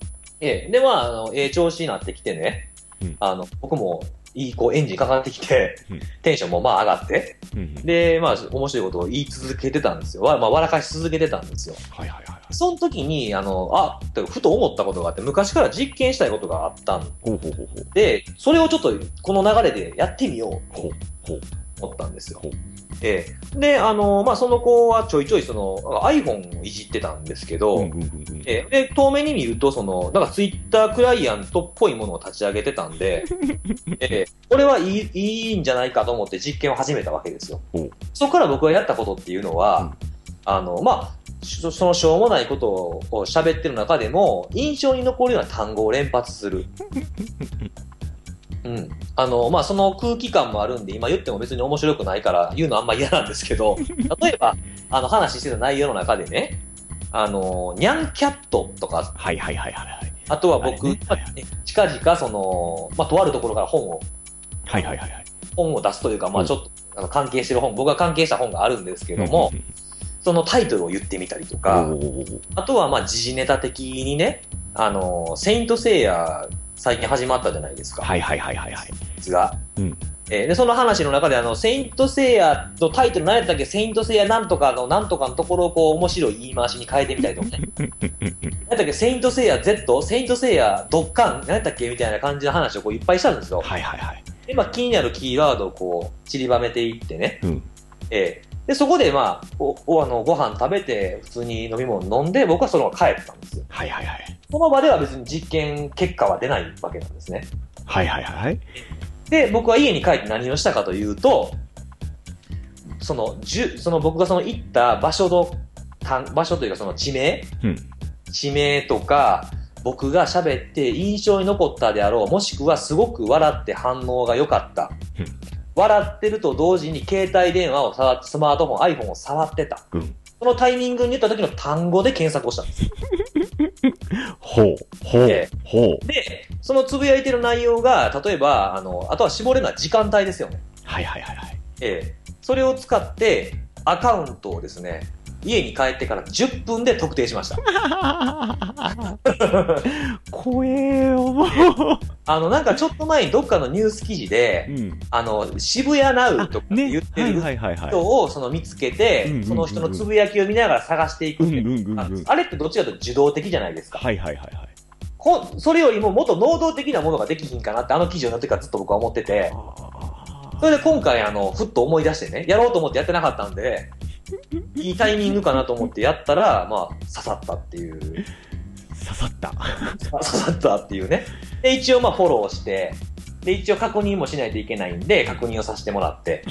S2: ええ。で、まあ、あの、ええ調子になってきてね、
S1: うん
S2: あの、僕も、いい、こう、エンジンかかってきて
S1: うん、
S2: テンションもまあ上がって、
S1: うんうん。
S2: で、まあ、面白いことを言い続けてたんですよ。わまあ、笑かし続けてたんですよ。
S1: はいはいはいはい。
S2: その時に、あの、あ、ってふと思ったことがあって、昔から実験したいことがあったん
S1: ほうほうほうほう。
S2: で、それをちょっと、この流れでやってみよう
S1: ほうほう。
S2: 思ったんですよ
S1: ほう。
S2: ええで、あの、まあ、その子はちょいちょいその iPhone をいじってたんですけど、
S1: うんうんうんうん。
S2: ええで、遠目に見ると、その、なんかツイッタークライアントっぽいものを立ち上げてたんで、ええこれはいいいいんじゃないかと思って実験を始めたわけですよ
S1: お。
S2: そこから僕がやったことっていうのは、あの、まあ、しそのしょうもないことを喋ってる中でも、印象に残るような単語を連発する。うん。あの、まあ、その空気感もあるんで、今言っても別に面白くないから言うのあんま嫌なんですけど、例えば、あの話してた内容の中でね、あの、ニャンキャットとか、
S1: はいはいはいはいはい。
S2: あとは僕、
S1: あれねはいはい
S2: まあ近々その、まあ、とあるところから本を、
S1: はいはいはいはい。
S2: 本を出すというか、まあ、ちょっと、あの関係してる本、僕が関係した本があるんですけども、
S1: うんうん
S2: そのタイトルを言ってみたりと
S1: う
S2: か、
S1: ん、おうおうおう
S2: あとは、まあ、時事ネタ的にね、あのー、セイントセイヤ、最近始まったじゃないですか、
S1: はいはいはいはいはい。
S2: 実が。
S1: うん
S2: えーで、その話の中で、あの、セイントセイヤのタイトル何やったっけ、セイントセイヤなんとかのなんとかのところをこう、面白い言い回しに変えてみたりとかね。何やったっけ、セイントセイヤ Z? セイントセイヤドッカン何やったっけみたいな感じの話をこう、いっぱいしたんですよ。
S1: はいはいはい。
S2: で、まあ、気になるキーワードをこう、散りばめていってね。
S1: うん。
S2: えーで、そこで、まあ、お、おあの、ご飯食べて、普通に飲み物飲んで、僕はそのまま帰ったんですよ。
S1: はいはいはい。
S2: その場では別に実験結果は出ないわけなんですね。
S1: はいはいはい。
S2: で、僕は家に帰って何をしたかというと、その、じゅその僕がその行った場所の、たん場所というかその地名
S1: うん。
S2: 地名とか、僕が喋って印象に残ったであろう、もしくはすごく笑って反応が良かった
S1: うん。
S2: 笑ってると同時に携帯電話を触って、スマートフォン、iPhone を触ってた。
S1: うん。
S2: そのタイミングに言った時の単語で検索をしたんです。
S1: ほう。ほう
S2: ええ。
S1: ほう。
S2: で、そのつぶやいてる内容が、例えば、あの、あとは絞れるのは時間帯ですよね。
S1: はいはいはいはい。
S2: ええ。それを使って、アカウントをですね、家に帰ってから10分で特定しました。
S1: 怖えよ、もう。
S2: あの、なんかちょっと前にどっかのニュース記事で、
S1: ん。
S2: あの、渋谷ナウ
S1: あ
S2: とか、言
S1: ね
S2: っ。て
S1: はい
S2: る
S1: はいはいはい。
S2: 人をその見つけ
S1: うんうんうんう、
S2: て
S1: ん
S2: その人のつぶやきを見ながら探していく
S1: う
S2: っ
S1: ん
S2: ていう
S1: うんうんう
S2: あ
S1: ん。
S2: あれってどっちかというと受動的じゃないですか。
S1: はいはいはいはい。
S2: こそれよりももっと能動的なものができひんかなって、あの記事を読んだ時からずっと僕は思ってて、それで今回、あの、ふっと思い出してね、やろうと思ってやってなかったんで、いいタイミングかなと思ってやったら、まあ、刺さったっていう、 *laughs* 刺
S1: 刺さった。
S2: さったっていうね。で、一応まあ、フォローして、で、一応確認もしないといけないんで、確認をさせてもらって、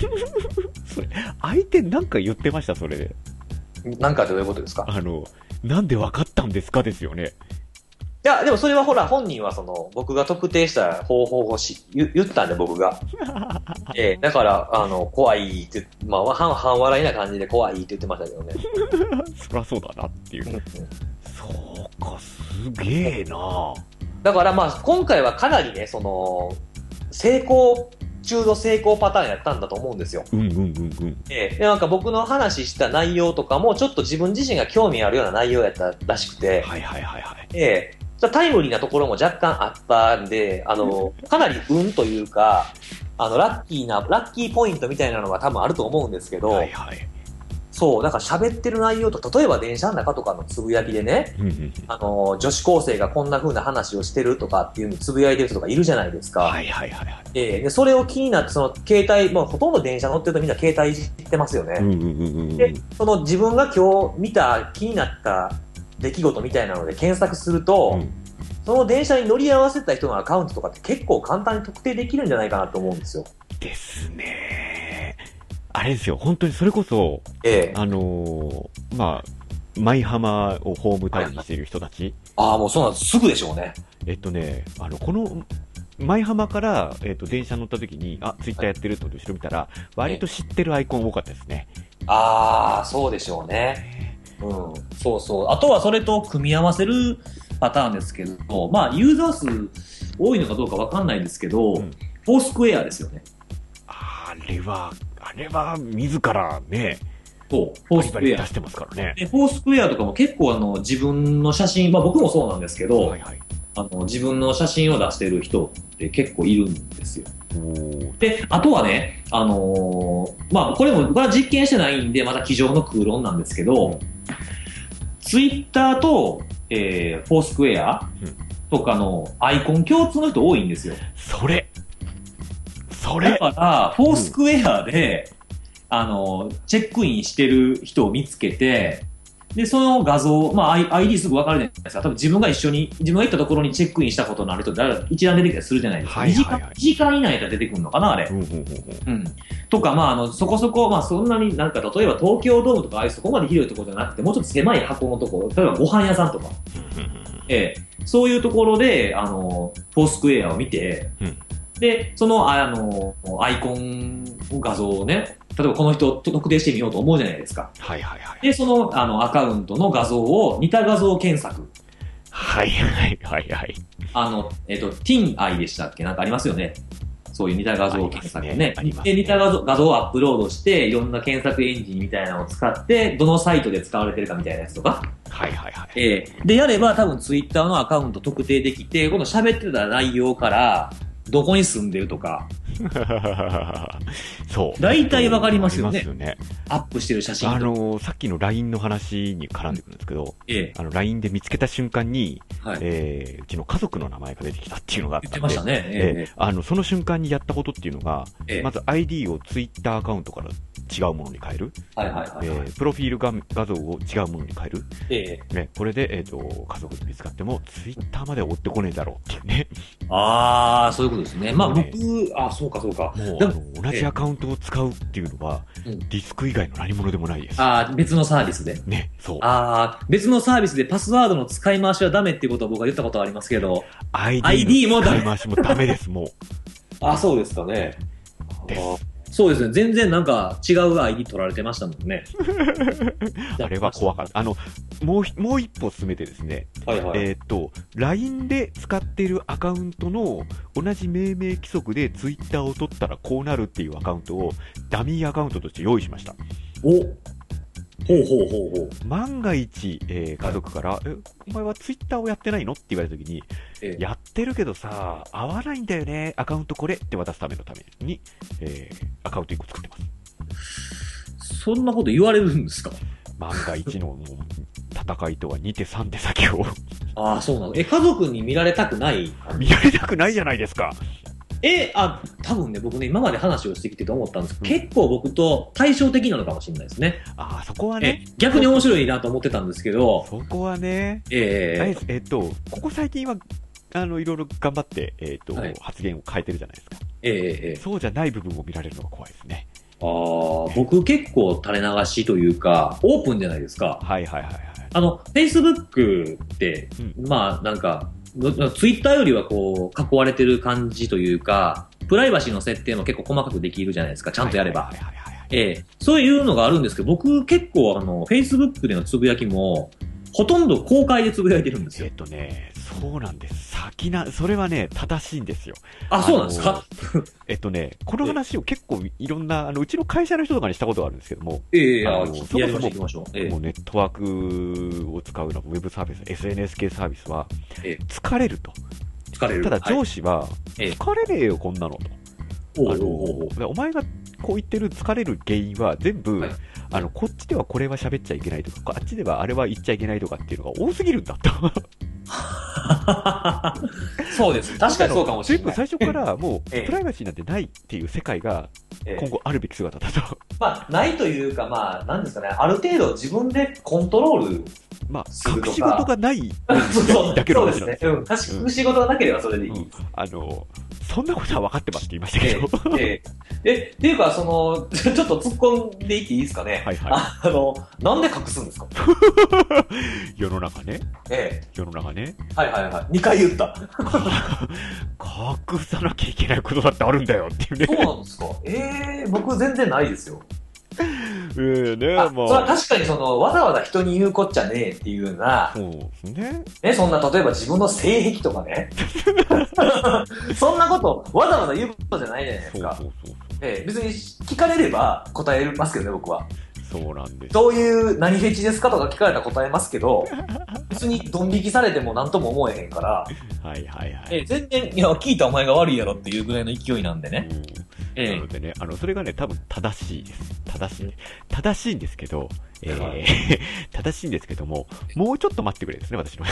S1: 相手なんか言ってました、それで。
S2: なんかどういうことですか
S1: あの、なんで分かったんですかですよね。
S2: いや、でもそれはほら、本人はその、僕が特定した方法をし言言ったんで、僕が。えーだから、あの、怖いって、まあ、半、半笑いな感じで怖いって言ってましたけどね。
S1: そりゃそうだなっていう。そうか、すげえな
S2: だからまあ、今回はかなりね、その、成功中の成功パターンやったんだと思うんですよ。
S1: うんうんうんうん。
S2: ええで、なんか僕の話した内容とかも、ちょっと自分自身が興味あるような内容やったらしくて、
S1: はいはいはいはい。
S2: ええじゃあタイムリーなところも若干あったんで、あの、かなり運というか、あの、ラッキーな、ラッキーポイントみたいなのが多分あると思うんですけど、
S1: はいはい。
S2: そう、だから喋ってる内容と、例えば電車の中とかのつぶやきでね、
S1: うんうん。
S2: あの、女子高生がこんな風な話をしてるとかっていうのをつぶやいてる人とかいるじゃないですか。
S1: はいはいはいは
S2: ええで、それを気になって、その携帯、まあ、ほとんど電車乗ってるとみんな携帯いじってますよね。
S1: い。うんうんうんうん。
S2: で、その自分が今日見た、気になった出来事みたいなので検索すると、
S1: うん
S2: その電車に乗り合わせた人のアカウントとかって結構簡単に特定できるんじゃないかなと思うんですよ。
S1: ですねあれですよ、本当にそれこそ、
S2: ええ
S1: あのーまあ、舞浜をホームタウンにしている人たち、
S3: ああ、もうそうなんです。すぐでしょうね。
S1: えっとね、あの、この、舞浜から、えっと、電車乗った時に、あ、ツイッターやってると思って後ろ見たら、割と知ってるアイコン多かったですね。
S3: ああ、そうでしょうね。うん。
S2: そうそう。あとはそれと組み合わせるパターンですけど、まあ、ユーザー数多いのかどうかわかんないんですけど、
S1: うん
S2: フォースクエアですよね。
S1: あれは、あれは、自らね、
S2: そう、フォ
S1: バ
S2: ー
S1: リ
S2: ス
S1: バ
S2: ク
S1: リ
S2: エ
S1: 出
S2: ア。
S1: してますからね。
S2: で、フォースクエアとかも結構あの、自分の写真、まあ僕もそうなんですけど、
S1: はいはい。
S2: あの、自分の写真を出してる人って結構いるんですよ。
S1: おー
S2: で、あとはね、あのーまあ、これも、僕は実験してないんで、また机上の空論なんですけど、ツイッターと、えー、フォースクエア
S1: うん
S2: とかのアイコン共通の人多いんですよ。
S1: それそ
S2: だ
S1: れ
S2: から、フォースクエアで、あのーチェックインしてる人を見つけて、で、その画像、まあ、I- ID すぐわかるじゃないですか。多分自分が一緒に、自分が行ったところにチェックインしたことのある人誰か一覧出てきたりするじゃないですか。
S1: はいはいはい
S2: 2時間、2時間以内だったら出てくるのかな、あれ。
S1: うんうんうんうん
S2: うん、とか、まあ、あのそこそこ、まあ、そんなになんか例えば東京ドームとかああいうそこまで広いところじゃなくてもうちょっと狭い箱のところ例えばご飯屋さんとか、ええ、そういうところであのフォースクエアを見て、
S1: うん
S2: でそのああのアイコン画像をね例えばこの人を特定してみようと思うじゃないですか
S1: はいはいはい。
S2: でそのあのアカウントの画像を似た画像検索
S1: はいはいはいはい。
S2: あの、えっ、と、ティンアイでしたっけなんかありますよね。そういう似た画像検索ね。
S1: ありますね
S2: で、
S1: ありますね
S2: 似た画像画像をアップロードして、いろんな検索エンジンみたいなのを使って、どのサイトで使われてるかみたいなやつとか。
S1: はいはいはい。
S2: ええで、やれば多分ツイッターのアカウント特定できて、この喋ってた内容から、どこに住んでるとか、 *laughs*
S1: そう。
S2: 大体わかりますよね
S1: わかりますよね
S2: アップしてる写真
S1: あ
S2: とか。
S1: の、さっきの LINE の話に絡んでくるんですけど、
S2: ええ
S1: あの、LINE で見つけた瞬間に、
S2: はい。
S1: えーうちの家族の名前が出てきたっていうのがあ
S2: 言
S1: っ
S2: って
S1: た
S2: ま
S1: ん
S2: し
S1: で
S2: た、ね。
S1: え
S2: え
S1: ーあの、その瞬間にやったことっていうのが、
S2: えええ
S1: まず ID を Twitter アカウントから違うものに変える、
S2: はいはいはいはい。
S1: えープロフィール画画像を違うものに変える、
S2: ええ
S1: ね、これで、えっと家族に見つかっても Twitter までは追ってこねえだろうっていうね、
S2: ああ、そういうことですね。まあ
S1: え
S2: 僕、あ、そうかそうか。
S1: もう
S2: で
S1: あ
S2: も
S1: の同じアカウントを使うっていうのは、
S2: うん
S1: リスク以外の何者でもないです。
S2: ああ、別のサービスで。
S1: ね、そう。
S2: ああ、別のサービスでパスワードの使い回しはダメっていうことは僕は言ったことはありますけど。
S1: ID
S2: ID
S1: の
S2: もダ
S1: 使
S2: メ
S1: い回しもダメ
S2: *laughs*
S1: です、も
S3: あ、そうですかね。
S1: う。です。
S2: そうですね。全然なんか違う ID 取られてましたもんね。
S1: *laughs* あれは怖かった。あの、もうひ、もう一歩進めてですね、
S3: はいはい。
S1: えーっと、LINE で使ってるアカウントの同じ命名規則で Twitter を取ったらこうなるっていうアカウントをダミーアカウントとして用意しました。
S2: おほうほうほうほう。
S1: 万が一、えー家族から、え、お前は Twitter をやってないのって言われた時に、
S2: ええ
S1: やってるけどさ、合わないんだよね、アカウントこれって渡すためのために、えーアカウント1個作ってます。
S2: そんなこと言われるんですか
S1: 万が一のもう戦いとは2手3手先
S2: *laughs*
S1: を
S2: ああ、そうなの。え、家族に見られたくない
S1: 見られたくないじゃないですか。
S2: え、あ、多分ね、僕ね、今まで話をしてきてて思ったんですけど、
S1: うん
S2: 結構僕と対照的なのかもしれないですね。
S1: ああ、そこは
S2: え
S1: ね、、
S2: 逆に面白いなと思ってたんですけど、
S1: そこはね、
S2: え
S1: あれ
S2: え
S1: ですえっと、ここ最近は、あの、いろいろ頑張って、えっと、
S2: はい
S1: 発言を変えてるじゃないですか。
S2: ええええ
S1: そうじゃない部分を見られるのが怖いですね。
S2: ああ、僕結構垂れ流しというか、オープンじゃないですか。
S1: はいはいはいはい。
S2: あの、Facebook って、
S1: う
S2: まあなんか、Twitter よりはこう、囲われてる感じというか、プライバシーの設定も結構細かくできるじゃないですか、ちゃんとやれば。
S1: はいはいはいはい。
S2: ええそういうのがあるんですけど、僕結構あの、Facebook でのつぶやきも、ほとんど公開でつぶやいてるんです
S1: え
S2: よ
S1: っ。とね、そうなんです。先な、それはね、正しいんですよ。
S2: あ、そうなんです
S1: あの
S2: か
S1: えっとね、この話を結構いろんな、あの、うちの会社の人とかにしたことがあるんですけども、
S2: ええ
S1: あ
S2: あ
S1: の
S2: 聞きやりましょう、行きましょう。ええ
S1: もうネットワークを使うのはウェブサービス、SNS 系サービスは、
S2: ええ
S1: 疲れると。
S2: 疲れる。
S1: ただ
S2: はい
S1: 上司は、
S2: ええ
S1: 疲れねえよ、こんなのと。
S2: おう
S1: あの
S2: おうおうおう
S1: お前がこう言ってる疲れる原因は全部、
S2: はい
S1: あのこっちではこれは喋っちゃいけないとかあっちではあれは言っちゃいけないとかっていうのが多すぎるんだと
S3: そうです。確かにそうかもしれ
S1: *laughs* 全部
S3: ない。
S1: 最初からもう
S3: ええ
S1: プライバシーなんてないっていう世界が
S3: え
S1: 今
S3: え
S1: 後あるべき姿だと、 *laughs*
S3: まあ、ないというか、まあ、なんですかね、ある程度自分でコントロール
S1: まあ、
S4: するとか
S1: 隠し事がない
S2: そうそう
S1: だけの
S4: *laughs* そうです
S1: 話なんで
S4: ね。
S1: すよ。
S4: うん。確かに仕事がなければそれでいい。
S1: うんあの、そんなことは分かってますって言いましたけ
S4: え
S1: ど。
S4: ええええ、っていうか、その、 *laughs* ちょちょっと突っ込んでいっていいですかね。
S1: はいは
S4: あの、なんで隠すんですか
S1: い。 *laughs* 世の中ね。
S4: え
S1: 世の中ね。
S4: え。はいはいはい。2回言った。
S1: 隠さなきゃいけないことだってあるんだよっていうね。
S4: *laughs* そうなんですかええ僕全然ないですよ。
S1: え
S4: あ、そ
S1: えね、
S4: れは
S1: まあ。
S4: 確かにその、わざわざ人に言うこっちゃねえっていうような、
S1: そうですね。
S4: ね、そんな、例えば自分の性癖とか
S1: *laughs*
S4: ね。そんなこと、わざわざ言うことじゃないじゃないで
S1: そ
S4: す
S1: う
S4: か。
S1: そうそう。
S4: ええ、別に聞かれれば答えますけどね、僕は。
S1: そうなんです。
S4: どういう何フェチですかとか聞かれたら答えますけ
S2: *laughs*
S4: ど、別にドン引きされても何とも思えへんから、
S1: はいはいはい。
S4: ええ全然、いや、聞いたお前が悪いやろっていうぐらいの勢いなんでね。
S1: うん
S4: え
S1: な
S4: え
S1: のでね、あの、それがね、多分正しいです。正しい。正しいんですけど、えー
S4: はい
S1: *laughs* 正しいんですけども、もうちょっと待ってくれですね、私の。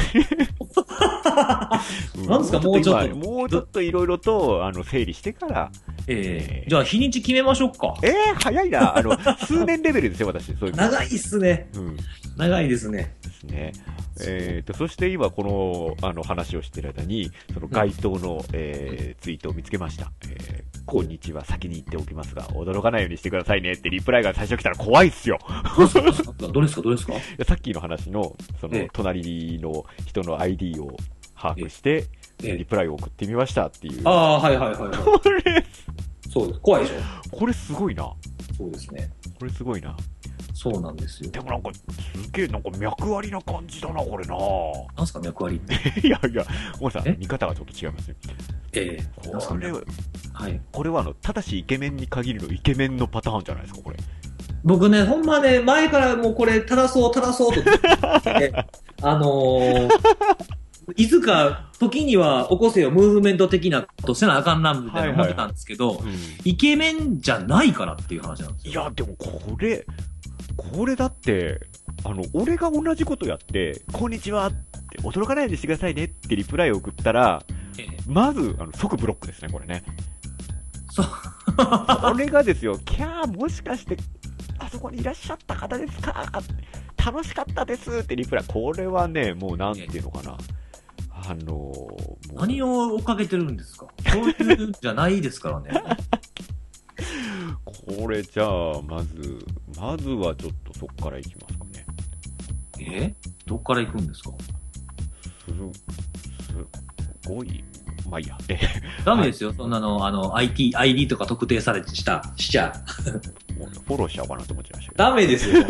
S1: う
S2: なんですかもうちょっと
S1: 今もうちょっといろいろと、あの、整理してから。
S2: ええじゃあ日にち決めましょうか。
S1: えー、早いな。あの、数年レベルですよ、私。そういうの。
S2: 長いっすね。
S1: うん。で
S2: 長いですね。
S1: すね。えっ、と、そして今、この、あの、話をしてる間に、その、該当の、えーツイートを見つけました。えー、こんにちは、先に言っておきますが、驚かないようにしてくださいねってリプライが最初来たら怖いっすよ。
S2: どれですかどれですか
S1: いやさっきの話の、そ
S2: え
S1: の
S2: え、
S1: 隣の人の ID を把握して、
S2: ええ
S1: リプライを送ってみましたっていう。
S2: ああ、はいはいはいは
S1: これ、
S2: い。そうです。怖いでし
S1: これすごいな。こ
S2: ょそうですね。
S1: れすごいな。
S2: そうなんですよ。
S1: でもなんか、すげえなんか脈ありな感じだな、これな。 *laughs*
S2: なんすか脈ありって。
S1: いやいや、もうさん
S2: え、
S1: 見方がちょっと違いますね。
S2: ええなんす
S1: こ
S2: か
S1: れ
S2: 脈、はい。
S1: これはあの、ただしイケメンに限るのイケメンのパターンじゃないですか、これ。
S2: 僕ね、ほんまね、前からもうこれ、正そう、正そうと、 *laughs* えあのー、いつか、時には起こせよ、ムーブメント的なことしてなあかんな、みたいな思ってたんですけど、イケメンじゃないからっていう話なんですよ。
S1: いや、でもこれ、これだって、あの、俺が同じことやって、こんにちはって、驚かないようにしてくださいねってリプライを送ったら、
S2: ええ
S1: まず、あの、即ブロックですね、これね。
S2: そう
S1: これがですよ、キャー、もしかして、あそこにいらっしゃった方ですか楽しかったですってリプライ。これはね、もうなんていうのかな。あのー、もう
S2: 何を追っかけてるんですかそういうんじゃないですから *laughs* ね。
S1: これじゃあ、まず、まずはちょっとそこからいきますかね。
S2: えどっから行くんですか
S1: す、すごい、まあいいや。え
S2: ダメですよ、そんなの、あの、IT、ID とか特定されてした、しちゃ。
S1: もうフォローしちゃおうかなと思っちゃいましたけど。
S2: ダメです *laughs* よ。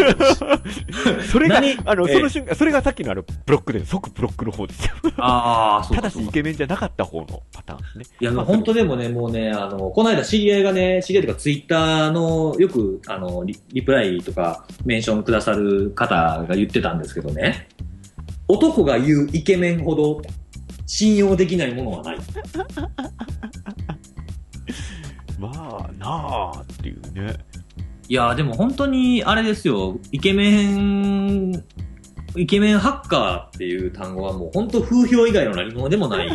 S1: それが、
S2: 何
S1: あの、
S2: ええ
S1: その瞬間、それがさっきのあの、ブロックで、即ブロックの方ですよ。
S2: ああ、そう
S1: た
S2: か
S1: だ
S2: そ
S1: し
S2: うか
S1: イケメンじゃなかった方のパターンですね。
S2: いや、まあ本当でもね、もうね、あの、この間知り合いがね、知り合いとかツイッターの、よく、あのリ、リプライとか、メンションくださる方が言ってたんですけどね、男が言うイケメンほど信用できないものはない。
S1: まあ、なあっていうね。
S2: いや、でも本当に、あれですよ、イケメン、イケメンハッカーっていう単語はもう本当風評以外の何物でも *laughs* ない。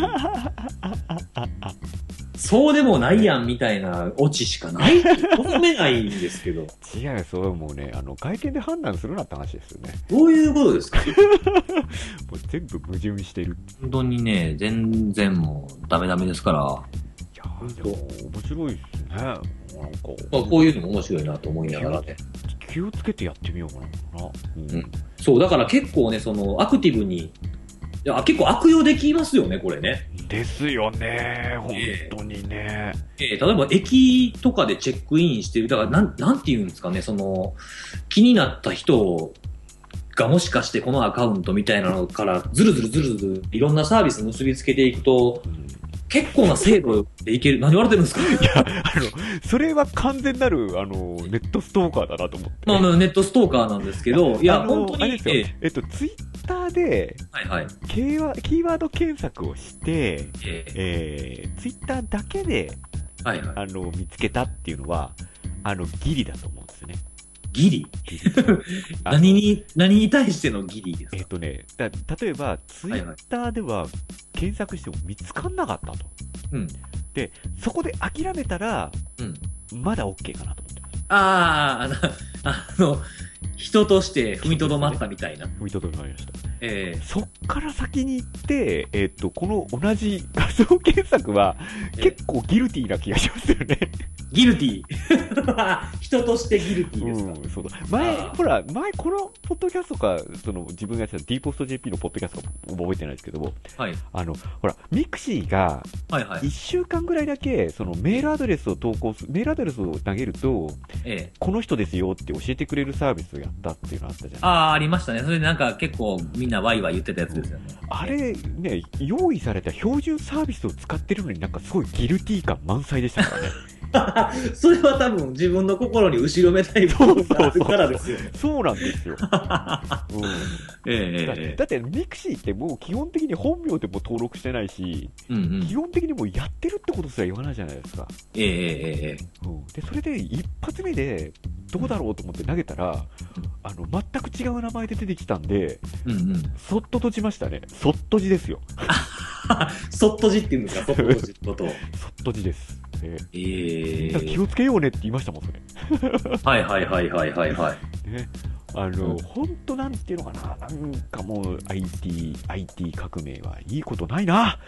S2: そうでもないやんみたいなオチしかない。求めないんですけど。
S1: 違うよ、それはもうね、あの、外見で判断するなって話ですよね。
S2: どういうことですか
S1: もう全部矛盾してる。
S2: 本当にね、全然もうダメダメですから、ま
S1: いやー、でも、面白いっすね。なんか、
S2: あ、こういうのも面白いなと思いながらね。
S1: 気をつけてやってみようかな。うん
S2: うんそう、だから結構ね、そのアクティブに、いや結構悪用できますよね、これね。
S1: ですよね、本当にね。
S2: えー例えば駅とかでチェックインしてる、だからなん、なんて言うんですかね、その、気になった人がもしかしてこのアカウントみたいなのから、ずるずるずるずるいろんなサービス結びつけていくと、
S1: うん
S2: 結構な精度でいける。何言われてるんですか
S1: あの、それは完全なる、あの、ネットストーカーだなと思って。
S2: まあまあ、ネットストーカーなんですけど、い
S1: あ
S2: や、
S1: の
S2: 本当
S1: あれ、で
S2: に
S1: すよ
S2: えー
S1: えっと、ツイッターで、
S2: はいはい。
S1: キーワキーワード検索をして、
S2: えー
S1: えー、ツイッターだけで、
S2: はいはい。
S1: あの、見つけたっていうのは、あの、ギリだと思うんですよね。
S2: *laughs* ギリ
S1: ギリあの
S2: 何に、何に対してのギリです
S1: えっ
S2: か
S1: とね、だ例えば、ツイッターでは検索しても見つかんなかったと。
S2: うん。
S1: そこで諦めたら、
S2: うん。
S1: まだ OK かなと思ってます。
S2: ああ、あの、あの、 *laughs* 人として踏みとどまったみたいな。
S1: 踏みとどまりました。
S2: ええ
S1: そっから先に行って、えっと、この同じ画像検索は、
S2: ええ
S1: 結構ギルティーな気がしますよね。
S2: ギルティー。 *laughs* 人としてギルティーですか。
S1: うん、そうだ前
S2: あー
S1: ほら前このポッドキャストかその自分がやってた D ポスト JP のポッドキャストか覚えてないですけども
S2: はい。
S1: あのほらミクシーが
S2: はいはい。
S1: 1週間ぐらいだけそのメールアドレスを投稿すメールアドレスを投げると
S2: ええ
S1: この人ですよって教えてくれるサービスをやったっていうのあったじゃない
S2: ああ、ありましたね。それでなんか結構みんなワイワイ言ってたやつですよね。 *laughs*
S1: あれね用意された標準サービスを使ってるのになんかすごいギルティー感満載でした
S2: *laughs*
S1: からね
S2: それは多分自分の心に後ろめたい部分があるからですよ。
S1: そうなんですよ、うん
S2: *laughs* え *laughs* えええええ
S1: だってミクシーってもう基本的に本名でも登録してないし、
S2: うんうん。
S1: 基本的にもうやってるってことすら言わないじゃないですか、
S2: ええええええ
S1: うん、でそれで一発目でどうだろうと思って投げたら、あの全く違う名前で出てきたんで
S2: うんうん。
S1: そっと閉じましたねそっとじですよ
S2: そっとじっていうんですか、そっとじのことを。
S1: そっとじです、え
S2: え
S1: ー
S2: え
S1: だから *laughs* 気をつけようねって言いましたもんそれ
S2: はいはいはいはいはいはい。
S1: ねあの、
S2: うん
S1: 本当なんていうのかな、なんかもう IT、IT 革命はいいことないな、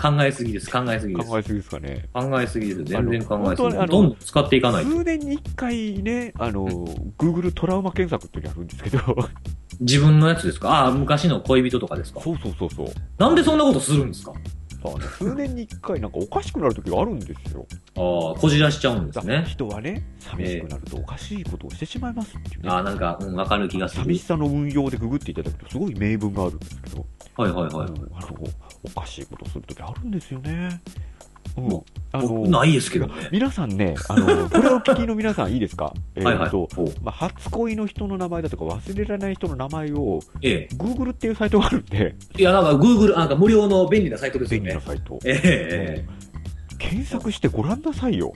S2: 考えすぎです、考えすぎです。
S1: 考えすぎですかね。
S2: 考えすぎです。全然考
S1: 本
S2: え
S1: 当は
S2: すぎで
S1: ね
S2: す。
S1: あ
S2: どん
S1: の
S2: どん使っていかないと。
S1: 数年に1回ね、あの、Google トラウマ検索っていうのやるんですけど、
S2: 自分のやつですかああ、昔の恋人とかですか
S1: *laughs* そうそうそうそう。
S2: なんでそんなことするんですか
S1: あの数年に1回なんかおかしくなる時があるんですよ。
S2: ああ、こじらしちゃうんです
S1: だから
S2: ね。
S1: 人はね、寂しくなるとおかしいことをしてしまいますっていうね。
S2: ああ、なんか、うん、わかる気がする
S1: 寂し。さの運用でググっていただくとすごい名文があるんですけど、
S2: はいはいはい。
S1: うんあのおかしいことする時あるんですよね。うん
S2: も
S1: あ
S2: 僕ないですけどね。
S1: 皆さんね、あの、 *laughs* これをお聞きの皆さんいいですかえ
S2: はいは
S1: ー
S2: い。
S1: と、
S2: お
S1: まあ、初恋の人の名前だとか忘れられない人の名前を
S2: ええ。
S1: Google っていうサイトがあるんで、
S2: いや、なんか Google、なんか無料の便利なサイトですよ
S1: 便利
S2: ね
S1: な。サイト。
S2: えええ
S1: 検索してご覧なさいよ。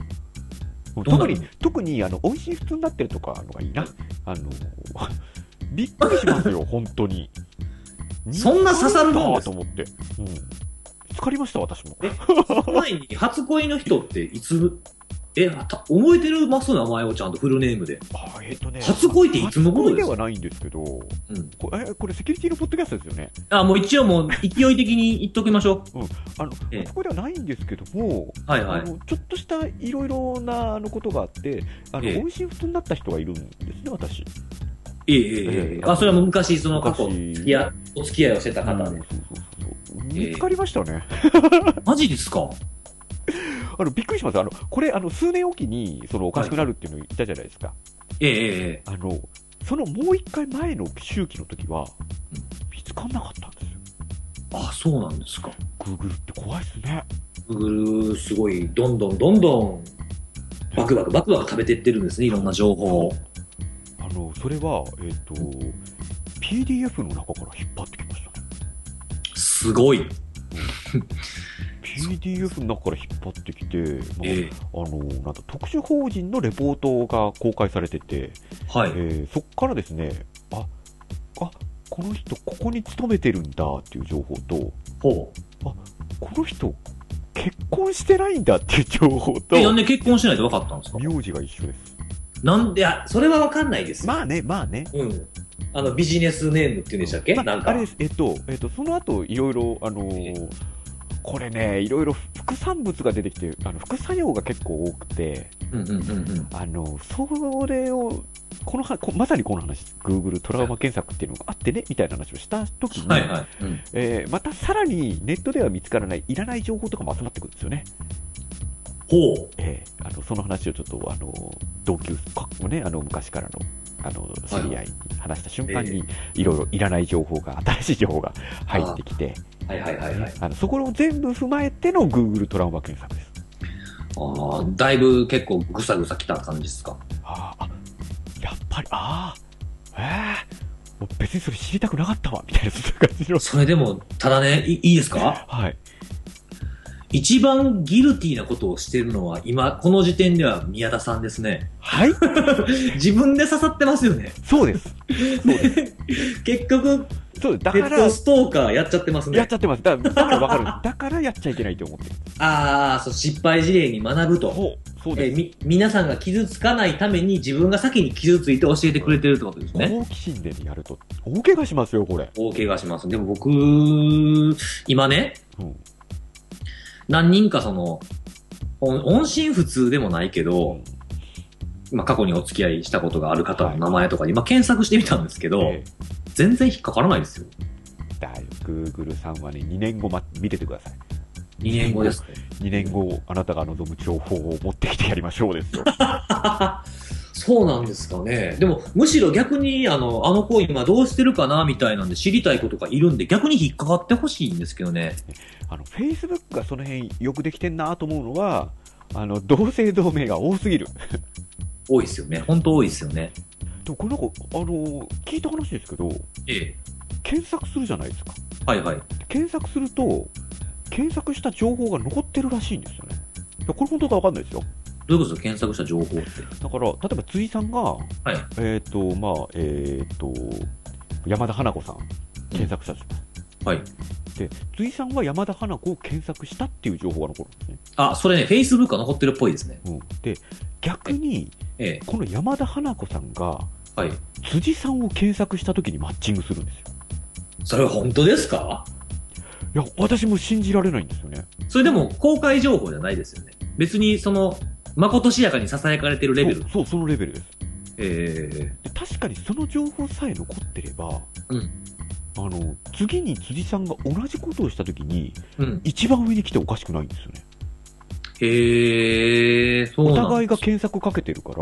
S2: うなの
S1: 特に、特に、あの、美味しい普通になってるとかのがいいな。あの、 *laughs* びっくりします
S2: *laughs*
S1: よ、本当に。
S2: そんな刺さるもんです
S1: と思って。うん。疲れました、私も。
S2: ええ。前に、初恋の人っていつ、え、た覚えてるます名前をちゃんとフルネームで。
S1: あえっとね
S2: 初恋っていつのこと
S1: 初恋
S2: で
S1: です
S2: か
S1: はないんですけど、
S2: うん。
S1: これ、えこれセキュリティのポッドキャストですよね。
S2: あ、もう一応もう勢い的に言っときましょ
S1: あの、
S2: ええ
S1: 初恋ではないんですけども、
S2: う。はいは
S1: あ
S2: い。
S1: のちょっとしたいろいろなあのことがあって、あの、
S2: ええ
S1: 美味しい普通になった人がいるんですね、私。
S2: ええええええ。あ、それはもう昔、その過去、
S1: 昔
S2: いや、お付き合いをしてた方
S1: うん
S2: で。
S1: そうそうそうそう見つかりましたね、 *laughs*
S2: マジですか
S1: あのびっくりします、あのこれ、あの数年おきにそのおかしくなるっていうのを言ったじゃないですか、
S2: ええええ。
S1: あのそのもう一回前の周期の時は
S2: うん、
S1: 見つからなかったんですよ、
S2: あ、そうなんですか。
S1: Google って怖いですね、
S2: Google、すごい、どんどんどんどん、バクバクバクバク食べていってるんですね、いろんな情報を。
S1: あのそれは、えっと PDF の中から引っ張ってきましたね、
S2: すごい。
S1: PDF の中から引っ張ってきて、まあ
S2: ええ。
S1: あのなんだ特殊法人のレポートが公開されてて、
S2: はい。
S1: えーそこからですねああこの人ここに勤めてるんだっていう情報と
S2: ほう。
S1: この人結婚してないんだっていう情報と
S2: え、なんで結婚してないと分かったんですか
S1: 名字が一緒です
S2: なんで、あ、それは分かんないですよ。
S1: まあねまあね
S2: うん。あの、ビジネスネームって言うんでしたっけ、
S1: ま
S2: なん
S1: あ、
S2: か。
S1: あれですえっと、えっと、その後いろいろあのーこれねいろいろ副産物が出てきてあの副作用が結構多くて
S2: うんうんうんうん。
S1: あのそれをこのはこまさにこの話 Google トラウマ検索っていうのがあってねみたいな話をした時に、
S2: はいはい。うん
S1: えーまたさらにネットでは見つからないいらない情報とかも集まってくるんですよね、
S2: ほう。
S1: えーあのその話をちょっとあの同級かね、あの昔からのあの知り合いに話した瞬間に、いろいろいらない情報が、新しい情報が入ってきて、
S2: はいはいはいはい。
S1: あのそこを全部踏まえての Google トラウマ検索です。
S2: ああ、だいぶ結構ぐさぐさ来た感じですか。
S1: あーあやっぱり、ああ、えー、もう別にそれ知りたくなかったわみたいなそんな感じの、
S2: *laughs* それでも、ただね、いいいですか
S1: はい、
S2: 一番ギルティーなことをしてるのは今、この時点では宮田さんですね。
S1: はい、
S2: 自分で刺さってますよね。
S1: そうです、
S2: 結局、
S1: そうですだ
S2: ペ
S1: か
S2: ット
S1: ら
S2: ストーカーやっちゃってます
S1: やっ
S2: ね
S1: ち。ゃってます、 *laughs* だからだから分かる、だからやっちゃいけないと思ってる
S2: ああ、そう、失敗事例に学ぶと。
S1: そう、そう
S2: え
S1: で
S2: ー
S1: す。
S2: み皆さんが傷つかないために自分が先に傷ついて教えてくれてるってことですね。
S1: 好奇心でやると、大怪我しますよ、これ。
S2: 大怪我します。でも僕、今ね、
S1: うん。
S2: 何人かその、音音信不通でもないけど、まあ、過去にお付き合いしたことがある方の名前とか今検索してみたんですけど、
S1: ええ
S2: 全然引っかからないですよ。
S1: だいぶ Google さんはね、2年後、ま、見ててください。
S2: 2年後です。
S1: 2年後、あなたが望む情報を持ってきてやりましょうです *laughs* よ。
S2: そうなんですかね。でも、むしろ逆に、あの、あの子今どうしてるかな、みたいなんで知りたいことがいるんで、逆に引っかかってほしいんですけどね。
S1: あの、Facebook がその辺よくできてんなと思うのは、あの、同姓同名が多すぎる。
S2: 多いですよね。本当多いですよね。
S1: でもこの子、あの、聞いた話ですけど、
S2: ええ。
S1: 検索するじゃないですか。
S2: はいはい。
S1: で検索すると、検索した情報が残ってるらしいんですよね。いやこれ本当かわかんないですよ。
S2: どういうことですか検索した情報って。
S1: だから、例えば辻さんが、
S2: い
S1: えっ、と、まあ、えっ、と、山田花子さん、検索したじゃない
S2: はい。
S1: 辻さんは山田花子を検索したっていう情報が残るんですね。
S2: あ、それね、Facebook が残ってるっぽいですね。
S1: うん、で、逆に、
S2: ええ。
S1: この山田花子さんが、
S2: はい。
S1: 辻さんを検索した時にマッチングするんですよ。
S2: それは本当ですか
S1: いや、私も信じられないんですよね。
S2: それでも公開情報じゃないですよね。別に、その、まことしやかに囁かれてるレベル。
S1: そうそう、そのレベルです。
S2: ええ
S1: で確かにその情報さえ残ってれば、
S2: うん
S1: あの、次に辻さんが同じことをした時に、
S2: うん。
S1: 一番上に来ておかしくないんですよね。
S2: へえ、そう
S1: お
S2: なん
S1: 互いが検索かけてるから、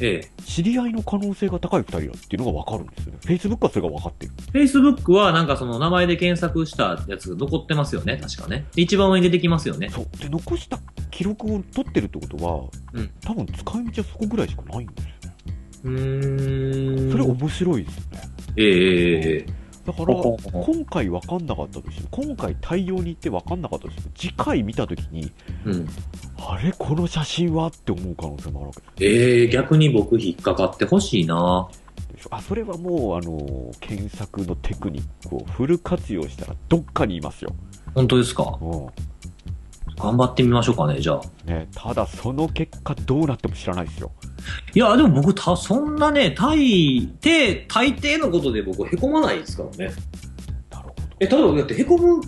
S2: ええ。
S1: 知り合いの可能性が高い2人だっていうのが分かるんですよね。Facebook はそれが分かってる。
S2: Facebook はなんかその名前で検索したやつが残ってますよね、確かね。一番上に出てきますよね。
S1: そう。で、残した記録を取ってるってことは、
S2: うん
S1: 多分使い道はそこぐらいしかないんですよね。
S2: うーん。
S1: それ面白いですよね。
S2: ええええ
S1: だから、
S2: ほほ
S1: 今
S2: ほ
S1: 回分かんなかったとしても、今回対応に行って分かんなかったとしても、次回見たときに、
S2: うん。
S1: あれ、この写真はって思う可能性もあるわけ
S2: ええ逆に僕引っかかってほしいな
S1: でしょ。あ、それはもう、あのー検索のテクニックをフル活用したら、どっかにいますよ。
S2: 本当ですか
S1: うん。
S2: 頑張ってみましょうかね、じゃあ。
S1: ね、ただ、その結果、どうなっても知らないですよ。
S2: いや、でも僕、た、そんなね、大抵、大抵のことで僕、凹まないですからね。
S1: なるほ
S2: え、例えば、だって凹む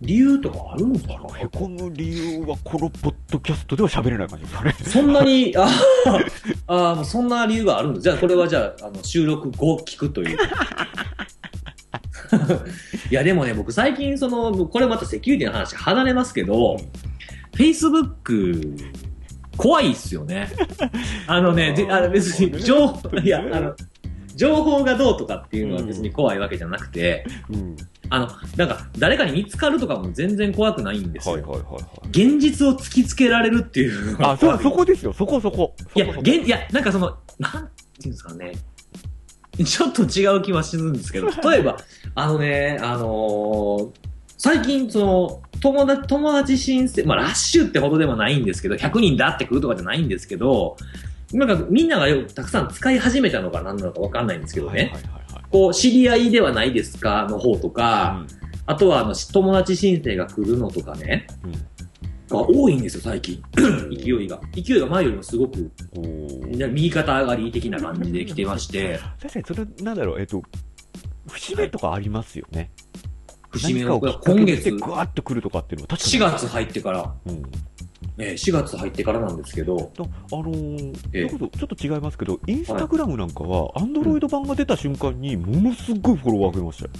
S2: 理由とかあるんですか
S1: ど。へこむ理由は、このポッドキャストでは喋れない感じですよね。
S2: そんなに、あー *laughs* あー、そんな理由があるんです。じゃあ、これはじゃあ、あの収録後聞くという。 *laughs* いや、でもね、僕最近、その、これまたセキュリティの話離れますけど、Facebook、怖いっすよね。あのね、であの別に、情報、いや、あの、情報がどうとかっていうのは別に怖いわけじゃなくて、
S1: うん。
S2: あの、なんか、誰かに見つかるとかも全然怖くないんですよ。
S1: はいはいはいはい。
S2: 現実を突きつけられるっていうのが
S1: あ、そう、そこですよ。そこそこ。
S2: いや
S1: そこ、そこ
S2: げんいや、なんかその、なんていうんですかね。ちょっと違う気はするんで
S1: *laughs*
S2: すけど、例えば、あのね、あのー最近、その、友達、友達申請、まあ、ラッシュってほどでもないんですけど、100人だって来るとかじゃないんですけど、なんかみんながよくたくさん使い始めたのか何なのかわかんないんですけどね。
S1: はいはいはいはい。
S2: こう、知り合いではないですかの方とか、あとは、あの、友達申請が来るのとかね、
S1: うん
S2: が多いんですよ、最近。勢いが。勢いが前よりもすごく
S1: うんおー
S2: な右肩上がり的な感じで来てまして、
S1: 確かにそれなんだろうえっと節目とかありますよね、
S2: 節目
S1: 何
S2: の
S1: かをきっかけ
S2: 今
S1: にして
S2: 月、
S1: ぐわっとくるとかっていうのは確か
S2: 4
S1: に
S2: 月入ってから、
S1: うん
S2: ね、4月入ってからなんですけど、
S1: とあのー
S2: ええ
S1: ちょっとちょっと違いますけどインスタグラムなんかはアンドロイド版が出た瞬間にものすごいフォロワー増えましたよ、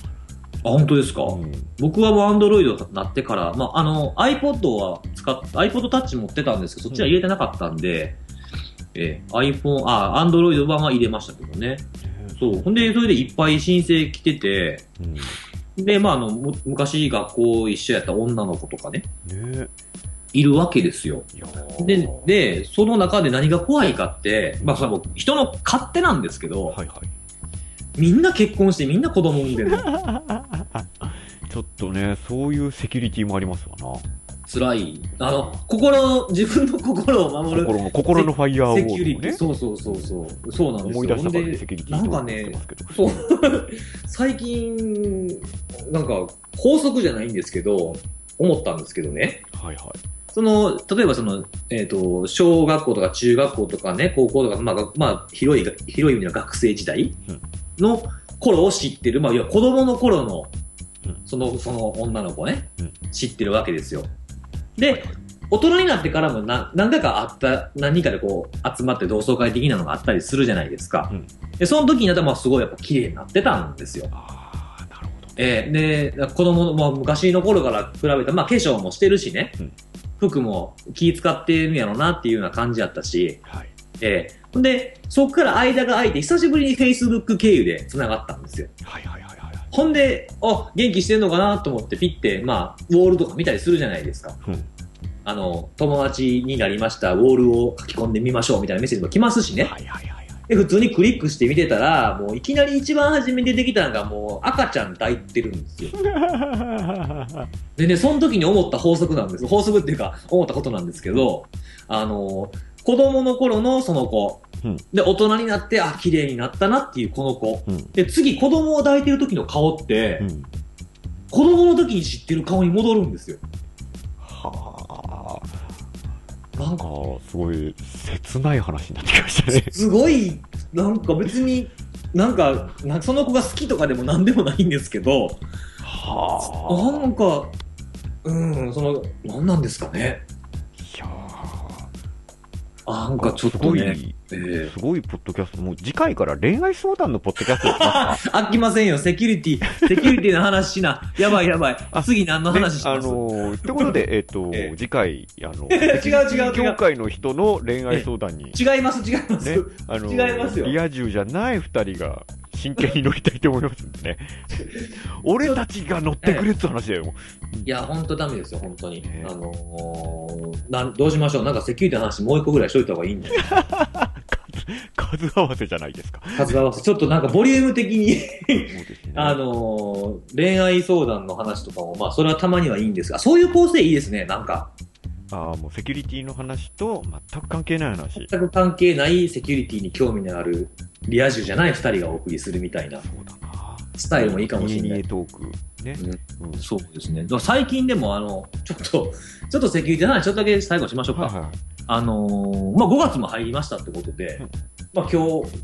S2: あ、本当ですか、
S1: うん
S2: 僕はもうアンドロイドになってから、まあ、あの、iPod は使っ、iPod Touch 持ってたんですけど、そっちは入れてなかったんで、えー iPhone、あ、アンドロイド版は入れましたけどね。そう。ほんで、それでいっぱい申請来てて、
S1: うんね
S2: で、まあ、あの、む昔学校一緒やった女の子とかね、
S1: え
S2: いるわけですよ。
S1: いやー
S2: で、で、その中で何が怖いかって、まあ、それはもう人の勝手なんですけど、
S1: はいはい
S2: みんな結婚してみんな子供産んでる
S1: *laughs*
S2: の。
S1: ちょっとねそういうセキュリティもありますわな
S2: 辛い。あの、心、自分の心を守る。
S1: 心の心のファイアウォ
S2: セ
S1: ー
S2: キュ
S1: ル
S2: リ
S1: を
S2: ティ、
S1: ね
S2: そうそうそうそう。そうなんで
S1: 思
S2: すよ。
S1: い出したから
S2: ほん
S1: ね
S2: で
S1: セキュリティとか言ってますけど
S2: そう *laughs* 最近、なんか、法則じゃないんですけど、思ったんですけどね。
S1: はいはい
S2: その、例えばその、えっ、と、小学校とか中学校とかね、高校とか、まあ、がまあ、広い、広い意味の学生時代
S1: うん
S2: の頃を知ってる、まあ、いや、子供の頃の
S1: うん、
S2: その、その女の子ね
S1: うん、
S2: 知ってるわけですよ。で、大人になってからもな何回かあった、何人かでこう、集まって同窓会的なのがあったりするじゃないですか。
S1: うん
S2: で、その時になったら、まあ、すごいやっぱ綺麗になってたんですよ。
S1: ああ、なるほど。
S2: ええで、子供の、まあ、昔の頃から比べたら、まあ、化粧もしてるしね、
S1: うん
S2: 服も気使ってるんやろなっていうような感じやったし、
S1: はい。
S2: ええほんで、そっから間が空いて、久しぶりに Facebook 経由で繋がったんですよ。
S1: はいはいはいはい。
S2: ほんで、あ、元気してんのかなと思って、ピッて、まあ、ウォールとか見たりするじゃないですか。
S1: うん
S2: あの、友達になりました、ウォールを書き込んでみましょうみたいなメッセージも来ますしね。
S1: はいはいはいはい。
S2: で、普通にクリックして見てたら、もういきなり一番初めに出てきたのが、もう赤ちゃん抱いてるんですよ。でね、その時に思った法則なんです。法則っていうか、思ったことなんですけど、あの、子供の頃のその子、
S1: うん
S2: で、大人になって、あ、綺麗になったなっていうこの子。
S1: うん。
S2: で、次、子供を抱いてる時の顔って、
S1: *laughs* うん。
S2: 子供の時に知ってる顔に戻るんですよ。
S1: はあ。
S2: なん
S1: あ
S2: か、
S1: ーすごい、切ない話になってきましたね。
S2: すごい、なんか別に、なんか、なその子が好きとかでも何でもないんですけど、な
S1: はあ。
S2: んか、うん、その、なんなんですかね。
S1: いやー
S2: あなんかちょっとね、
S1: す
S2: え
S1: ごい、
S2: ー
S1: すごいポッドキャスト。もう次回から恋愛相談のポッドキャストにし
S2: *laughs*
S1: ますか
S2: 飽きませんよ、セキュリティ、セキュリティの話しな。やばいやばい。
S1: あ
S2: 次何の
S1: で
S2: 話し
S1: あ
S2: ます
S1: のー、ということ
S2: *laughs*
S1: で、えっ、と、
S2: ええ
S1: 次回、あの、
S2: *laughs* 違う違う違
S1: 業
S2: う。
S1: 界の人の恋愛相談
S2: *laughs*
S1: に、
S2: 違います、違います。
S1: ね、あの
S2: 違いますよ
S1: リア充じゃない二人が真剣に乗りたいと思いますんで
S2: *laughs*
S1: ね。俺たちが乗ってくれって話だよ。
S2: いや、ほんとダメですよ、本当に。
S1: ね
S2: あのーなん、どうしましょう。なんかセキュリティの話もう一個ぐらいしといた方がいいんじゃない
S1: 数合わせじゃないです
S2: *laughs*
S1: か。
S2: 数合わせ。ちょっとなんかボリューム的に、
S1: そうですね。
S2: あのー恋愛相談の話とかも、まあ、それはたまにはいいんですが、そういう構成いいですね、なんか。
S1: あーもうセキュリティの話と全く関係ない話。
S2: 全く関係ないセキュリティに興味のある、リア充じゃない二人がお送りするみたいな
S1: そうだな。
S2: スタイルもいいかもしれ
S1: ニ
S2: な
S1: エニ
S2: い
S1: エ。トーク。ね。うん
S2: そうですね。でも最近でも、あの、ちょっと、 *laughs* ちょっとセキュリティの話、ちょっとだけ最後しましょうか。
S1: はいはい
S2: あのーまあ、5月も入りましたってことで、
S1: うん
S2: まあ、今日、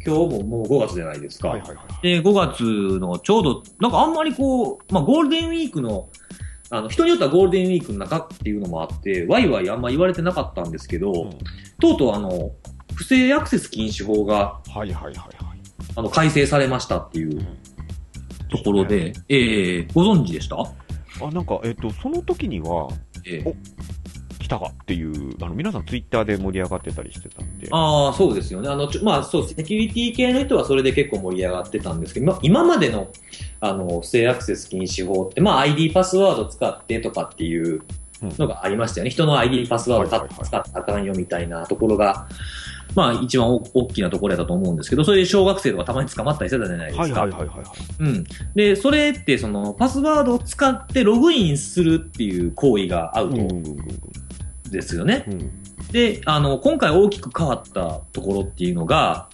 S2: 今日ももう5月じゃないですか。
S1: はいはいはい。
S2: で、5月のちょうど、なんかあんまりこう、まあ、ゴールデンウィークの、あの、人によってはゴールデンウィークの中っていうのもあって、ワイワイあんま言われてなかったんですけど、
S1: うん
S2: とうとうあの、不正アクセス禁止法が、
S1: はいはいはいはい。
S2: あの、改正されましたっていうところで、ええご存知でした
S1: あ、なんか、えっ、と、その時には、
S2: ええ
S1: お来たかっていう、あの、皆さんツイッターで盛り上がってたりしてたんで。
S2: ああ、そうですよね。あの、ちょまあ、そう、セキュリティ系の人はそれで結構盛り上がってたんですけど、ま、今までの、あの、不正アクセス禁止法って、まあ、ID パスワード使ってとかっていうのがありましたよね。人の ID パスワー
S1: はい
S2: ド
S1: はいはい
S2: 使ったらあかんよみたいなところが、まあ、一番お大きなところだと思うんですけど、それで小学生とかたまに捕まったりしてたじゃないですか。
S1: はいはいはいはい。
S2: うん。で、それって、その、パスワードを使ってログインするっていう行為がアウ
S1: うんう
S2: ト
S1: んうんうん
S2: ですよね。
S1: うん。
S2: で、あの、今回大きく変わったところっていうのが、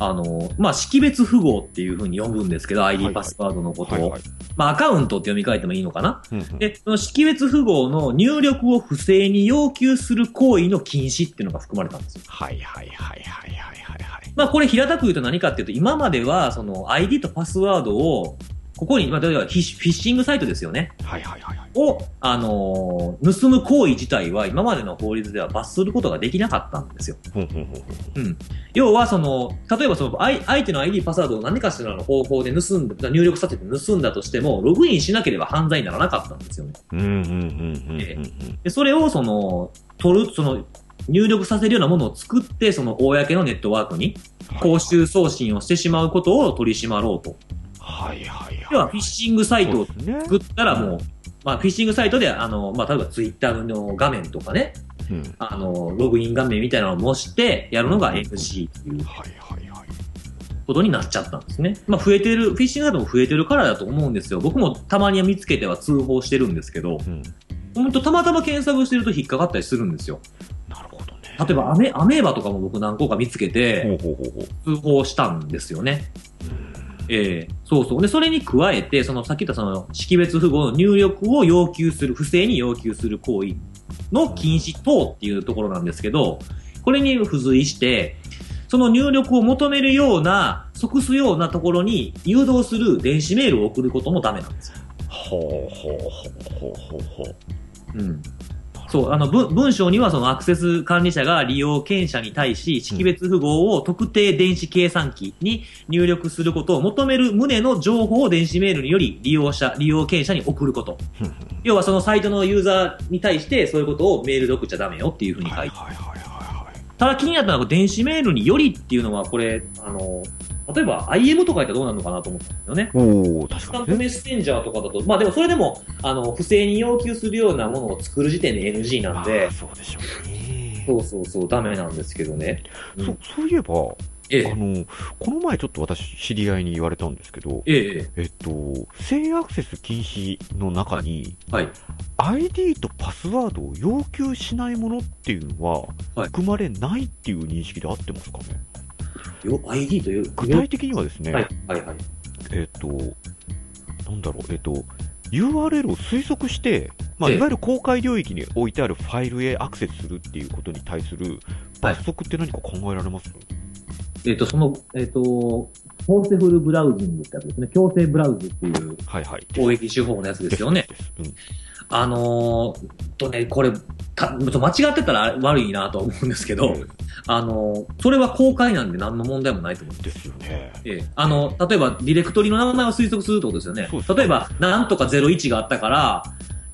S2: あの、まあ、識別符号っていうふうに呼ぶんですけど、
S1: いはい
S2: ID パスワードのことを。
S1: はいはい
S2: まあ、アカウントって読み替えてもいいのかな。
S1: うんうん
S2: で、その識別符号の入力を不正に要求する行為の禁止っていうのが含まれたんですよ。
S1: はいはいはいはいはいはいはい。
S2: まあ、これ平たく言うと何かっていうと、今までは、その ID とパスワードを、ここに、まあ、例えばフィッシフィッシングサイトですよね。
S1: はいはいはいはい。
S2: を、あのー盗む行為自体は今までの法律では罰することができなかったんですよ。
S1: ほんほんほんほん
S2: 要はその、例えばその、あい相手の ID パスワードを何かしらの方法で盗んだ、入力させて盗んだとしても、ログインしなければ犯罪にならなかったんですよね。
S1: うんうんうんうんうんうん。
S2: で、それをその、取る、その、入力させるようなものを作って、その、公のネットワークに、公衆送信をしてしまうことを取り締まろうと。
S1: はいはいはい。
S2: 要は、フィッシングサイトを
S1: そうですね。
S2: 作ったらもう、まあ、フィッシングサイトで、あの、まあ、例えばツイッターの画面とかね、
S1: うん
S2: あの、ログイン画面みたいなのを模してやるのが NG という
S1: はいはいはい。
S2: ことになっちゃったんですね。まあ増えてる、フィッシングなども増えてるからだと思うんですよ。僕もたまに見つけては通報してるんですけど、
S1: うん。
S2: ほんとたまたま検索してると引っかかったりするんですよ。
S1: なるほどね。
S2: 例えばアメアメーバとかも僕何個か見つけて
S1: ほうほうほうほう。
S2: 通報したんですよね。ええそうそう。で、それに加えて、そのさっき言ったその識別符号の入力を要求する、不正に要求する行為の禁止等っていうところなんですけど、これに付随して、その入力を求めるような、即すようなところに誘導する電子メールを送ることもダメなんですよ。
S1: ほうほうほうほうほうほう。
S2: うん。そう、あの、文文章にはそのアクセス管理者が利用権者に対し、識別符号を特定電子計算機に入力することを求める旨の情報を電子メールにより利用者、利用権者に送ること。要はそのサイトのユーザーに対してそういうことをメールで送っちゃダメよっていうふうに書
S1: はいい
S2: て。
S1: はいはいはいはい。
S2: ただ気になったのは電子メールによりっていうのはこれ、あの、例えば IM とかやったらどうなるのかなと思ったんですよね。
S1: おお確
S2: スタ
S1: か
S2: ン
S1: に
S2: プ
S1: ね。
S2: メッセンジャーとかだと、まあでもそれでも、あの、不正に要求するようなものを作る時点で NG なん
S1: あ
S2: で
S1: ー、そうでしょうね。
S2: そうそうそう、ダメなんですけどね。うん
S1: そそういえば、
S2: え
S1: あ、の、この前ちょっと私、知り合いに言われたんですけど、
S2: え
S1: え
S2: え、
S1: っと、性アクセス禁止の中に、
S2: はい。
S1: ID とパスワードを要求しないものっていうのは、
S2: はい
S1: 含まれないっていう認識で合ってますかね
S2: よ ID という、
S1: 具体的にはですね、
S2: はい、はい、はい。
S1: えっと、なんだろう、えっと、URL を推測して、まあ、
S2: ええ
S1: いわゆる公開領域に置いてあるファイルへアクセスするっていうことに対する
S2: はい
S1: 罰則って何か考えられます、
S2: えっ、と、その、えっ、と、フォーセフルブラウジングってやつですね。強制ブラウズっていう
S1: はい、はい
S2: 攻撃手法のやつですよね。
S1: ですですうん
S2: あのー、とね、これ、た間違ってたら悪いなとは思うんですけど、
S1: うん
S2: あのー、それは公開なんで何の問題もないと思う。
S1: ですよね。
S2: ええ、あの、例えば、ディレクトリの名前を推測するってことですよね
S1: そうです。
S2: 例えば、なんとか01があったから、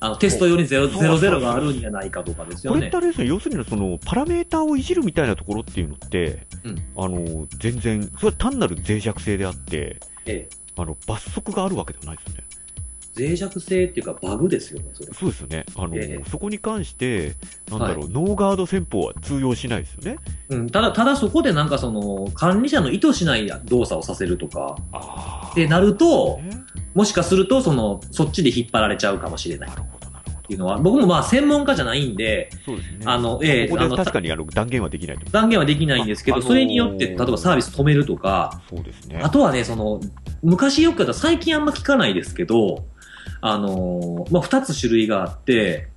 S2: あの、テスト用に0
S1: そうそうそう
S2: 00があるんじゃないかとかですよ
S1: これっ
S2: ね
S1: てあ。れですね、要するにそのパラメーターをいじるみたいなところっていうのって、
S2: うん
S1: あの全然、それは単なる脆弱性であって、
S2: え
S1: あの罰則があるわけではないですよね。
S2: え、脆弱性っていうか、バグですよね、それ。
S1: そうですよね。あの、
S2: ええ
S1: そこに関して、なんだろう、ノーガード戦法は通用しないですよね。
S2: うん、ただ、ただそこでなんかその、管理者の意図しない動作をさせるとか、
S1: あ
S2: ってなると、
S1: ね
S2: もしかすると、その、そっちで引っ張られちゃうかもしれないっ
S1: なるほど、なるほ
S2: てい
S1: ど。
S2: うのは、僕もまあ、専門家じゃないんで、
S1: そうですね。
S2: あの、ええ、
S1: ここ
S2: あ
S1: で
S2: の、
S1: 確かにあの断言はできないと思
S2: 断言はできないんですけ
S1: あ
S2: ど、
S1: あのー
S2: それによって、例えばサービス止めるとか、
S1: う。そうですね。
S2: あとはね、その、昔よくやった最近あんま聞かないですけど、あのーまあ、二つ種類があって、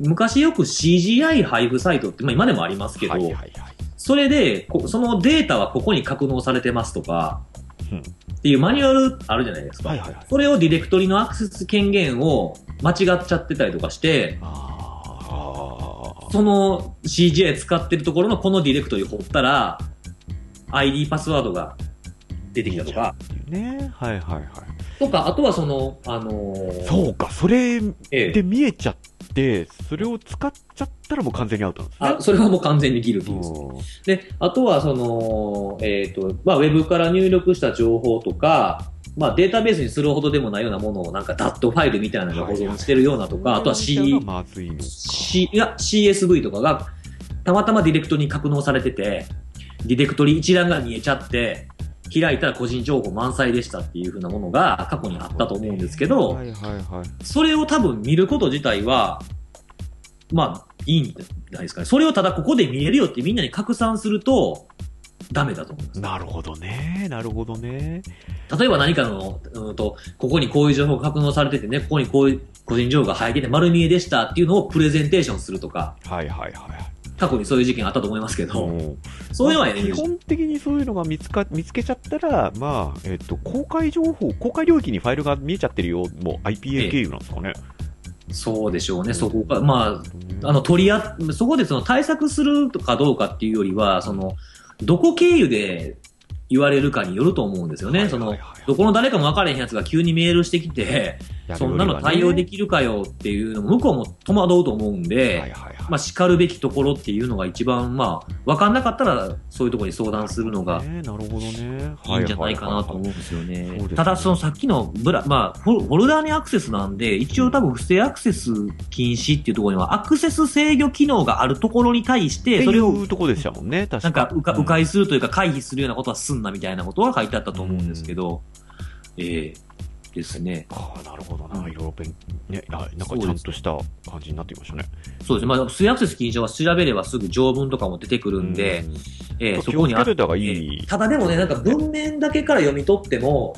S2: 昔よく CGI 配布サイトって、まあ、今でもありますけど、
S1: はいはいはい。
S2: それでこ、そのデータはここに格納されてますとか、
S1: うん
S2: っていうマニュアルあるじゃないですか。
S1: はいはいはい。
S2: それをディレクトリのアクセス権限を間違っちゃってたりとかして、
S1: ああ。
S2: その CGI 使ってるところのこのディレクトリを掘ったら、ID パスワードが出てきたとか、
S1: ね。はいはいはい。
S2: とか、あとはその、あのー
S1: そうか、それ
S2: え
S1: で
S2: え、
S1: 見えちゃって、それを使っちゃったらもう完全にアウトなんですね
S2: あ。それはもう完全にギルティです。
S1: うん
S2: で、あとはその、えっ、と、まあ、ウェブから入力した情報とか、まあ、データベースにするほどでもないようなものをなんか DAT ファイルみたいなのが保存してるようなとか、あとは C、
S1: そういうのがまずいのか。
S2: C いや CSV とかがたまたまディレクトに格納されてて、ディレクトリ一覧が見えちゃって、開いたら個人情報満載でしたっていう風なものが過去にあったと思うんですけど、
S1: はいはいはい。
S2: それを多分見ること自体は、まあ、いいんじゃないですかね。それをただここで見えるよってみんなに拡散すると、ダメだと思います。
S1: なるほどね。なるほどね。
S2: 例えば何かの、うんと、ここにこういう情報が格納されててね、ここにこういう個人情報が入ってて丸見えでしたっていうのをプレゼンテーションするとか、
S1: はいはいはい。
S2: 過去にそういう事件あったと思いますけど、
S1: うん
S2: そういうのは NG
S1: 基本的にそういうのが見つか見つけちゃったら、まあ、えっと、公開情報、公開領域にファイルが見えちゃってるよ、もう
S2: え
S1: IPA
S2: え
S1: 経由なんですかね。
S2: そうでしょうね、そこが、ま
S1: うん
S2: あ、あの、取りあ、そこでその対策するかどうかっていうよりは、その、どこ経由で言われるかによると思うんですよね。その
S1: はい、はいはい
S2: どこの誰かも分かれへんやつが急にメールして
S1: *laughs*
S2: きて、
S1: やる
S2: そ
S1: より
S2: ん
S1: は
S2: な
S1: ね
S2: の対応できるかよっていうのも、向こうも戸惑うと思うんで、
S1: はいはいはい
S2: まあ、叱るべきところっていうのが一番、まあ、分かんなかったら、そういうところに相談するのが
S1: ねなるほどね。
S2: いいんじゃないかなと思うんですよ
S1: は
S2: ね
S1: いはいはいそうです。ね
S2: ただ、そのさっきのブラ、まあ、フォフォルダーにアクセスなんで、一応多分不正アクセス禁止っていうところには、アクセス制御機能があるところに対し
S1: って
S2: て、そ
S1: い
S2: れを、
S1: うとこでしたもんね、確か
S2: なんか、うか、
S1: うん
S2: 迂回するというか、回避するようなことはすんなみたいなことは書いてあったと思うんですけど、ええですね。
S1: ああ、なるほどな、
S2: うん
S1: いろいろ勉ね、あなん
S2: そ
S1: か
S2: うです
S1: ちゃんとした感じになってきましたね。
S2: そうですね。まあ、不正アクセス禁止は調べればすぐ条文とかも出てくるんで、ええ
S1: うん、
S2: そ
S1: そ
S2: こ
S1: こ
S2: に
S1: に
S2: あ
S1: あ
S2: っ
S1: るた方がい
S2: え
S1: い
S2: ー。ただでもね、なんか文面だけから読み取っても、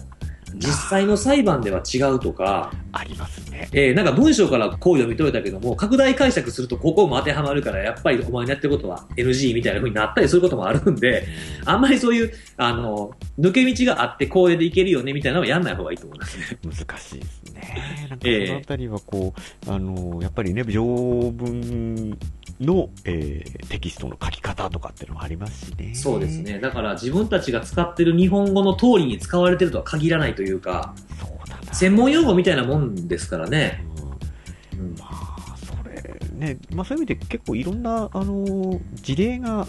S2: 実際の裁判では違うとか、
S1: ありますね。
S2: えーなんか文章から行為を認めたけども、拡大解釈するとここも当てはまるから、やっぱりお前のやってることは NG みたいな風になったりすることもあるんで、あんまりそういう、あの、抜け道があってこれでいけるよねみたいなのはやんない方がいいと思いますね。
S1: 難しいですね。 *laughs* なんか
S2: ええ
S1: そのあたりはこう、あの、やっぱりね、条文の、えーテキストの書き方とかっていうのもありますしね。
S2: そうです。ね。だから自分たちが使ってる日本語の通りに使われてるとは限らないというか、
S1: そうだな。
S2: 専門用語みたいなもんですからね。
S1: うん
S2: うん
S1: まあ、それね、まあ、そういう意味で結構いろんな、あの、事例が、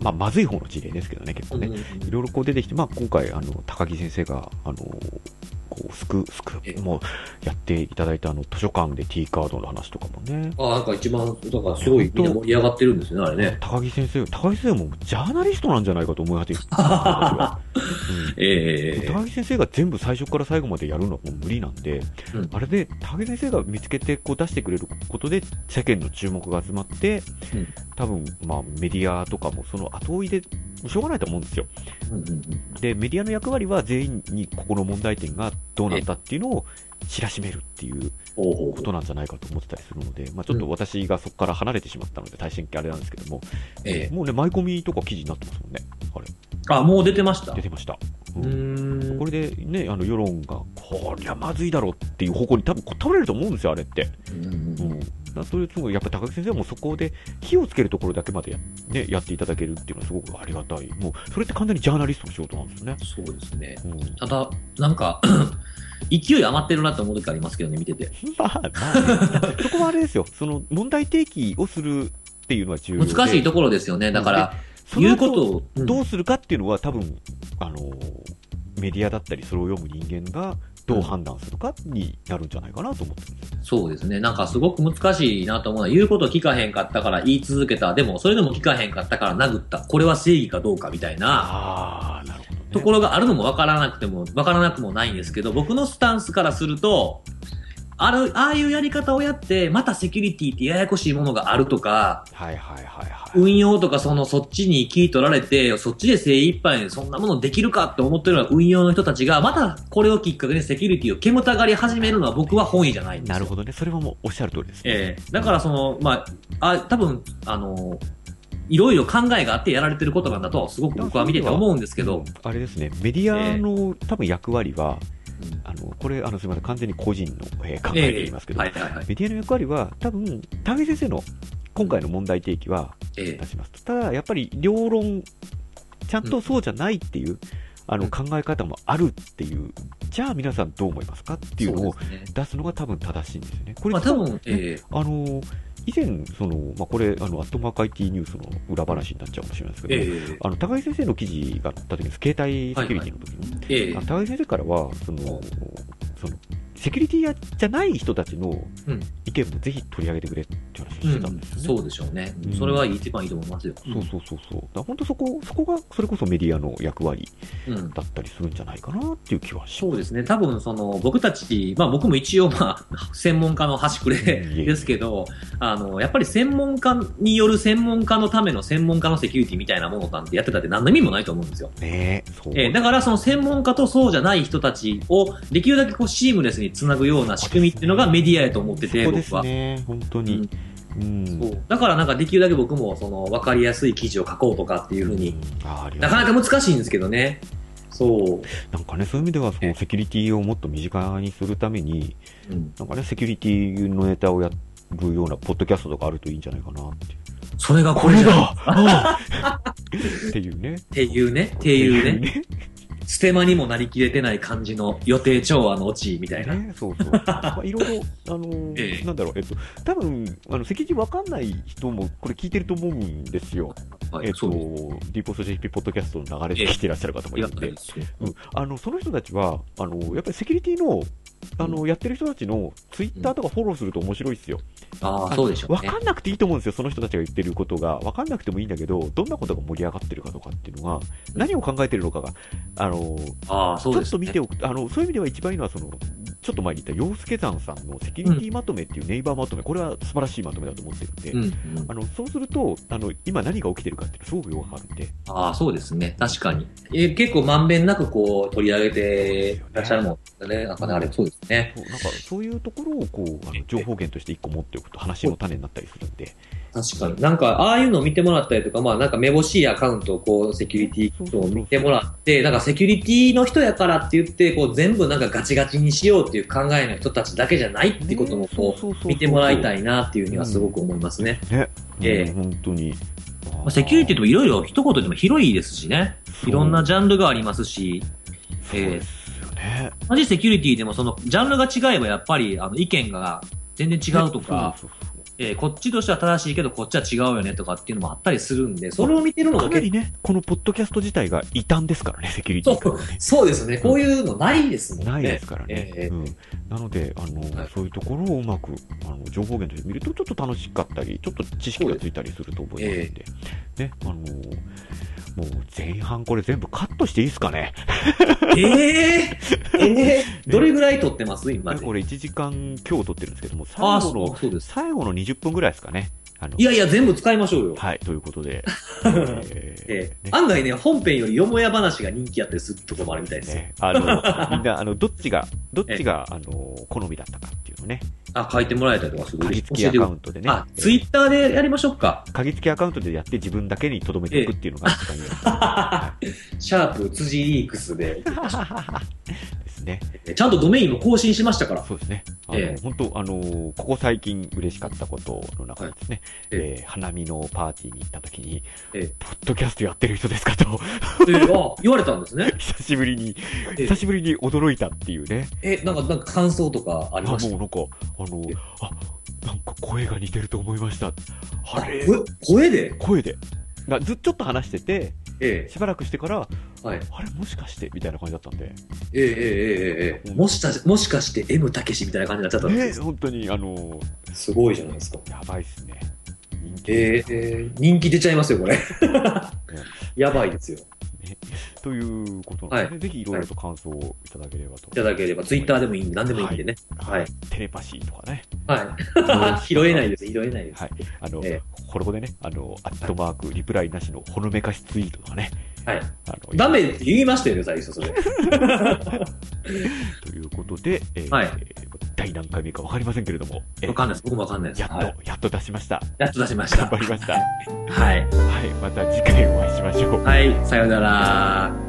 S1: まあ、まずい方の事例ですけどね、結構ね。いろいろこう出てきて、まあ、今回、あの、高木先生が、あの、こう、すく、すく
S2: え、
S1: もう、やっていただいた、あの、図書館で T カードの話とかもね。
S2: あなんか一番、だからすごいみんな盛り上がってるんですよね、あれね。
S1: 高木先生、高木先生もジャーナリストなんじゃないかと思い始めて、
S2: *laughs*
S1: うん
S2: ええ
S1: 高木先生が全部最初から最後までやるのはもう無理なんで、
S2: うん
S1: あれで高木先生が見つけてこう出してくれることで世間の注目が集まって、
S2: うん
S1: 多分、まあ、メディアとかもその後追いでしょうがないと思うんですよ。
S2: うんうんうん
S1: で、メディアの役割は全員にここの問題点がどうなったっていうのを知らしめるっていう
S2: ほうほうほ
S1: こ
S2: う
S1: となんじゃないかと思ってたりするので、まあ、ちょっと私がそこから離れてしまったので、大変あれなんですけども、
S2: ええ
S1: もうね、舞い込みとか記事になってますもんね。あれ、
S2: あ、もう出てました
S1: 出。てました。う
S2: う
S1: ん
S2: ーん
S1: これでね、あの世論が、こりゃまずいだろうっていう方向に多分倒れると思うんですよ、あれって。
S2: うん
S1: うん。だからそういうつもり、やっぱ高木先生はもうそこで火をつけるところだけまでや,、ね、やっていただけるっていうのはすごくありがたい。もう、それって完全にジャーナリストの仕事なんですよね。
S2: そうですね。
S1: うん。
S2: ただ、なんか、 *clears throat* 勢い余ってるなと思う時あり *laughs* ますけどね、見てて。
S1: まあ、まあ *laughs* ね、そこはあれですよ。その問題提起をするっていうのは重要で。
S2: 難しいところですよね。だから、
S1: その
S2: 言う
S1: 後
S2: ことを、うん
S1: どうするかっていうのは多分、あのーメディアだったり、それを読む人間がどう判断するかになるんじゃないかなと思ってます。
S2: そうですね。なんかすごく難しいなと思うのは、言うこと聞かへんかったから言い続けた。でも、それでも聞かへんかったから殴った。これは正義かどうかみたいな
S1: ああ、なるほど、ね。
S2: ところがあるのもわからなくても、わからなくもないんですけど、僕のスタンスからすると、ある、ああいうやり方をやって、またセキュリティってややこしいものがあるとか、
S1: はいはいはいはい。
S2: 運用とかそのそっちに聞い取られて、そっちで精一杯そんなものできるかって思ってるのは運用の人たちが、またこれをきっかけでセキュリティを煙たがり始めるのは僕は本意じゃないんですよ
S1: なるほどね。それはもうおっしゃる通りです、ね。
S2: ええだからその、まあ、あ、多分、あの、いろいろ考えがあってやられてることなんだと、すごく僕は見てて思うんですけど、
S1: あれですね、メディアの多分役割は、あの、これ、あの、すみません、完全に個人の、えー考えていますけど、
S2: はいはいはい。
S1: メディアの役割は、多分、高木先生の今回の問題提起は、
S2: ええ
S1: 出しますとただ、やっぱり両論、ちゃんとそうじゃないっていう、あ
S2: う
S1: の
S2: ん
S1: 考え方もあるっていう、じゃあ皆さんどう思いますかっていうのを
S2: そですね
S1: 出すのが多分正しいんですよね。これ、
S2: まあ多分、ええ
S1: あの以前その、まあ、これ、あのアットマーク IT ニュースの裏話になっちゃうかもしれないですけど、
S2: ええ
S1: あの高木先生の記事があった時です、携帯セキュリティの時に、
S2: ええ
S1: あの高木先生からはそのその、セキュリティやじゃない人たちの
S2: うん
S1: 意見もぜひ取り上げてくれって話をしてたんですよね。
S2: そうでしょうね。
S1: うん
S2: それは一番いいと思いますよ。
S1: そうそうそうそう。だから本当そこ、そこが、それこそメディアの役割
S2: うん
S1: だったりするんじゃないかなっていう気はし
S2: そうですね、多分その僕たち、まあ、僕も一応、まあ、専門家の端くれ
S1: いえ
S2: ですけどあの、やっぱり専門家による専門家のための専門家のセキュリティみたいなものなんてやってたって、何の意味もないと思うんですよ。
S1: ねえ。そう。
S2: えーだから、その専門家とそうじゃない人たちをできるだけこうシームレスにつなぐような仕組みっていうのがメディアやと思ってて、
S1: そこです
S2: 僕は。
S1: ね。本当に。うん。
S2: そうだからなんかできるだけ僕もその分かりやすい記事を書こうとかっていうふうに、
S1: あーありがと
S2: な
S1: う
S2: かなか難しいんですけどね。そう。
S1: なんかね、そういう意味では、そのセキュリティをもっと身近にするために、
S2: うん
S1: なんかね、セキュリティのネタをやるようなポッドキャストとかあるといいんじゃないかなっていう。
S2: それがこれじゃんっ
S1: あー *laughs* っていう
S2: *laughs*
S1: ね。って
S2: いうね、っていうね。
S1: ね。
S2: ステマにもなりきれてない感じの予定調和の落ちみたいな。
S1: ね、そうそう。まあ、いろい
S2: *laughs*
S1: ろ、あのー
S2: ええ
S1: なんだろう、えっと、多分、あの、席次わかんない人も、これ聞いてると思うんですよ。
S2: は
S1: えっと、
S2: です。
S1: d ポスト JP ポッドキャストの流れで来てらっしゃる方も
S2: あり
S1: いる
S2: が
S1: ん
S2: たい
S1: で
S2: で、すよ。
S1: うん、あの、その人たちは、あの、やっぱりセキュリティの、あの、やってる人たちのツイッターとかフォローすると面白いですよ。
S2: ああ、そうでしょう
S1: わ
S2: ね。
S1: かんなくていいと思うんですよ、その人たちが言ってることが。わかんなくてもいいんだけど、どんなことが盛り上がってるかとかっていうのが、何を考えてるのかが、あの、
S2: ああ、
S1: ち
S2: そう
S1: ょ
S2: で
S1: っ
S2: す
S1: と
S2: ね。
S1: 見ておくと、あのそういう意味では一番いいのはその、ちょっと前に言った洋介山さんのセキュリティまとめっていうネイバーまとめ、これは素晴らしいまとめだと思ってるんで、
S2: うんうん、
S1: あのそうするとあの、今何が起きてるかっていうのすごくよくわかるんで、
S2: ああ、そうですね。確かに。え結構まんべんなくこう取り上げていらっしゃるもんですね。なんかね、あれ、そうですね。
S1: そうなんかそういうところをこうあの情報源として一個持っておくと話の種になったりするんで、
S2: 確かに。なんか、ああいうのを見てもらったりとか、まあなんかめぼしいアカウントをこう、セキュリティを見てもらって、なんかセキュリティの人やからって言って、こう全部なんかガチガチにしようっていう考えの人たちだけじゃないってこともこ
S1: そうそうそうそう
S2: う、見てもらいたいなっていうにはすごく思いますね。
S1: ね、
S2: ええ
S1: うん本当に。
S2: まあ、セキュリティでもいろいろ一言でも広いですしね。いろんなジャンルがありますし、
S1: そうですよね。
S2: 同じセキュリティでもそのジャンルが違えばやっぱりあの意見が全然違うとか、
S1: そうそうそう
S2: えーこっちとしては正しいけどこっちは違うよねとかっていうのもあったりするんで、それを見てるの
S1: か
S2: が
S1: な
S2: 結
S1: りね、このポッドキャスト自体が異端ですからね、セキュリティ
S2: 構、
S1: か
S2: そ
S1: ら
S2: う
S1: ね、
S2: そうですね、こういうのないですもんね。
S1: ないですからね。
S2: ええ
S1: うん、なので、あの、
S2: はい
S1: そういうところをうまく、あの、情報源として見ると、ちょっと楽しかったり、ちょっと知識がついたりすると思いますんで。ね、あの、もう前半これ全部カットしていいですかね。
S2: えー、えー、どれぐらい撮ってます今で
S1: こ。れ1時間今日撮ってるんですけども、最
S2: ああ、
S1: 後
S2: そう
S1: の、
S2: そうです。
S1: 最後の20分ぐらいですかね。あの
S2: いやいや、全部使いましょうよ。
S1: はい、ということ
S2: *laughs*
S1: で。え
S2: えー
S1: ね
S2: 案外ね、本編よりよもや話が人気あったりするところもあるみたいですよ。
S1: ね、
S2: *laughs*
S1: あの、みんな、あの、どっちが、どっちが、あの、好みだったかっていうのね、
S2: あ、書いてもらえたりとかすごい
S1: 鍵
S2: 嬉しい
S1: 付きアカウントでね、
S2: あ、ツイッターでやりましょうか。
S1: えー鍵付きアカウントでやって自分だけに留めていくっていうのが一番いいですね
S2: シャープ辻リーク
S1: *laughs*
S2: スで。
S1: です
S2: *laughs*
S1: ね。
S2: ちゃんとドメインも更新しましたから。
S1: そうですね。あの、
S2: ええ
S1: 本当あのここ最近嬉しかったことの中でですね、
S2: はいえ
S1: えー花見のパーティーに行った時に、
S2: ええ
S1: ポッドキャストやってる人ですか
S2: *laughs*
S1: と、
S2: というあ言われたんですね。
S1: 久しぶりに、
S2: ええ
S1: 久しぶりに驚いたっていうね。
S2: え、なんか、なんか感想とかあ
S1: あ
S2: り
S1: も
S2: ま
S1: う
S2: し
S1: な
S2: た
S1: んか、あの、あ、なんか声が似てると思いました。あれ
S2: 声声で
S1: 声で。なずっちょっと話してて、
S2: え
S1: しばらくしてから、
S2: え、はい。
S1: あれもしかしてみたいな感じだったんで、
S2: ええ、ええ、ええ、ええ。もしかし、もしかして M たけしみたいな感じになっちゃったんで
S1: ね、
S2: す
S1: 本当に、あの、
S2: すごいじゃないですか。
S1: やばいっすね。人気
S2: ええ、ええ人気出ちゃいます
S1: *laughs*
S2: よ、これ。 *laughs* やばいですよ。
S1: ということなので、ぜひいろいろと感想をいただければと。
S2: いただければ、ツイッターでもいいんで、何でもいいんでね。はい。
S1: テレパシーとかね。
S2: はい。 *laughs* 拾えないです、拾えないです。
S1: はい。あの、
S2: え
S1: これこでね、あの、アットマーク、リプライなしのほのめかしツイートとかね。
S2: は
S1: あ
S2: い。
S1: の
S2: ダメって言いましたよね、最初、それ。
S1: ということで、えー
S2: はい
S1: 第何回目かわかりませんけれども、えー
S2: わかんないです。僕もわかんないです。
S1: やっと、
S2: はい
S1: やっと出しました。
S2: やっと出しまし
S1: 頑
S2: た
S1: 張。りました。は
S2: はい。
S1: い、また次回お会いしましょう。
S2: はい、さようなら。